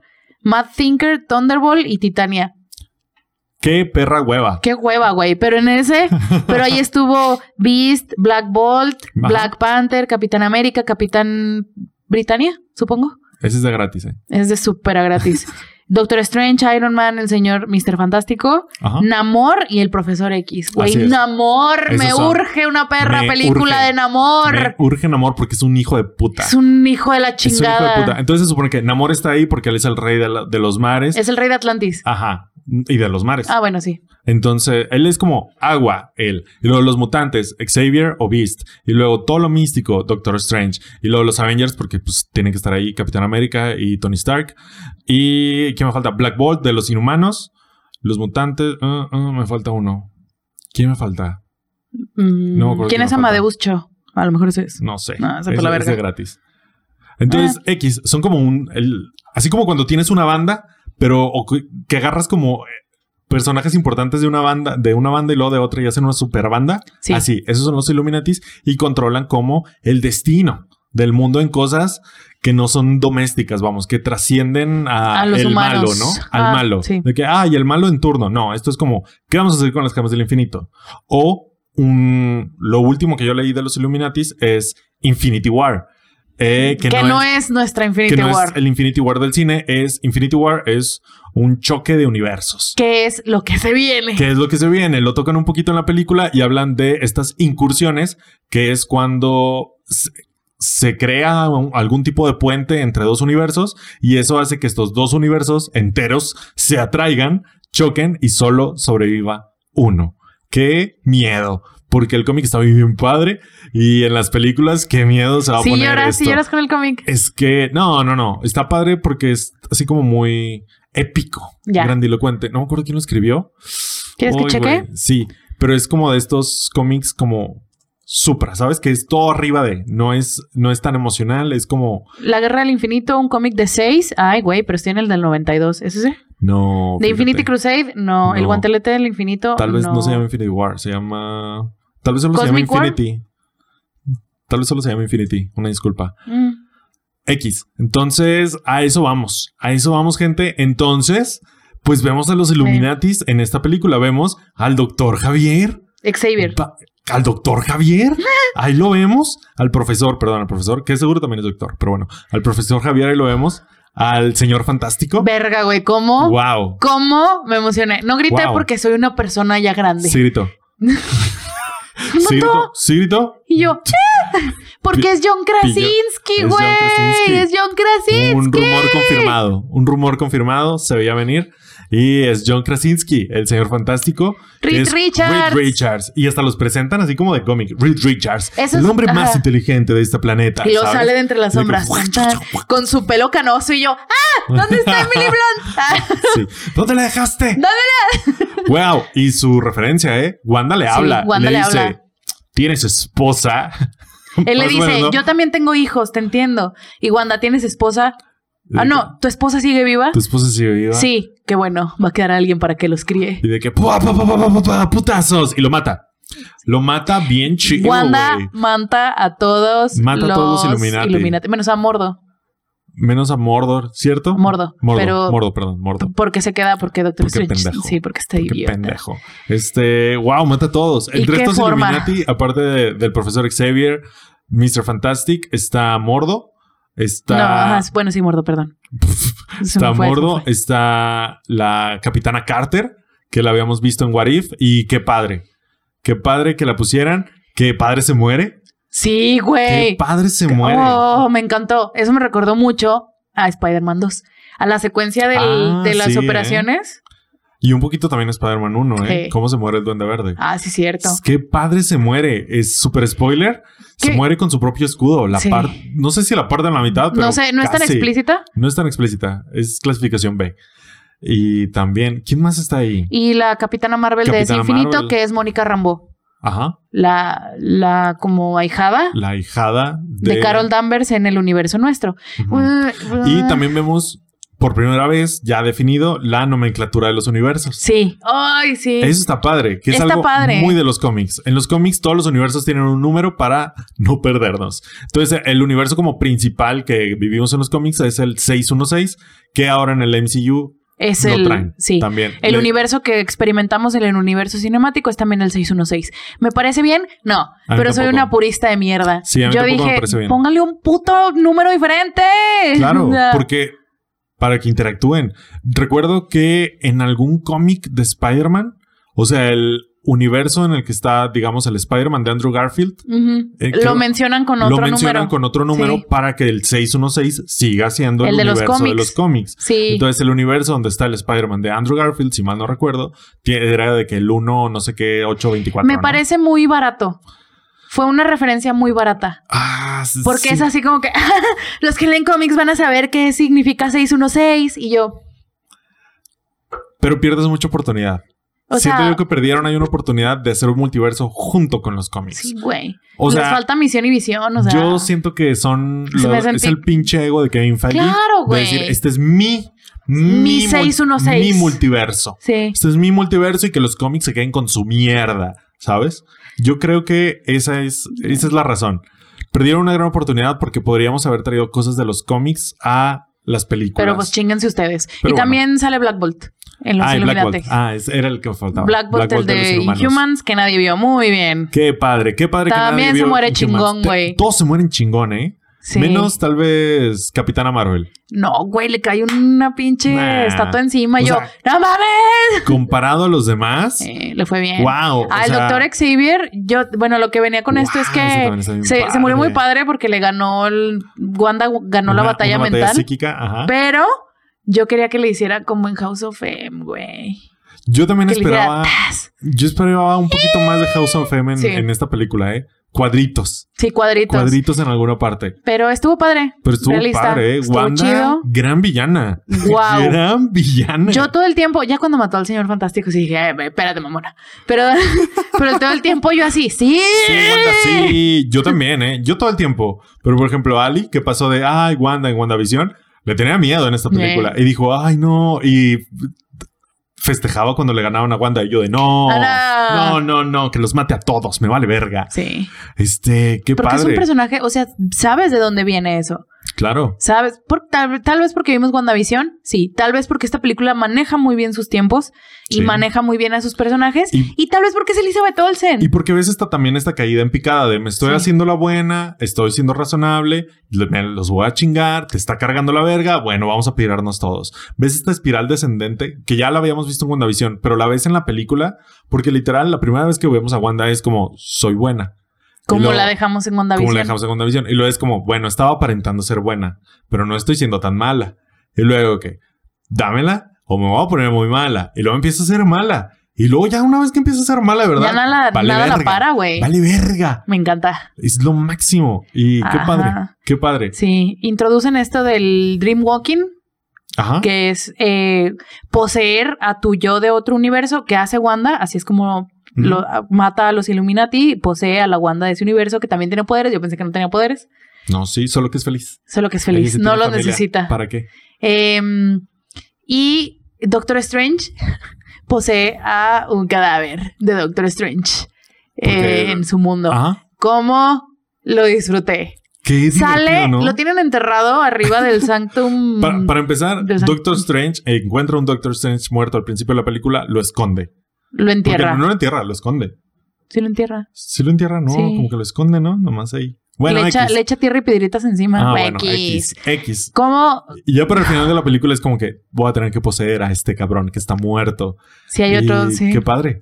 [SPEAKER 1] Mad Thinker, Thunderbolt y Titania.
[SPEAKER 2] Qué perra hueva.
[SPEAKER 1] Qué hueva, güey. Pero en ese, pero ahí estuvo Beast, Black Bolt,
[SPEAKER 2] Ajá.
[SPEAKER 1] Black Panther, Capitán América, Capitán Britannia, supongo.
[SPEAKER 2] Ese es de gratis, ¿eh?
[SPEAKER 1] Es de súper a gratis. Doctor Strange, Iron Man, el señor Mr. Fantástico,
[SPEAKER 2] Ajá.
[SPEAKER 1] Namor y el profesor X. Güey,
[SPEAKER 2] Ah. Así es.
[SPEAKER 1] Namor,
[SPEAKER 2] Esos
[SPEAKER 1] me
[SPEAKER 2] son.
[SPEAKER 1] urge una perra
[SPEAKER 2] Me
[SPEAKER 1] película
[SPEAKER 2] urge.
[SPEAKER 1] de Namor.
[SPEAKER 2] Me urge Namor porque es un hijo de puta.
[SPEAKER 1] Es un hijo de la
[SPEAKER 2] Es un hijo de
[SPEAKER 1] chingada.
[SPEAKER 2] puta. Entonces se supone que Namor está ahí porque él es el rey de, la- de los mares.
[SPEAKER 1] Es el rey de Atlantis.
[SPEAKER 2] Ajá. Y de los mares.
[SPEAKER 1] Ah, bueno, sí.
[SPEAKER 2] Entonces, él es como agua, él. Y luego los mutantes, Xavier o Beast. Y luego todo lo místico, Doctor Strange. Y luego los Avengers, porque pues tienen que estar ahí Capitán América y Tony Stark. Y ¿quién me falta? Black Bolt de los inhumanos. Los mutantes. ah, ah, me falta uno. ¿Quién me falta?
[SPEAKER 1] Mm,
[SPEAKER 2] No me acuerdo
[SPEAKER 1] ¿Quién
[SPEAKER 2] quién
[SPEAKER 1] es
[SPEAKER 2] me falta.
[SPEAKER 1] Amadeus Cho? A lo mejor ese es.
[SPEAKER 2] No sé.
[SPEAKER 1] No, esa por la
[SPEAKER 2] Ese-
[SPEAKER 1] verga.
[SPEAKER 2] ese
[SPEAKER 1] Eh.
[SPEAKER 2] es gratis. Entonces, X, son como un. el- así como cuando tienes una banda, pero o que, que agarras como eh, personajes importantes de una banda, de una banda y luego de otra y hacen una super banda.
[SPEAKER 1] Sí.
[SPEAKER 2] Así, esos son los Illuminatis y controlan como el destino del mundo en cosas que no son domésticas, vamos, que trascienden a,
[SPEAKER 1] A los
[SPEAKER 2] el
[SPEAKER 1] humanos.
[SPEAKER 2] malo, ¿no? Al
[SPEAKER 1] Ah,
[SPEAKER 2] malo.
[SPEAKER 1] sí.
[SPEAKER 2] De que, ah, y el malo en turno. No, esto es como, ¿qué vamos a hacer con las camas del infinito? O un, lo último que yo leí de los Illuminatis es Infinity War. eh, que,
[SPEAKER 1] que
[SPEAKER 2] no, es,
[SPEAKER 1] nuestra
[SPEAKER 2] que
[SPEAKER 1] Infinity
[SPEAKER 2] no es
[SPEAKER 1] War.
[SPEAKER 2] el Infinity War del cine, es Infinity War es un choque de universos.
[SPEAKER 1] Que es lo que se viene.
[SPEAKER 2] ¿Qué es lo que se viene? Lo tocan un poquito en la película y hablan de estas incursiones, que es cuando se, se crea un- algún tipo de puente entre dos universos y eso hace que estos dos universos enteros se atraigan, choquen y solo sobreviva uno. ¡Qué miedo! Porque el cómic está muy bien padre y en las películas, qué miedo se va a
[SPEAKER 1] Si
[SPEAKER 2] poner.
[SPEAKER 1] lloras, si
[SPEAKER 2] esto.
[SPEAKER 1] lloras con el cómic.
[SPEAKER 2] Es que, no, no, no. Está padre porque es así como muy épico,
[SPEAKER 1] Ya.
[SPEAKER 2] grandilocuente. No me acuerdo quién lo escribió.
[SPEAKER 1] ¿Quieres que
[SPEAKER 2] Ay,
[SPEAKER 1] cheque?
[SPEAKER 2] güey, Sí, pero es como de estos cómics como supra, ¿sabes? Que es todo arriba de. No es, no es tan emocional, es como.
[SPEAKER 1] La Guerra del Infinito, un cómic de 6. Ay, güey, pero estoy en el del 92. ¿Eso sí?
[SPEAKER 2] No.
[SPEAKER 1] ¿De
[SPEAKER 2] fíjate.
[SPEAKER 1] Infinity Crusade? No. ¿El
[SPEAKER 2] No.
[SPEAKER 1] guantelete del infinito?
[SPEAKER 2] Tal vez no. se llama Infinity War, se llama. Tal vez solo
[SPEAKER 1] ¿Cosmic
[SPEAKER 2] se llama
[SPEAKER 1] War?
[SPEAKER 2] Infinity. Tal vez solo se llama Infinity, una disculpa.
[SPEAKER 1] Mm.
[SPEAKER 2] X. Entonces, a eso vamos. A eso vamos, gente. Entonces, pues vemos a los Illuminatis en esta película. Vemos al doctor Javier.
[SPEAKER 1] Xavier.
[SPEAKER 2] Pa- Al doctor Javier. Ahí lo vemos. Al profesor, perdón, al profesor, que seguro también es doctor, pero bueno. Al profesor Javier, ahí lo vemos. Al señor fantástico.
[SPEAKER 1] Verga, güey. ¿Cómo?
[SPEAKER 2] Wow.
[SPEAKER 1] ¿Cómo? Me emocioné. No grité
[SPEAKER 2] Wow.
[SPEAKER 1] porque soy una persona ya grande.
[SPEAKER 2] Sí gritó.
[SPEAKER 1] Me
[SPEAKER 2] Sí
[SPEAKER 1] mató.
[SPEAKER 2] gritó. Sí gritó.
[SPEAKER 1] Y yo, "Che". Porque
[SPEAKER 2] Pi-
[SPEAKER 1] es John Krasinski,
[SPEAKER 2] John
[SPEAKER 1] güey.
[SPEAKER 2] Krasinski.
[SPEAKER 1] Es John Krasinski.
[SPEAKER 2] Un rumor confirmado. Un rumor confirmado. Se veía venir. Y es John Krasinski, el señor fantástico. que
[SPEAKER 1] Reed
[SPEAKER 2] es
[SPEAKER 1] Richards.
[SPEAKER 2] Reed Richards. Y hasta los presentan así como de cómic. Reed Richards.
[SPEAKER 1] Eso
[SPEAKER 2] el
[SPEAKER 1] es-
[SPEAKER 2] hombre más
[SPEAKER 1] ajá.
[SPEAKER 2] inteligente de este planeta.
[SPEAKER 1] Y luego
[SPEAKER 2] ¿sabes?
[SPEAKER 1] sale de entre las
[SPEAKER 2] Y de
[SPEAKER 1] sombras.
[SPEAKER 2] que-
[SPEAKER 1] tan, tan, con su pelo canoso y yo, ¡ah! ¿Dónde está Emily Blunt? Ah,
[SPEAKER 2] Sí. ¿Dónde la dejaste? wow. Y su referencia, ¿eh? Wanda le
[SPEAKER 1] Sí,
[SPEAKER 2] habla.
[SPEAKER 1] Wanda
[SPEAKER 2] le
[SPEAKER 1] le
[SPEAKER 2] dice,
[SPEAKER 1] habla.
[SPEAKER 2] tienes esposa.
[SPEAKER 1] Él le
[SPEAKER 2] Más o
[SPEAKER 1] dice,
[SPEAKER 2] menos, ¿no?
[SPEAKER 1] yo también tengo hijos, te entiendo. Y Wanda, ¿tienes esposa?
[SPEAKER 2] Y
[SPEAKER 1] Ah,
[SPEAKER 2] de
[SPEAKER 1] no, ¿tu esposa sigue viva?
[SPEAKER 2] que, ¿Tu esposa sigue viva?
[SPEAKER 1] Sí, qué bueno, va a quedar alguien para que los críe.
[SPEAKER 2] Y de que "Pua, pua, pua, pua, pua, pua, putazos. Y lo mata. Lo mata bien chido.
[SPEAKER 1] Wanda
[SPEAKER 2] güey.
[SPEAKER 1] manta a todos
[SPEAKER 2] Mata a
[SPEAKER 1] los
[SPEAKER 2] todos los Illuminati.
[SPEAKER 1] Illuminati, Menos a Mordo,
[SPEAKER 2] Menos a Mordor, ¿cierto?
[SPEAKER 1] Mordo,
[SPEAKER 2] Mordo,
[SPEAKER 1] pero-
[SPEAKER 2] Mordo, perdón, Mordo.
[SPEAKER 1] porque se queda, porque Doctor
[SPEAKER 2] Porque
[SPEAKER 1] Strange.
[SPEAKER 2] pendejo.
[SPEAKER 1] Sí, porque está
[SPEAKER 2] Qué
[SPEAKER 1] idiota.
[SPEAKER 2] pendejo. Este, wow, mata a todos.
[SPEAKER 1] ¿Y
[SPEAKER 2] Entre
[SPEAKER 1] qué
[SPEAKER 2] estos
[SPEAKER 1] forma?
[SPEAKER 2] Illuminati, aparte de- del profesor Xavier, Mr. Fantastic, está Mordo, está,
[SPEAKER 1] No, ajá, bueno, sí, Mordo, perdón. Se
[SPEAKER 2] está
[SPEAKER 1] me fue, se me
[SPEAKER 2] Mordo,
[SPEAKER 1] fue.
[SPEAKER 2] está la capitana Carter, que la habíamos visto en What If, y qué padre. Qué padre que la pusieran. Qué padre se muere.
[SPEAKER 1] Sí,
[SPEAKER 2] Qué
[SPEAKER 1] güey.
[SPEAKER 2] padre se muere.
[SPEAKER 1] Oh, me encantó. Eso me recordó mucho a Spider-Man 2. A la secuencia del-
[SPEAKER 2] Ah,
[SPEAKER 1] de las
[SPEAKER 2] sí, ¿eh?
[SPEAKER 1] operaciones.
[SPEAKER 2] Y un poquito también Spider-Man 1, ¿eh?
[SPEAKER 1] Sí.
[SPEAKER 2] Cómo se muere el Duende Verde.
[SPEAKER 1] Ah, sí, cierto.
[SPEAKER 2] Qué padre se muere. Es super spoiler. Se
[SPEAKER 1] ¿Qué?
[SPEAKER 2] muere con su propio escudo. La
[SPEAKER 1] Sí.
[SPEAKER 2] par- no sé si la parte en la mitad, ah, pero.
[SPEAKER 1] No sé, no es tan
[SPEAKER 2] casi.
[SPEAKER 1] explícita.
[SPEAKER 2] No es tan explícita. Es clasificación B. Y también, ¿quién más está ahí?
[SPEAKER 1] Y la Capitana Marvel de ese
[SPEAKER 2] Capitana
[SPEAKER 1] infinito,
[SPEAKER 2] Marvel.
[SPEAKER 1] que es Mónica Rambo.
[SPEAKER 2] Ajá.
[SPEAKER 1] La, la como ahijada
[SPEAKER 2] La hijada
[SPEAKER 1] de... Mm,
[SPEAKER 2] de.
[SPEAKER 1] Carol Danvers en el universo nuestro.
[SPEAKER 2] Ujú. Y también vemos por primera vez ya ha definido la nomenclatura de los universos.
[SPEAKER 1] Sí. Ay, sí.
[SPEAKER 2] Eso está padre, que es
[SPEAKER 1] Está
[SPEAKER 2] algo
[SPEAKER 1] padre.
[SPEAKER 2] muy de los cómics. En los cómics todos los universos tienen un número para no perdernos. Entonces, el universo como principal que vivimos en los cómics es el 616, que ahora en el MCU
[SPEAKER 1] es
[SPEAKER 2] lo
[SPEAKER 1] el.
[SPEAKER 2] traen
[SPEAKER 1] sí.
[SPEAKER 2] también.
[SPEAKER 1] El
[SPEAKER 2] Le-
[SPEAKER 1] universo que experimentamos en el universo cinemático es también el 616. ¿Me parece bien? No,
[SPEAKER 2] mí
[SPEAKER 1] pero soy
[SPEAKER 2] tampoco.
[SPEAKER 1] una purista de mierda.
[SPEAKER 2] Sí, a mí
[SPEAKER 1] Yo
[SPEAKER 2] tampoco me
[SPEAKER 1] dije,
[SPEAKER 2] parece bien.
[SPEAKER 1] póngale un puto número diferente.
[SPEAKER 2] Claro,
[SPEAKER 1] Ah,
[SPEAKER 2] porque para que interactúen. Recuerdo que en algún cómic de Spider-Man, o sea, el universo en el que está, digamos, el Spider-Man de Andrew Garfield,
[SPEAKER 1] ujú.
[SPEAKER 2] eh,
[SPEAKER 1] lo
[SPEAKER 2] creo-
[SPEAKER 1] mencionan con
[SPEAKER 2] lo
[SPEAKER 1] otro
[SPEAKER 2] mencionan
[SPEAKER 1] número.
[SPEAKER 2] con otro número
[SPEAKER 1] Sí.
[SPEAKER 2] para que el 616 siga siendo el,
[SPEAKER 1] El de los
[SPEAKER 2] universo de
[SPEAKER 1] cómics.
[SPEAKER 2] los cómics.
[SPEAKER 1] Sí.
[SPEAKER 2] Entonces, el universo donde está el Spider-Man de Andrew Garfield, si mal no recuerdo, tie- era de que el 1, no sé qué, 824.
[SPEAKER 1] me
[SPEAKER 2] ¿no?
[SPEAKER 1] parece muy barato. Fue una referencia muy barata.
[SPEAKER 2] Ah, sí,
[SPEAKER 1] Porque
[SPEAKER 2] sí.
[SPEAKER 1] es así como que los que leen cómics van a saber qué significa 616 y yo,
[SPEAKER 2] Pero pierdes mucha oportunidad.
[SPEAKER 1] O
[SPEAKER 2] Siento
[SPEAKER 1] sea-
[SPEAKER 2] yo que perdieron ahí una oportunidad de hacer un multiverso junto con los cómics.
[SPEAKER 1] sí, güey.
[SPEAKER 2] O sea,
[SPEAKER 1] Les falta misión y visión, o sea.
[SPEAKER 2] yo siento que son
[SPEAKER 1] Se
[SPEAKER 2] lo-
[SPEAKER 1] me
[SPEAKER 2] es
[SPEAKER 1] sentí-
[SPEAKER 2] el pinche ego de Kevin Feige
[SPEAKER 1] Claro,
[SPEAKER 2] de
[SPEAKER 1] güey.
[SPEAKER 2] decir, este es mi
[SPEAKER 1] Mi
[SPEAKER 2] mul-
[SPEAKER 1] 616.
[SPEAKER 2] mi multiverso.
[SPEAKER 1] Sí.
[SPEAKER 2] Este es mi multiverso y que los cómics se queden con su mierda, ¿sabes? Yo creo que esa es esa es la razón. Perdieron una gran oportunidad porque podríamos haber traído cosas de los cómics a las películas.
[SPEAKER 1] Pero pues chinguense ustedes.
[SPEAKER 2] Pero
[SPEAKER 1] y
[SPEAKER 2] bueno.
[SPEAKER 1] también sale Black Bolt en los
[SPEAKER 2] ah, y Black Bolt.
[SPEAKER 1] Illuminati.
[SPEAKER 2] Ah, es- era el que faltaba.
[SPEAKER 1] Black Bolt, el
[SPEAKER 2] Bolt los
[SPEAKER 1] de
[SPEAKER 2] Inhumanos.
[SPEAKER 1] Inhumans, que nadie vio. Muy bien.
[SPEAKER 2] Qué padre, qué padre que
[SPEAKER 1] También
[SPEAKER 2] nadie
[SPEAKER 1] se
[SPEAKER 2] vio
[SPEAKER 1] muere
[SPEAKER 2] Inhumans.
[SPEAKER 1] chingón,
[SPEAKER 2] Te-
[SPEAKER 1] güey.
[SPEAKER 2] Todos se mueren chingón, ¿eh?
[SPEAKER 1] Sí.
[SPEAKER 2] Menos tal vez Capitana Marvel.
[SPEAKER 1] No, güey, le cae una pinche
[SPEAKER 2] Nah.
[SPEAKER 1] estatua encima. y
[SPEAKER 2] O
[SPEAKER 1] yo,
[SPEAKER 2] sea-
[SPEAKER 1] ¡no mames!
[SPEAKER 2] Comparado a los demás,
[SPEAKER 1] Eh, le fue bien.
[SPEAKER 2] wow.
[SPEAKER 1] Al Ah, doctor Xavier, yo, bueno, lo que venía con esto es
[SPEAKER 2] Guau, eso también
[SPEAKER 1] que
[SPEAKER 2] está bien
[SPEAKER 1] se, se murió muy
[SPEAKER 2] padre.
[SPEAKER 1] padre porque le ganó el. Wanda ganó la batalla mental.
[SPEAKER 2] psíquica, ajá.
[SPEAKER 1] Pero yo quería que le hiciera como en House of M, güey.
[SPEAKER 2] Yo también
[SPEAKER 1] Que le hiciera.
[SPEAKER 2] esperaba.
[SPEAKER 1] ¡tas!
[SPEAKER 2] Yo esperaba un poquito más de House of M en,
[SPEAKER 1] Sí.
[SPEAKER 2] en esta película, ¿eh? Cuadritos.
[SPEAKER 1] Sí, cuadritos.
[SPEAKER 2] Cuadritos en alguna parte.
[SPEAKER 1] Pero estuvo padre.
[SPEAKER 2] Pero estuvo
[SPEAKER 1] Realista.
[SPEAKER 2] padre, ¿eh?
[SPEAKER 1] Estuvo
[SPEAKER 2] Wanda,
[SPEAKER 1] chido.
[SPEAKER 2] gran villana.
[SPEAKER 1] Guau.
[SPEAKER 2] Gran villana.
[SPEAKER 1] Yo todo el tiempo, ya cuando mató al señor fantástico, sí dije, "Eh, espérate, mamona. Pero, pero todo el tiempo yo así, sí.
[SPEAKER 2] Sí, Wanda, sí. Yo también, ¿eh? Yo todo el tiempo. Pero, por ejemplo, Ali, que pasó de, ay, Wanda en WandaVision, le tenía miedo en esta película. Y dijo, ay, no. Y festejaba cuando le ganaban a Wanda. Y yo de, no.
[SPEAKER 1] Ara.
[SPEAKER 2] No, no, no. Que los mate a todos. Me vale verga.
[SPEAKER 1] Sí.
[SPEAKER 2] Este, qué
[SPEAKER 1] Porque es un
[SPEAKER 2] padre.
[SPEAKER 1] personaje, o sea, sabes de dónde viene eso.
[SPEAKER 2] claro.
[SPEAKER 1] ¿Sabes? Por- tal, tal vez porque vimos WandaVision, sí. Tal vez porque esta película maneja muy bien sus tiempos y
[SPEAKER 2] Sí.
[SPEAKER 1] maneja muy bien a sus personajes.
[SPEAKER 2] Y-
[SPEAKER 1] Y, tal vez porque es Elizabeth Olsen.
[SPEAKER 2] Y porque ves esta, también esta caída en picada de me estoy
[SPEAKER 1] Sí.
[SPEAKER 2] haciendo la buena, estoy siendo razonable, lo- me los voy a chingar, te está cargando la verga, bueno, vamos a pirarnos todos. Ves esta espiral descendente que ya la habíamos visto en WandaVision, pero la ves en la película porque literal la primera vez que vemos a Wanda es como soy buena,
[SPEAKER 1] como
[SPEAKER 2] lo-
[SPEAKER 1] la dejamos en
[SPEAKER 2] como la
[SPEAKER 1] WandaVision.
[SPEAKER 2] dejamos en WandaVision y luego es como, bueno, estaba aparentando ser buena, pero no estoy siendo tan mala. Y luego que dámela o me voy a poner muy mala y luego empieza a ser mala. Y luego ya una vez que empieza a ser mala, ¿verdad?
[SPEAKER 1] ya nada,
[SPEAKER 2] Vale
[SPEAKER 1] nada la
[SPEAKER 2] verga.
[SPEAKER 1] para, güey.
[SPEAKER 2] Vale verga.
[SPEAKER 1] Me encanta.
[SPEAKER 2] Es lo máximo. Y qué
[SPEAKER 1] Ajá.
[SPEAKER 2] padre. Qué padre.
[SPEAKER 1] Sí. Introducen esto del dream walking,
[SPEAKER 2] Ajá.
[SPEAKER 1] que es eh, poseer a tu yo de otro universo que hace Wanda. Así es como
[SPEAKER 2] Ujú.
[SPEAKER 1] lo- a- mata a los Illuminati, posee a la Wanda de ese universo que también tiene poderes. Yo pensé que no tenía poderes,
[SPEAKER 2] No, sí, solo que es feliz.
[SPEAKER 1] solo que es
[SPEAKER 2] Alguien
[SPEAKER 1] feliz.
[SPEAKER 2] sí
[SPEAKER 1] No
[SPEAKER 2] tiene
[SPEAKER 1] lo
[SPEAKER 2] familia.
[SPEAKER 1] necesita.
[SPEAKER 2] ¿Para qué?
[SPEAKER 1] Em, y Doctor Strange posee a un cadáver de Doctor Strange
[SPEAKER 2] Porque- Ah.
[SPEAKER 1] eh, en su mundo.
[SPEAKER 2] Ajá.
[SPEAKER 1] ¿Cómo lo disfruté?
[SPEAKER 2] Qué
[SPEAKER 1] Sale,
[SPEAKER 2] divertido, ¿no?
[SPEAKER 1] lo tienen enterrado arriba del Sanctum.
[SPEAKER 2] Para, para empezar,
[SPEAKER 1] Del-
[SPEAKER 2] Doctor Strange eh, encuentra un Doctor Strange muerto al principio de la película, lo esconde.
[SPEAKER 1] Lo
[SPEAKER 2] Porque
[SPEAKER 1] entierra.
[SPEAKER 2] no lo entierra, lo esconde.
[SPEAKER 1] Sí, lo entierra.
[SPEAKER 2] Si lo entierra, no,
[SPEAKER 1] Sí.
[SPEAKER 2] como que lo esconde, ¿no? Nomás ahí. Bueno,
[SPEAKER 1] le, echa,
[SPEAKER 2] X.
[SPEAKER 1] le echa tierra y piedritas encima.
[SPEAKER 2] Ah,
[SPEAKER 1] Güey,
[SPEAKER 2] bueno, X.
[SPEAKER 1] X.
[SPEAKER 2] X.
[SPEAKER 1] ¿Cómo?
[SPEAKER 2] Y ya para el final de la película es como que voy a tener que poseer a este cabrón que está muerto.
[SPEAKER 1] Si hay otro,
[SPEAKER 2] Y
[SPEAKER 1] sí.
[SPEAKER 2] Qué padre.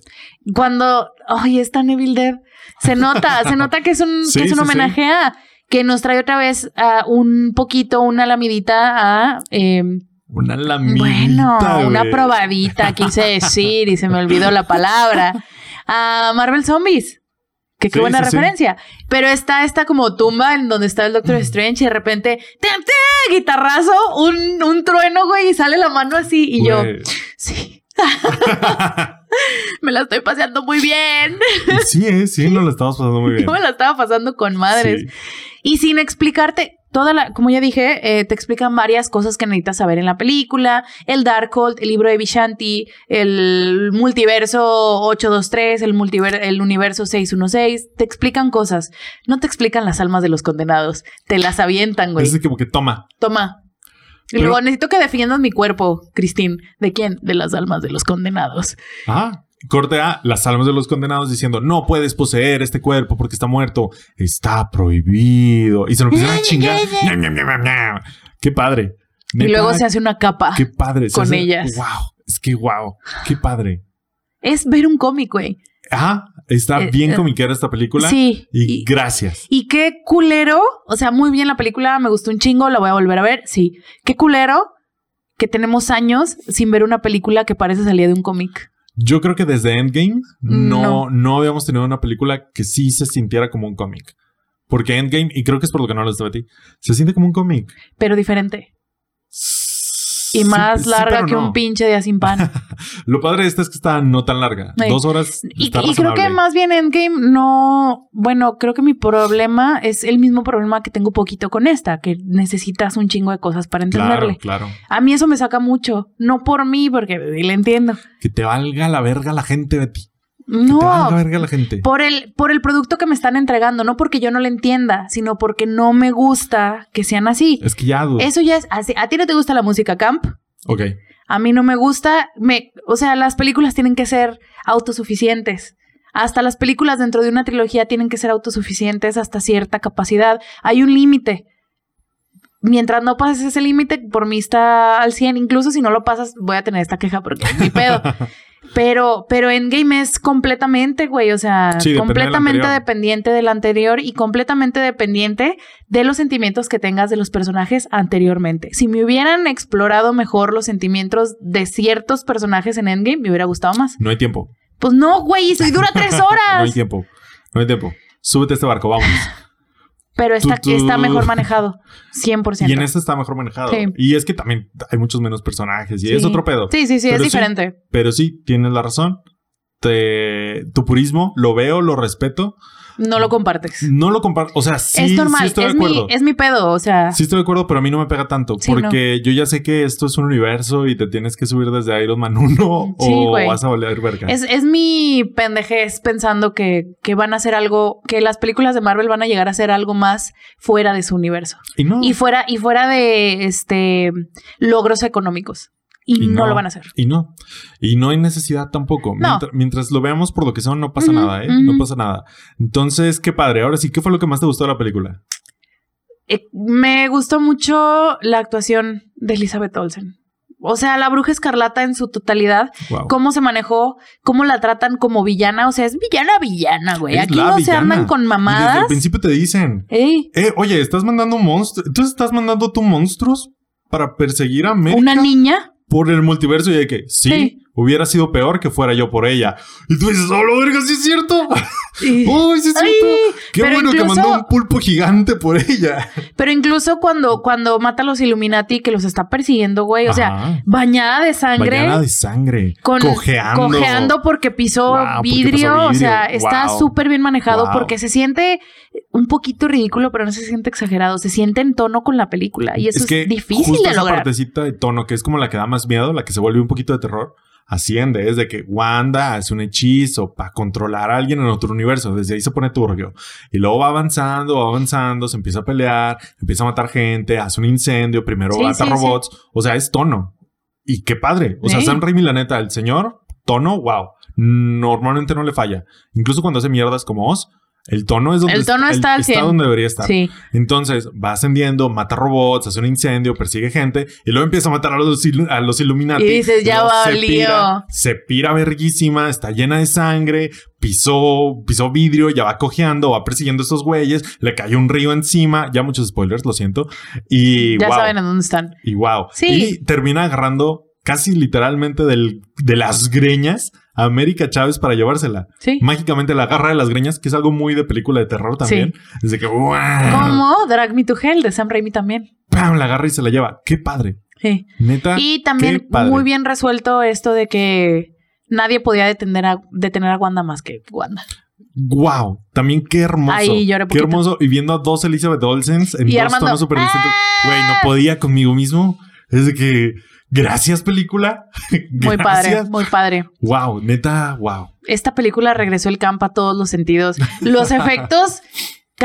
[SPEAKER 1] Cuando, ay, es tan Evil Dead. Se nota, se nota que es un,
[SPEAKER 2] Sí,
[SPEAKER 1] que es un
[SPEAKER 2] sí,
[SPEAKER 1] homenaje a que nos trae otra vez a un poquito, una lamidita a eh,
[SPEAKER 2] Una lamita.
[SPEAKER 1] bueno, una
[SPEAKER 2] güey.
[SPEAKER 1] probadita quise decir y se me olvidó la palabra. A Marvel Zombies. Que qué
[SPEAKER 2] Sí,
[SPEAKER 1] buena
[SPEAKER 2] sí, sí.
[SPEAKER 1] referencia. Pero está esta como tumba en donde está el Doctor Strange y de repente, ¡tem, tem! guitarrazo, un, un trueno, güey, y sale la mano así. Y yo,
[SPEAKER 2] Güey.
[SPEAKER 1] sí. me la estoy paseando muy bien.
[SPEAKER 2] Sí, eh, sí, nos lo estamos pasando muy bien.
[SPEAKER 1] Yo me la estaba pasando con madres.
[SPEAKER 2] Sí.
[SPEAKER 1] Y sin explicarte, toda la, como ya dije, eh, te explican varias cosas que necesitas saber en la película, el Darkhold, el libro de Vishanti, el multiverso 823, el, multiver el universo 616, te explican cosas. No te explican las almas de los condenados, te las avientan, güey.
[SPEAKER 2] Es como que toma.
[SPEAKER 1] Toma. Y
[SPEAKER 2] Pero-
[SPEAKER 1] luego necesito que defiendas mi cuerpo, Cristín. ¿De quién? De las almas de los condenados.
[SPEAKER 2] Ah, corte A, las almas de los condenados diciendo, no puedes poseer este cuerpo porque está muerto. Está prohibido. Y se lo empiezan a chingar. Ñam, ñam, ñam, ñam, ñam. Qué padre.
[SPEAKER 1] y
[SPEAKER 2] Neta,
[SPEAKER 1] luego se hace una capa.
[SPEAKER 2] Qué padre. Se
[SPEAKER 1] con
[SPEAKER 2] hace-
[SPEAKER 1] ellas.
[SPEAKER 2] Wow. Es que wow. Qué padre.
[SPEAKER 1] Es ver un cómic, güey.
[SPEAKER 2] Ajá. Está
[SPEAKER 1] Eh,
[SPEAKER 2] bien
[SPEAKER 1] eh,
[SPEAKER 2] comiquera esta película.
[SPEAKER 1] Sí.
[SPEAKER 2] Y,
[SPEAKER 1] Y-
[SPEAKER 2] gracias.
[SPEAKER 1] Y qué culero, o sea, muy bien la película, me gustó un chingo, la voy a volver a ver, sí. Qué culero que tenemos años sin ver una película que parece salida de un cómic.
[SPEAKER 2] Yo creo que desde Endgame no,
[SPEAKER 1] No.
[SPEAKER 2] no. habíamos tenido una película que sí se sintiera como un cómic. Porque Endgame, y creo que es por lo que no lo estaba a ti, se siente como un cómic.
[SPEAKER 1] Pero diferente. Y
[SPEAKER 2] Sí,
[SPEAKER 1] más
[SPEAKER 2] sí,
[SPEAKER 1] larga
[SPEAKER 2] pero
[SPEAKER 1] que
[SPEAKER 2] no.
[SPEAKER 1] un pinche día sin pan.
[SPEAKER 2] Lo padre de esta es que está no tan larga.
[SPEAKER 1] Sí.
[SPEAKER 2] Dos horas.
[SPEAKER 1] Y,
[SPEAKER 2] está
[SPEAKER 1] y creo que
[SPEAKER 2] razonable.
[SPEAKER 1] más bien Endgame no. Bueno, creo que mi problema es el mismo problema que tengo poquito con esta, que necesitas un chingo de cosas para
[SPEAKER 2] Claro,
[SPEAKER 1] entenderle.
[SPEAKER 2] claro.
[SPEAKER 1] A mí eso me saca mucho. No por mí, porque le entiendo.
[SPEAKER 2] Que te valga la verga la gente, Betty. Que te
[SPEAKER 1] No,
[SPEAKER 2] valga la verga la gente.
[SPEAKER 1] por el, por el producto que me están entregando, no porque yo no lo entienda, sino porque no me gusta que sean así.
[SPEAKER 2] Es que ya. dude.
[SPEAKER 1] Eso ya es así. A ti no te gusta la música camp,
[SPEAKER 2] Ok.
[SPEAKER 1] a mí no me gusta, me, o sea, las películas tienen que ser autosuficientes. Hasta las películas dentro de una trilogía tienen que ser autosuficientes hasta cierta capacidad. Hay un límite. Mientras no pases ese límite, por mí está al 100. Incluso si no lo pasas, voy a tener esta queja porque es mi pedo. Pero, pero Endgame es completamente, güey, o sea,
[SPEAKER 2] Sí, depende del
[SPEAKER 1] completamente
[SPEAKER 2] anterior.
[SPEAKER 1] dependiente del anterior y completamente dependiente de los sentimientos que tengas de los personajes anteriormente. Si me hubieran explorado mejor los sentimientos de ciertos personajes en Endgame, me hubiera gustado más.
[SPEAKER 2] No hay tiempo.
[SPEAKER 1] Pues no, güey, y dura tres
[SPEAKER 2] No hay
[SPEAKER 1] horas.
[SPEAKER 2] tiempo. No hay tiempo. Súbete a este barco, vamos.
[SPEAKER 1] pero está,
[SPEAKER 2] Tú, tú.
[SPEAKER 1] está mejor manejado, 100%.
[SPEAKER 2] Y en este está mejor manejado.
[SPEAKER 1] Sí.
[SPEAKER 2] Y es que también hay muchos menos personajes y
[SPEAKER 1] Sí.
[SPEAKER 2] es otro pedo.
[SPEAKER 1] Sí, sí, sí,
[SPEAKER 2] Pero
[SPEAKER 1] es
[SPEAKER 2] sí.
[SPEAKER 1] diferente.
[SPEAKER 2] Pero sí, tienes la razón. Te- tu purismo lo veo, lo respeto.
[SPEAKER 1] No lo compartes.
[SPEAKER 2] No lo comparto. O sea, sí,
[SPEAKER 1] es normal,
[SPEAKER 2] sí estoy
[SPEAKER 1] es,
[SPEAKER 2] de
[SPEAKER 1] mi,
[SPEAKER 2] acuerdo.
[SPEAKER 1] es mi pedo, o sea,
[SPEAKER 2] Sí estoy de acuerdo, pero a mí no me pega tanto.
[SPEAKER 1] Sí,
[SPEAKER 2] porque yo ya sé que esto es un universo y te tienes que subir desde Iron Man 1
[SPEAKER 1] Sí,
[SPEAKER 2] o
[SPEAKER 1] güey.
[SPEAKER 2] vas a valer verga.
[SPEAKER 1] Es, es mi pendejez pensando que, que van a hacer algo, que las películas de Marvel van a llegar a ser algo más fuera de su universo.
[SPEAKER 2] y no.
[SPEAKER 1] Y fuera, y fuera de este logros económicos. Y,
[SPEAKER 2] Y
[SPEAKER 1] no,
[SPEAKER 2] no.
[SPEAKER 1] lo van a hacer.
[SPEAKER 2] Y no. Y no hay necesidad tampoco.
[SPEAKER 1] No.
[SPEAKER 2] Mientras, mientras lo veamos por lo que son, no pasa
[SPEAKER 1] Ujú,
[SPEAKER 2] nada, ¿eh?
[SPEAKER 1] ujú.
[SPEAKER 2] No pasa nada. Entonces, qué padre. Ahora sí, ¿qué fue lo que más te gustó de la película?
[SPEAKER 1] Eh, me gustó mucho la actuación de Elizabeth Olsen. O sea, la bruja escarlata en su totalidad,
[SPEAKER 2] Wow.
[SPEAKER 1] cómo se manejó, cómo la tratan como villana. O sea, es villana, villana, güey.
[SPEAKER 2] Es
[SPEAKER 1] Aquí
[SPEAKER 2] la
[SPEAKER 1] no se andan
[SPEAKER 2] villana.
[SPEAKER 1] con
[SPEAKER 2] Y desde el
[SPEAKER 1] mamadas.
[SPEAKER 2] principio te dicen,
[SPEAKER 1] Ey,
[SPEAKER 2] eh, oye, estás mandando monstruos. Entonces estás mandando tú monstruos para perseguir a América
[SPEAKER 1] una niña.
[SPEAKER 2] por el multiverso y de que sí,
[SPEAKER 1] Sí.
[SPEAKER 2] hubiera sido peor que fuera yo por ella. Y tú dices, oh, la verga, sí es cierto.
[SPEAKER 1] Y-
[SPEAKER 2] ¡Uy, sí es
[SPEAKER 1] Ay,
[SPEAKER 2] cierto! ¡Qué
[SPEAKER 1] pero
[SPEAKER 2] bueno que
[SPEAKER 1] incluso-
[SPEAKER 2] mandó un pulpo gigante por ella!
[SPEAKER 1] Pero incluso cuando, cuando mata a los Illuminati que los está persiguiendo, güey. O sea, bañada de sangre.
[SPEAKER 2] Bañada de sangre.
[SPEAKER 1] con-
[SPEAKER 2] cojeando.
[SPEAKER 1] Cojeando porque pisó
[SPEAKER 2] Wow, porque
[SPEAKER 1] vidrio,
[SPEAKER 2] pasó
[SPEAKER 1] o sea,
[SPEAKER 2] vidrio.
[SPEAKER 1] está
[SPEAKER 2] Wow.
[SPEAKER 1] súper bien manejado
[SPEAKER 2] Wow.
[SPEAKER 1] porque se siente un poquito ridículo, pero no se siente exagerado, se siente en tono con la película y eso es, difícil
[SPEAKER 2] justo
[SPEAKER 1] de
[SPEAKER 2] esa
[SPEAKER 1] lograr.
[SPEAKER 2] partecita de tono que es como la que da más miedo, la que se vuelve un poquito de terror, asciende. Es de que Wanda hace un hechizo para controlar a alguien en otro universo. Desde ahí se pone turbio. Y luego va avanzando, va avanzando, se empieza a pelear, empieza a matar gente, hace un incendio, primero
[SPEAKER 1] Sí,
[SPEAKER 2] mata
[SPEAKER 1] sí,
[SPEAKER 2] robots. O sea, es tono. Y qué padre. O sea,
[SPEAKER 1] Sí.
[SPEAKER 2] Sam Raimi, la neta, el señor, tono, wow. Normalmente no le falla. Incluso cuando hace mierdas como Oz, el tono es donde
[SPEAKER 1] El tono está al 100.
[SPEAKER 2] donde debería estar.
[SPEAKER 1] Sí,
[SPEAKER 2] Entonces va ascendiendo, mata robots, hace un incendio, persigue gente y luego empieza a matar a los, ilu- a los Illuminati.
[SPEAKER 1] Y dices, ya
[SPEAKER 2] Luego se
[SPEAKER 1] valió.
[SPEAKER 2] pira, Se pira verguísima, está llena de sangre, pisó, pisó vidrio, ya va cojeando, va persiguiendo a estos güeyes, le cayó un río encima. Ya muchos spoilers, lo siento. Y
[SPEAKER 1] ya
[SPEAKER 2] wow.
[SPEAKER 1] saben en dónde están.
[SPEAKER 2] Y wow.
[SPEAKER 1] Sí.
[SPEAKER 2] Y termina agarrando casi literalmente del- de las greñas a América Chávez para llevársela.
[SPEAKER 1] Sí.
[SPEAKER 2] Mágicamente la agarra de las greñas, que es algo muy de película de terror también. Desde que ¡guau!
[SPEAKER 1] Como Drag Me to Hell de Sam Raimi también.
[SPEAKER 2] ¡pam! La agarra y se la lleva. ¡Qué padre!
[SPEAKER 1] Sí.
[SPEAKER 2] Neta.
[SPEAKER 1] Y también
[SPEAKER 2] Ah, qué padre.
[SPEAKER 1] muy bien resuelto esto de que nadie podía detener a, detener a Wanda más que Wanda.
[SPEAKER 2] wow, también qué hermoso.
[SPEAKER 1] Ahí lloré
[SPEAKER 2] qué
[SPEAKER 1] poquito.
[SPEAKER 2] hermoso. Y viendo a dos Elizabeth Olsen en
[SPEAKER 1] Y
[SPEAKER 2] dos
[SPEAKER 1] Armando, ¡Ah!
[SPEAKER 2] tonos súper distintos. Güey, no podía conmigo mismo. Es de que, gracias película.
[SPEAKER 1] Muy padre,
[SPEAKER 2] Gracias.
[SPEAKER 1] muy padre.
[SPEAKER 2] Wow, neta, wow.
[SPEAKER 1] Esta película regresó el campo a todos los sentidos. Los efectos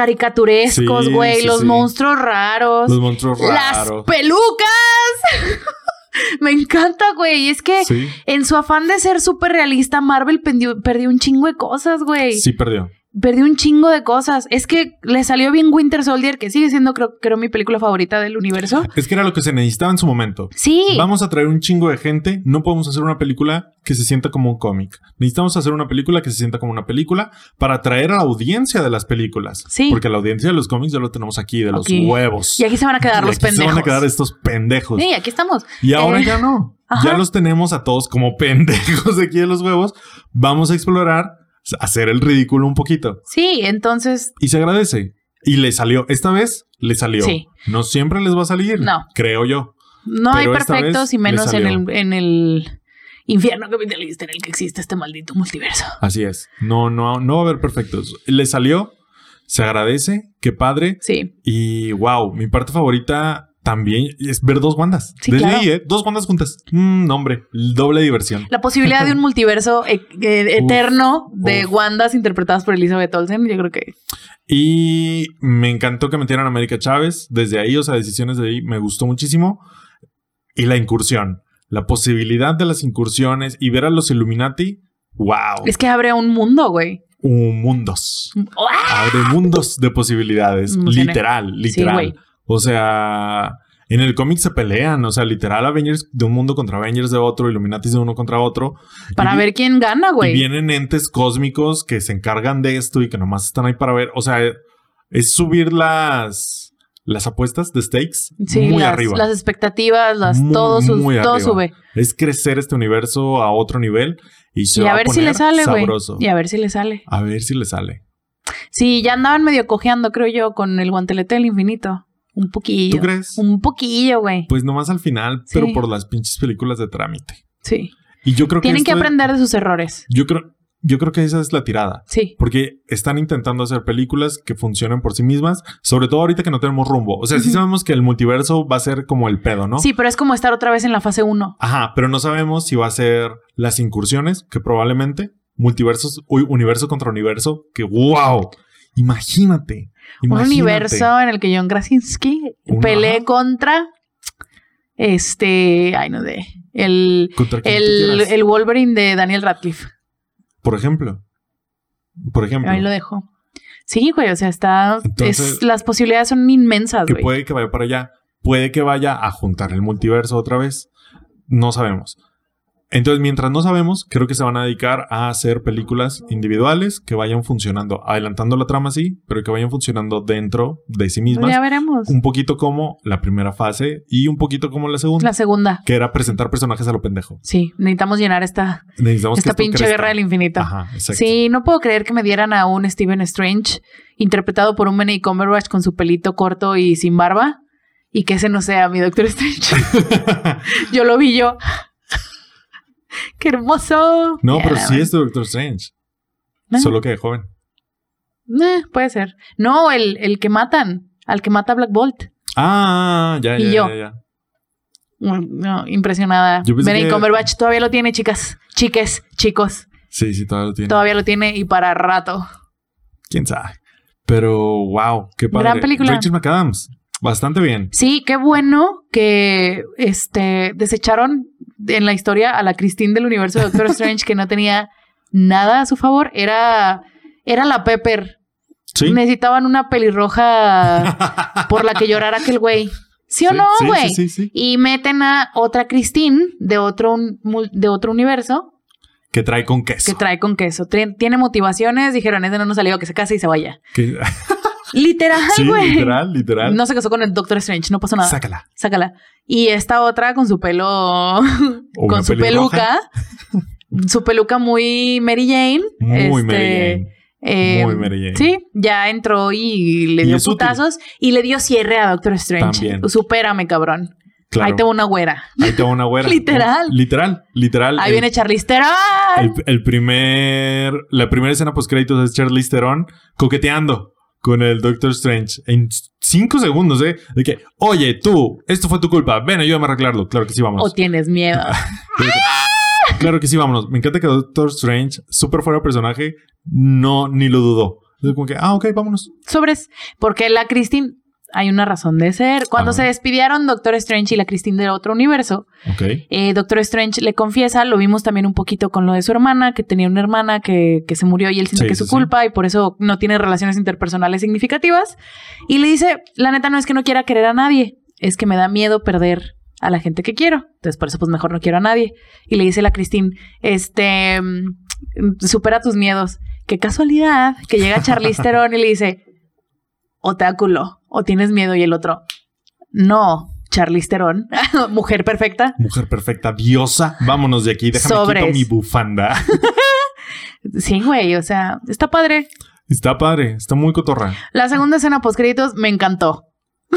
[SPEAKER 1] caricaturescos,
[SPEAKER 2] Sí,
[SPEAKER 1] güey,
[SPEAKER 2] sí,
[SPEAKER 1] los
[SPEAKER 2] sí.
[SPEAKER 1] monstruos raros.
[SPEAKER 2] Los monstruos raros.
[SPEAKER 1] ¡Las pelucas! Me encanta, güey. Es que
[SPEAKER 2] Sí,
[SPEAKER 1] en su afán de ser súper realista, Marvel pendió- perdió un chingo de cosas, güey.
[SPEAKER 2] sí perdió.
[SPEAKER 1] Perdió un chingo de cosas. Es que le salió bien Winter Soldier, que sigue siendo, creo, creo, mi película favorita del universo.
[SPEAKER 2] Es que era lo que se necesitaba en su momento.
[SPEAKER 1] Sí.
[SPEAKER 2] Vamos a traer un chingo de gente. No podemos hacer una película que se sienta como un cómic. Necesitamos hacer una película que se sienta como una película para atraer a la audiencia de las películas.
[SPEAKER 1] Sí.
[SPEAKER 2] Porque la audiencia de los cómics ya lo tenemos aquí, de los
[SPEAKER 1] Aquí.
[SPEAKER 2] huevos.
[SPEAKER 1] Y aquí se van a quedar
[SPEAKER 2] Y
[SPEAKER 1] los
[SPEAKER 2] aquí
[SPEAKER 1] pendejos.
[SPEAKER 2] Se van a quedar estos pendejos.
[SPEAKER 1] Sí, aquí estamos.
[SPEAKER 2] Y ahora
[SPEAKER 1] Eh,
[SPEAKER 2] ya no.
[SPEAKER 1] ajá.
[SPEAKER 2] Ya los tenemos a todos como pendejos aquí de los huevos. Vamos a explorar, hacer el ridículo un poquito.
[SPEAKER 1] Sí, entonces,
[SPEAKER 2] Y se agradece. Y le salió. Esta vez le salió.
[SPEAKER 1] Sí.
[SPEAKER 2] No siempre les va a salir.
[SPEAKER 1] No.
[SPEAKER 2] Creo yo.
[SPEAKER 1] no
[SPEAKER 2] Pero
[SPEAKER 1] hay
[SPEAKER 2] esta vez
[SPEAKER 1] perfectos y
[SPEAKER 2] le
[SPEAKER 1] menos en el,
[SPEAKER 2] salió.
[SPEAKER 1] en el infierno capitalista en el que existe este maldito multiverso.
[SPEAKER 2] Así es. No, no, no va a haber perfectos. Le salió. Se agradece. Qué padre.
[SPEAKER 1] Sí.
[SPEAKER 2] Y wow, mi parte favorita también es ver dos bandas.
[SPEAKER 1] Sí,
[SPEAKER 2] de
[SPEAKER 1] claro.
[SPEAKER 2] ley, ¿eh? Dos bandas juntas. Mm, no, hombre. Doble diversión.
[SPEAKER 1] La posibilidad de un multiverso e- e- eterno de
[SPEAKER 2] uf.
[SPEAKER 1] Wandas interpretadas por Elizabeth Olsen, yo creo que
[SPEAKER 2] Y me encantó que metieran a América Chávez. Desde ahí, o sea, decisiones de ahí me gustó muchísimo. Y la incursión. La posibilidad de las incursiones y ver a los Illuminati. ¡Wow!
[SPEAKER 1] es que abre un mundo, güey.
[SPEAKER 2] Un mundos.
[SPEAKER 1] ¡Ah!
[SPEAKER 2] Abre mundos de posibilidades.
[SPEAKER 1] Me emocioné.
[SPEAKER 2] Literal,
[SPEAKER 1] güey.
[SPEAKER 2] literal. o sea, en el cómic se pelean. O sea, literal, Avengers de un mundo contra Avengers de otro, Illuminatis de uno contra otro.
[SPEAKER 1] Para
[SPEAKER 2] Y-
[SPEAKER 1] ver quién gana,
[SPEAKER 2] y
[SPEAKER 1] güey.
[SPEAKER 2] vienen entes cósmicos que se encargan de esto y que nomás están ahí para ver. O sea, es subir las, las apuestas de stakes
[SPEAKER 1] Sí,
[SPEAKER 2] muy
[SPEAKER 1] las,
[SPEAKER 2] arriba.
[SPEAKER 1] las expectativas, las
[SPEAKER 2] Muy,
[SPEAKER 1] todo, sus-
[SPEAKER 2] muy
[SPEAKER 1] todo
[SPEAKER 2] arriba.
[SPEAKER 1] sube.
[SPEAKER 2] Es crecer este universo a otro nivel y se
[SPEAKER 1] Y
[SPEAKER 2] va
[SPEAKER 1] a
[SPEAKER 2] a,
[SPEAKER 1] ver si
[SPEAKER 2] poner
[SPEAKER 1] le sale, güey.
[SPEAKER 2] sabroso.
[SPEAKER 1] Y a ver si le sale.
[SPEAKER 2] A ver si le sale.
[SPEAKER 1] Sí, ya andaban medio cojeando, creo yo, con el guantelete del infinito. Un
[SPEAKER 2] ¿Tú
[SPEAKER 1] poquillo.
[SPEAKER 2] crees?
[SPEAKER 1] Un poquillo, güey.
[SPEAKER 2] Pues nomás al final,
[SPEAKER 1] Sí.
[SPEAKER 2] pero por las pinches películas de trámite.
[SPEAKER 1] Sí.
[SPEAKER 2] Y yo creo que
[SPEAKER 1] Tienen que
[SPEAKER 2] esto-
[SPEAKER 1] aprender de sus errores.
[SPEAKER 2] Yo creo, yo creo que esa es la tirada.
[SPEAKER 1] Sí.
[SPEAKER 2] Porque están intentando hacer películas que funcionen por sí mismas, sobre todo ahorita que no tenemos rumbo. O sea, sí
[SPEAKER 1] Ujú.
[SPEAKER 2] sabemos que el multiverso va a ser como el pedo, ¿no?
[SPEAKER 1] Sí, pero es como estar otra vez en la fase 1.
[SPEAKER 2] Ajá, pero no sabemos si va a ser las incursiones, que probablemente multiversos, uy, universo contra universo, que wow. Imagínate.
[SPEAKER 1] Un
[SPEAKER 2] imagínate.
[SPEAKER 1] universo en el que John Krasinski
[SPEAKER 2] Un-
[SPEAKER 1] pelee
[SPEAKER 2] ajá.
[SPEAKER 1] contra este. Ay, no sé. El,
[SPEAKER 2] Contra quien tú
[SPEAKER 1] el,
[SPEAKER 2] quieras.
[SPEAKER 1] el Wolverine de Daniel Radcliffe.
[SPEAKER 2] Por ejemplo. Por ejemplo.
[SPEAKER 1] Ahí lo dejo. Sí, güey, o sea, está.
[SPEAKER 2] Entonces-
[SPEAKER 1] es- las posibilidades son inmensas,
[SPEAKER 2] que
[SPEAKER 1] güey.
[SPEAKER 2] puede que vaya para allá, puede que vaya a juntar el multiverso otra vez, no sabemos. Entonces, mientras no sabemos, creo que se van a dedicar a hacer películas individuales que vayan funcionando, adelantando la trama sí, pero que vayan funcionando dentro de sí mismas,
[SPEAKER 1] Ya veremos.
[SPEAKER 2] un poquito como la primera fase y un poquito como la segunda,
[SPEAKER 1] La segunda.
[SPEAKER 2] que era presentar personajes a lo pendejo.
[SPEAKER 1] Sí, necesitamos llenar esta,
[SPEAKER 2] Necesitamos que
[SPEAKER 1] esta
[SPEAKER 2] esto
[SPEAKER 1] pinche
[SPEAKER 2] crezca.
[SPEAKER 1] guerra del infinito.
[SPEAKER 2] Ajá, exacto.
[SPEAKER 1] Sí, no puedo creer que me dieran a un Steven Strange interpretado por un Benedict Cumberbatch con su pelito corto y sin barba y que ese no sea mi Doctor Strange. yo lo vi yo. ¡Qué hermoso!
[SPEAKER 2] no,
[SPEAKER 1] Ya,
[SPEAKER 2] pero
[SPEAKER 1] la
[SPEAKER 2] sí
[SPEAKER 1] verdad.
[SPEAKER 2] es de Doctor Strange,
[SPEAKER 1] ¿No?
[SPEAKER 2] solo que de joven.
[SPEAKER 1] Eh, puede ser. No, el, el que matan, al que mata a Black Bolt.
[SPEAKER 2] Ah, ya, ya,
[SPEAKER 1] Y yo.
[SPEAKER 2] ya, ya.
[SPEAKER 1] Mm, No, impresionada.
[SPEAKER 2] Yo pensé
[SPEAKER 1] Benedict
[SPEAKER 2] que-
[SPEAKER 1] Cumberbatch todavía lo tiene, chicas. Chiques, chicos.
[SPEAKER 2] Sí, sí, todavía lo tiene.
[SPEAKER 1] Todavía lo tiene y para rato.
[SPEAKER 2] quién sabe. Pero wow, qué padre.
[SPEAKER 1] Gran película.
[SPEAKER 2] Rachel McAdams, bastante bien.
[SPEAKER 1] Sí, qué bueno que este desecharon en la historia a la Christine del universo de Doctor Strange que no tenía nada a su favor. Era, era la Pepper.
[SPEAKER 2] Sí.
[SPEAKER 1] Necesitaban una pelirroja por la que llorara aquel güey. ¿Sí o
[SPEAKER 2] Sí,
[SPEAKER 1] no,
[SPEAKER 2] sí,
[SPEAKER 1] güey?
[SPEAKER 2] Sí, sí, sí.
[SPEAKER 1] Y meten a otra Christine de otro, un- mul- de otro universo
[SPEAKER 2] Que trae con queso.
[SPEAKER 1] que trae con queso. Tri- Tiene motivaciones. Dijeron, ese no nos salió, que se case y se vaya.
[SPEAKER 2] Que-
[SPEAKER 1] Literal,
[SPEAKER 2] sí,
[SPEAKER 1] güey.
[SPEAKER 2] literal, literal.
[SPEAKER 1] No se casó con el Doctor Strange, no pasó nada.
[SPEAKER 2] Sácala.
[SPEAKER 1] Sácala. Y esta otra con su pelo,
[SPEAKER 2] O una
[SPEAKER 1] con su
[SPEAKER 2] pelirroja.
[SPEAKER 1] peluca, su peluca muy Mary Jane.
[SPEAKER 2] Muy
[SPEAKER 1] este,
[SPEAKER 2] Mary Jane.
[SPEAKER 1] eh,
[SPEAKER 2] Muy Mary Jane.
[SPEAKER 1] Sí, ya entró y le
[SPEAKER 2] Y
[SPEAKER 1] dio
[SPEAKER 2] es útil.
[SPEAKER 1] putazos y le dio cierre a Doctor Strange.
[SPEAKER 2] También.
[SPEAKER 1] Supérame, cabrón.
[SPEAKER 2] Claro.
[SPEAKER 1] Ahí te va una güera.
[SPEAKER 2] Ahí te va una güera.
[SPEAKER 1] Literal.
[SPEAKER 2] Literal, literal.
[SPEAKER 1] Ahí
[SPEAKER 2] El-
[SPEAKER 1] viene Charlize Theron.
[SPEAKER 2] El, el primer, la primera escena post créditos es Charlize Theron coqueteando con el Doctor Strange en cinco segundos, ¿eh? De que, oye, tú, esto fue tu culpa, ven, ayúdame a arreglarlo. Claro que sí,
[SPEAKER 1] O
[SPEAKER 2] vámonos.
[SPEAKER 1] tienes miedo.
[SPEAKER 2] Claro que sí, vámonos. Me encanta que Doctor Strange, súper fuera de personaje, no, ni lo dudó. Es como que, ah, ok, vámonos.
[SPEAKER 1] Sobres. Porque la Christine, hay una razón de ser. Cuando
[SPEAKER 2] Ah.
[SPEAKER 1] se despidieron Doctor Strange y la Christine de otro universo,
[SPEAKER 2] Ok.
[SPEAKER 1] eh, Doctor Strange le confiesa, lo vimos también un poquito con lo de su hermana, que tenía una hermana que, que se murió y él siente
[SPEAKER 2] Sí,
[SPEAKER 1] que es
[SPEAKER 2] sí,
[SPEAKER 1] su
[SPEAKER 2] sí.
[SPEAKER 1] culpa y por eso no tiene relaciones interpersonales significativas. Y le dice, la neta no es que no quiera querer a nadie, es que me da miedo perder a la gente que quiero. Entonces por eso pues mejor no quiero a nadie. Y le dice la Christine, este, mm, supera tus miedos. Qué casualidad que llega Charlize Theron y le dice, o te da culo, o tienes miedo y el otro, no. Charlize Theron, mujer perfecta,
[SPEAKER 2] Mujer perfecta, diosa, vámonos de aquí, déjame
[SPEAKER 1] Sobres.
[SPEAKER 2] quito mi bufanda.
[SPEAKER 1] Sí, güey, o sea, está padre.
[SPEAKER 2] está padre, está muy cotorra.
[SPEAKER 1] La segunda escena post créditos me encantó.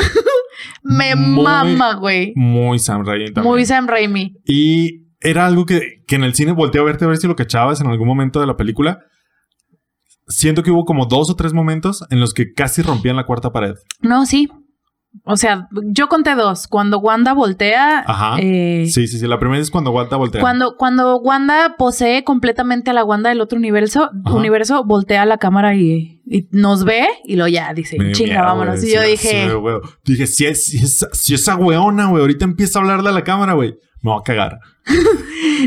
[SPEAKER 1] me
[SPEAKER 2] Muy-
[SPEAKER 1] mama, güey.
[SPEAKER 2] Muy Sam Raimi también.
[SPEAKER 1] Muy Sam Raimi.
[SPEAKER 2] Y era algo que, que en el cine volteé a verte a ver si lo cachabas en algún momento de la película. Siento que hubo como dos o tres momentos en los que casi rompían la cuarta pared.
[SPEAKER 1] No, sí. O sea, yo conté dos. Cuando Wanda voltea.
[SPEAKER 2] Ajá.
[SPEAKER 1] eh,
[SPEAKER 2] Sí, sí, sí. La primera es cuando Walter voltea.
[SPEAKER 1] Cuando, cuando Wanda posee completamente a la Wanda del otro universo,
[SPEAKER 2] Ajá.
[SPEAKER 1] universo voltea a la cámara y, y nos ve y lo ya dice,
[SPEAKER 2] Me dio
[SPEAKER 1] chinga,
[SPEAKER 2] miedo,
[SPEAKER 1] vámonos.
[SPEAKER 2] güey.
[SPEAKER 1] y yo
[SPEAKER 2] Sí,
[SPEAKER 1] dije,
[SPEAKER 2] sí, güey. Dije, si, es, si, es- si esa weona, güey, ahorita empieza a hablarle a la cámara, güey. Me va a cagar.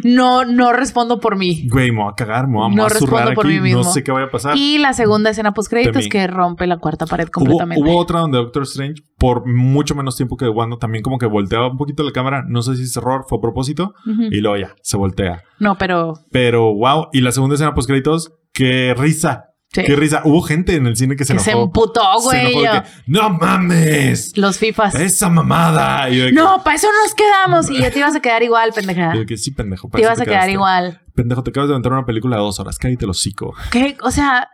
[SPEAKER 1] no, no respondo por mí.
[SPEAKER 2] Güey, me va a cagar. Me va, me
[SPEAKER 1] No
[SPEAKER 2] va a zurrar
[SPEAKER 1] respondo por
[SPEAKER 2] aquí.
[SPEAKER 1] mí
[SPEAKER 2] No
[SPEAKER 1] mismo.
[SPEAKER 2] sé qué vaya a pasar.
[SPEAKER 1] Y la segunda escena post créditos
[SPEAKER 2] También.
[SPEAKER 1] que rompe la cuarta pared
[SPEAKER 2] Hubo-
[SPEAKER 1] completamente.
[SPEAKER 2] Hubo, otra donde Doctor Strange, por mucho menos tiempo que Wanda, también como que volteaba un poquito la cámara. No sé si es error, fue a propósito.
[SPEAKER 1] Ujú.
[SPEAKER 2] Y luego ya, se voltea.
[SPEAKER 1] No, pero
[SPEAKER 2] Pero wow. Y la segunda escena post créditos, qué risa.
[SPEAKER 1] sí,
[SPEAKER 2] Qué risa. Hubo gente en el cine que se
[SPEAKER 1] que se
[SPEAKER 2] enojó.
[SPEAKER 1] emputó,
[SPEAKER 2] Se
[SPEAKER 1] güey.
[SPEAKER 2] enojó de
[SPEAKER 1] yo,
[SPEAKER 2] que, no mames.
[SPEAKER 1] Los FIFAs.
[SPEAKER 2] Esa mamada. Y yo de que-
[SPEAKER 1] No, para eso nos quedamos. Y ya te ibas a quedar igual, pendeja.
[SPEAKER 2] y yo de que sí, pendejo. para
[SPEAKER 1] Te
[SPEAKER 2] eso
[SPEAKER 1] ibas a quedar
[SPEAKER 2] quedaste.
[SPEAKER 1] igual.
[SPEAKER 2] Pendejo, te acabas de aventar una película de dos horas. Cállate el hocico.
[SPEAKER 1] ¿Qué? O sea,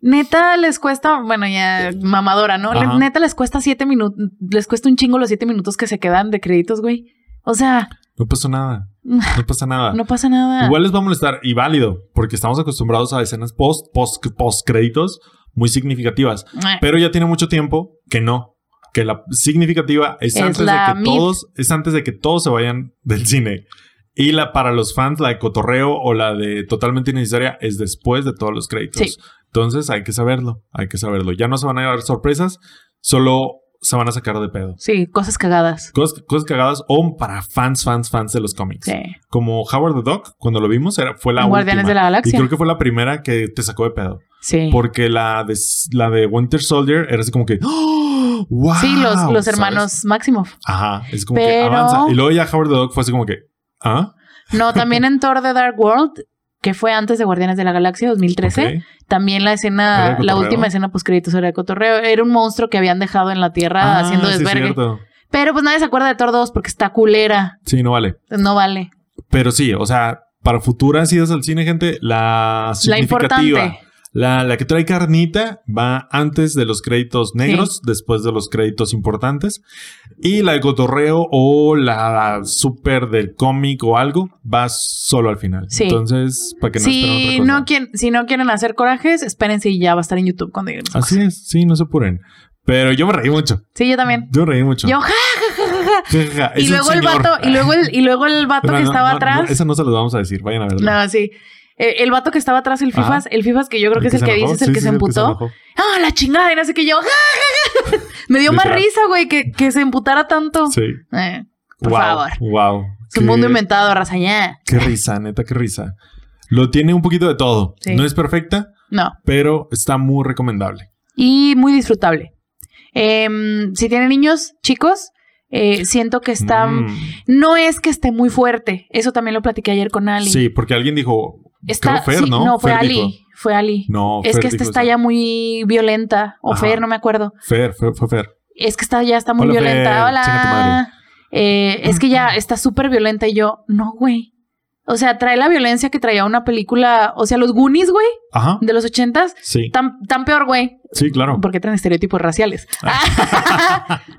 [SPEAKER 1] neta les cuesta, bueno, ya mamadora, ¿no?
[SPEAKER 2] Ajá.
[SPEAKER 1] Neta les cuesta siete minutos, les cuesta un chingo los siete minutos que se quedan de créditos, güey. O sea,
[SPEAKER 2] No pasó nada. No pasa nada.
[SPEAKER 1] no pasa nada.
[SPEAKER 2] Ah. Igual les va a molestar y válido, porque estamos acostumbrados a escenas post, post, post créditos muy significativas.
[SPEAKER 1] Mua.
[SPEAKER 2] Pero ya tiene mucho tiempo que no. Que la significativa es,
[SPEAKER 1] Es
[SPEAKER 2] antes de
[SPEAKER 1] la
[SPEAKER 2] que
[SPEAKER 1] mid.
[SPEAKER 2] todos, es antes de que todos se vayan del cine. Y la para los fans, la de cotorreo o la de totalmente innecesaria es después de todos los créditos.
[SPEAKER 1] Sí.
[SPEAKER 2] Entonces hay que saberlo, hay que saberlo. Ya no se van a llevar sorpresas, solo se van a sacar de pedo.
[SPEAKER 1] Sí, cosas cagadas.
[SPEAKER 2] Cosas, cosas cagadas o para fans, fans, fans de los cómics.
[SPEAKER 1] Sí.
[SPEAKER 2] Como Howard the Duck, cuando lo vimos, era, fue la
[SPEAKER 1] Guardianes
[SPEAKER 2] última.
[SPEAKER 1] de la
[SPEAKER 2] Y
[SPEAKER 1] Galaxia.
[SPEAKER 2] creo que fue la primera que te sacó de pedo.
[SPEAKER 1] Sí.
[SPEAKER 2] Porque la de, la de Winter Soldier era así como que. ¡Oh! ¡Wow!
[SPEAKER 1] sí, los, los
[SPEAKER 2] ¿sabes?
[SPEAKER 1] hermanos Maximoff.
[SPEAKER 2] Ajá, es como
[SPEAKER 1] Pero-
[SPEAKER 2] que avanza. Y luego ya Howard the Dog fue así como que. ¿Ah?
[SPEAKER 1] No, también en Thor The Dark World, que fue antes de Guardianes de la Galaxia, 2013.
[SPEAKER 2] ok.
[SPEAKER 1] También la
[SPEAKER 2] ¿Era
[SPEAKER 1] escena,
[SPEAKER 2] de
[SPEAKER 1] la
[SPEAKER 2] cotorreo?
[SPEAKER 1] última escena post créditos era de cotorreo. Era un monstruo que habían dejado en la tierra
[SPEAKER 2] Ah,
[SPEAKER 1] haciendo
[SPEAKER 2] sí, es
[SPEAKER 1] desvergue.
[SPEAKER 2] cierto.
[SPEAKER 1] Pero pues nadie se acuerda de Thor 2 porque está culera.
[SPEAKER 2] Sí, no vale.
[SPEAKER 1] No vale.
[SPEAKER 2] Pero sí, o sea, para futuras idas al cine, gente, la
[SPEAKER 1] La
[SPEAKER 2] significativa.
[SPEAKER 1] importante.
[SPEAKER 2] La, la que trae carnita va antes de los créditos negros, después de los créditos importantes. Y la de cotorreo o la super del cómic o algo va solo al final.
[SPEAKER 1] Sí.
[SPEAKER 2] Entonces, para que no
[SPEAKER 1] si,
[SPEAKER 2] esperen otra cosa.
[SPEAKER 1] no quien, si no quieren hacer corajes, espérense y ya va a estar en YouTube cuando lleguen. las
[SPEAKER 2] Así
[SPEAKER 1] cosas.
[SPEAKER 2] es, ¿Ah, sí, no se apuren. Pero yo me reí mucho.
[SPEAKER 1] Sí, yo también.
[SPEAKER 2] Yo me reí mucho.
[SPEAKER 1] Yo, ja,
[SPEAKER 2] Ja, ja, ja.
[SPEAKER 1] y
[SPEAKER 2] Es un
[SPEAKER 1] luego el
[SPEAKER 2] señor.
[SPEAKER 1] vato, y luego el, y luego el vato
[SPEAKER 2] No,
[SPEAKER 1] que
[SPEAKER 2] no,
[SPEAKER 1] estaba
[SPEAKER 2] no,
[SPEAKER 1] atrás.
[SPEAKER 2] No, eso no se los vamos a decir, vayan a verlo.
[SPEAKER 1] No, sí. Eh, El vato que estaba atrás, el
[SPEAKER 2] Ajá.
[SPEAKER 1] FIFAs, el FIFAs que yo creo que es el
[SPEAKER 2] se
[SPEAKER 1] que
[SPEAKER 2] enojó.
[SPEAKER 1] dices, el
[SPEAKER 2] Sí,
[SPEAKER 1] que
[SPEAKER 2] sí,
[SPEAKER 1] se emputó.
[SPEAKER 2] enojó.
[SPEAKER 1] ¡Ah, la chingada! Y no sé qué yo. Me dio más
[SPEAKER 2] Literal.
[SPEAKER 1] risa, güey, que, que se emputara tanto.
[SPEAKER 2] Sí.
[SPEAKER 1] Eh, por
[SPEAKER 2] Wow,
[SPEAKER 1] favor.
[SPEAKER 2] Wow.
[SPEAKER 1] Es un mundo
[SPEAKER 2] Qué-
[SPEAKER 1] inventado, raza. ya.
[SPEAKER 2] Qué risa, neta, qué risa. Lo tiene un poquito de todo.
[SPEAKER 1] Sí.
[SPEAKER 2] No es perfecta,
[SPEAKER 1] No.
[SPEAKER 2] pero está muy recomendable.
[SPEAKER 1] Y muy disfrutable. Em, si tienen niños, chicos, eh, siento que está.
[SPEAKER 2] Mm.
[SPEAKER 1] No es que esté muy fuerte. Eso también lo platiqué ayer con Ali.
[SPEAKER 2] Sí, porque alguien dijo.
[SPEAKER 1] Está,
[SPEAKER 2] creo Fer,
[SPEAKER 1] sí,
[SPEAKER 2] ¿no?
[SPEAKER 1] fue
[SPEAKER 2] Fer
[SPEAKER 1] Ali.
[SPEAKER 2] dijo.
[SPEAKER 1] Fue Ali.
[SPEAKER 2] No,
[SPEAKER 1] es
[SPEAKER 2] Fer
[SPEAKER 1] que esta
[SPEAKER 2] dijo
[SPEAKER 1] está
[SPEAKER 2] eso.
[SPEAKER 1] ya muy violenta. O
[SPEAKER 2] Ajá.
[SPEAKER 1] Fer, no me acuerdo.
[SPEAKER 2] Fer, fue, fue Fer.
[SPEAKER 1] es que está, ya está muy
[SPEAKER 2] Hola,
[SPEAKER 1] violenta.
[SPEAKER 2] Fer, chinga tu madre.
[SPEAKER 1] Hola. Eh, es que ya está súper violenta. Y yo, no, güey. O sea, trae la violencia que traía una película. O sea, los Goonies, güey,
[SPEAKER 2] Ajá.
[SPEAKER 1] de los ochentas,
[SPEAKER 2] Sí,
[SPEAKER 1] tan, tan peor, güey.
[SPEAKER 2] sí, claro. Ah.
[SPEAKER 1] Porque traen estereotipos raciales.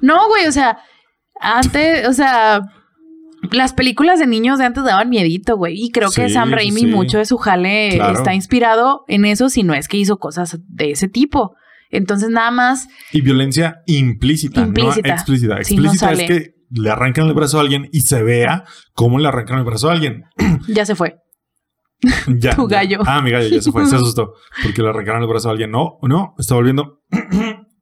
[SPEAKER 1] no, güey, o sea, Antes, o sea, las películas de niños de antes daban miedito, güey. Y creo que
[SPEAKER 2] Sí,
[SPEAKER 1] Sam Raimi,
[SPEAKER 2] sí.
[SPEAKER 1] mucho de su jale
[SPEAKER 2] Claro.
[SPEAKER 1] está inspirado en eso, si no es que hizo cosas de ese tipo. Entonces, nada más,
[SPEAKER 2] Y violencia implícita,
[SPEAKER 1] Implícita.
[SPEAKER 2] no explícita.
[SPEAKER 1] Sí, no
[SPEAKER 2] Explícita
[SPEAKER 1] sale.
[SPEAKER 2] es que le arrancan el brazo a alguien y se vea cómo le arrancan el brazo a alguien.
[SPEAKER 1] ya se fue.
[SPEAKER 2] Ya,
[SPEAKER 1] Tu
[SPEAKER 2] ya.
[SPEAKER 1] gallo.
[SPEAKER 2] Ah, mi gallo ya se fue, se asustó. Porque le arrancaron el brazo a alguien. No, no, está volviendo.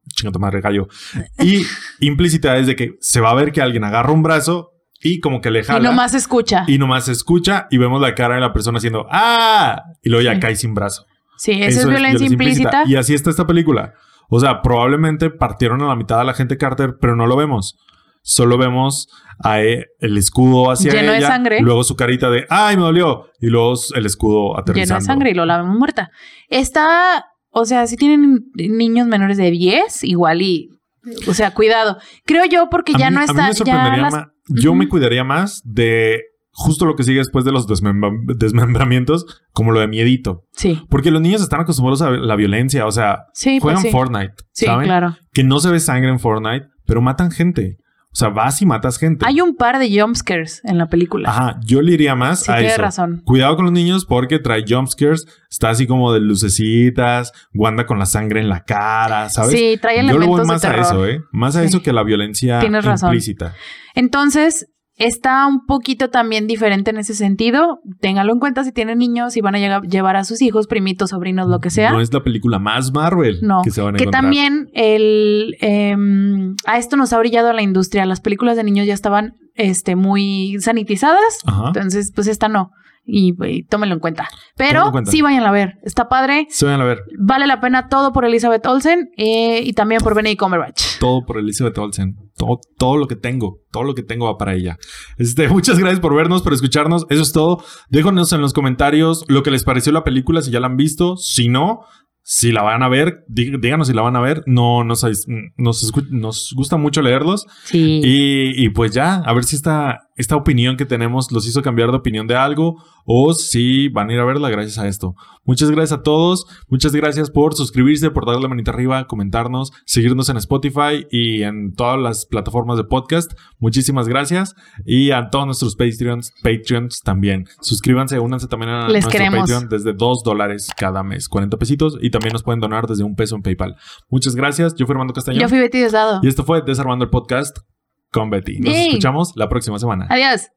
[SPEAKER 2] Chinga tu madre, gallo. Y implícita es de que se va a ver que alguien agarra un brazo y como que le jala.
[SPEAKER 1] Y nomás se escucha.
[SPEAKER 2] y nomás se escucha y vemos la cara de la persona haciendo ¡Ah! Y luego ya
[SPEAKER 1] Sí.
[SPEAKER 2] cae sin brazo.
[SPEAKER 1] sí, esa
[SPEAKER 2] Eso
[SPEAKER 1] es violencia, implícita.
[SPEAKER 2] Y así está esta película. O sea, probablemente partieron a la mitad a la gente Carter, pero no lo vemos. Solo vemos a e- el escudo hacia
[SPEAKER 1] Lleno de
[SPEAKER 2] ella,
[SPEAKER 1] sangre.
[SPEAKER 2] luego su carita de ¡Ay, me dolió! Y luego el escudo aterrizando.
[SPEAKER 1] lleno de sangre y lo la vemos muerta. Está, o sea, si tienen niños menores de 10, igual y, o sea, cuidado. Creo yo porque
[SPEAKER 2] A
[SPEAKER 1] ya
[SPEAKER 2] mí-
[SPEAKER 1] no
[SPEAKER 2] a mí
[SPEAKER 1] está,
[SPEAKER 2] me
[SPEAKER 1] ya
[SPEAKER 2] sorprendería
[SPEAKER 1] las-
[SPEAKER 2] ma- Yo me
[SPEAKER 1] Ujú.
[SPEAKER 2] cuidaría más de justo lo que sigue después de los desmembra- desmembramientos, como lo de miedito.
[SPEAKER 1] Sí,
[SPEAKER 2] Porque los niños están acostumbrados a la violencia. O sea,
[SPEAKER 1] sí, pues
[SPEAKER 2] juegan
[SPEAKER 1] sí.
[SPEAKER 2] Fortnite,
[SPEAKER 1] Sí,
[SPEAKER 2] ¿saben?
[SPEAKER 1] claro.
[SPEAKER 2] Que no se ve sangre en Fortnite, pero matan gente. O sea, vas y matas gente.
[SPEAKER 1] Hay un par de jumpscares en la película.
[SPEAKER 2] Ajá, yo le iría más
[SPEAKER 1] sí,
[SPEAKER 2] Ah, a
[SPEAKER 1] tienes
[SPEAKER 2] eso.
[SPEAKER 1] razón.
[SPEAKER 2] Cuidado con los niños porque trae jumpscares, está así como de lucecitas, Wanda con la sangre en la cara, ¿sabes?
[SPEAKER 1] Sí, trae
[SPEAKER 2] yo le voy
[SPEAKER 1] elementos de
[SPEAKER 2] más a
[SPEAKER 1] terror.
[SPEAKER 2] eso, ¿eh? Más a
[SPEAKER 1] Sí.
[SPEAKER 2] eso que a la violencia
[SPEAKER 1] Tienes razón.
[SPEAKER 2] implícita.
[SPEAKER 1] Entonces, está un poquito también diferente en ese sentido. Ténganlo en cuenta si tienen niños y van a llegar- llevar a sus hijos, primitos, sobrinos, lo que sea.
[SPEAKER 2] No es la película más Marvel
[SPEAKER 1] No,
[SPEAKER 2] que se van a
[SPEAKER 1] Que
[SPEAKER 2] encontrar.
[SPEAKER 1] también el em, a esto nos ha brillado la industria. Las películas de niños ya estaban este, muy sanitizadas.
[SPEAKER 2] Ajá.
[SPEAKER 1] Entonces, pues esta no. Y, y tómenlo en cuenta. Pero
[SPEAKER 2] en cuenta.
[SPEAKER 1] sí vayan a ver. Está padre.
[SPEAKER 2] Se van a ver
[SPEAKER 1] Vale la pena todo por Elizabeth Olsen eh, y también por Benedict Cumberbatch.
[SPEAKER 2] todo por Elizabeth Olsen. Todo, todo lo que tengo, todo lo que tengo va para ella. Este, muchas gracias por vernos, por escucharnos. Eso es todo. Déjanos en los comentarios lo que les pareció la película, si ya la han visto. Si no, si la van a ver, dí- díganos si la van a ver. No, nos, nos, escu- nos gusta mucho leerlos.
[SPEAKER 1] Sí.
[SPEAKER 2] Y, y pues ya, a ver si esta, esta opinión que tenemos los hizo cambiar de opinión de algo o si van a ir a verla gracias a esto. Muchas gracias a todos, muchas gracias por suscribirse, por darle la manita arriba, comentarnos, seguirnos en Spotify y en todas las plataformas de podcast. Muchísimas gracias y a todos nuestros Patreons, Patreons también. Suscríbanse, únanse también a
[SPEAKER 1] Les
[SPEAKER 2] nuestro
[SPEAKER 1] queremos.
[SPEAKER 2] Patreon desde 2 dólares cada mes, 40 pesitos y también nos pueden donar desde un peso en PayPal. Muchas gracias, yo fui Armando Castañón.
[SPEAKER 1] Yo fui Betty Desdado.
[SPEAKER 2] Y esto fue Desarmando el Podcast con Betty. Nos
[SPEAKER 1] Yay.
[SPEAKER 2] escuchamos la próxima semana.
[SPEAKER 1] Adiós.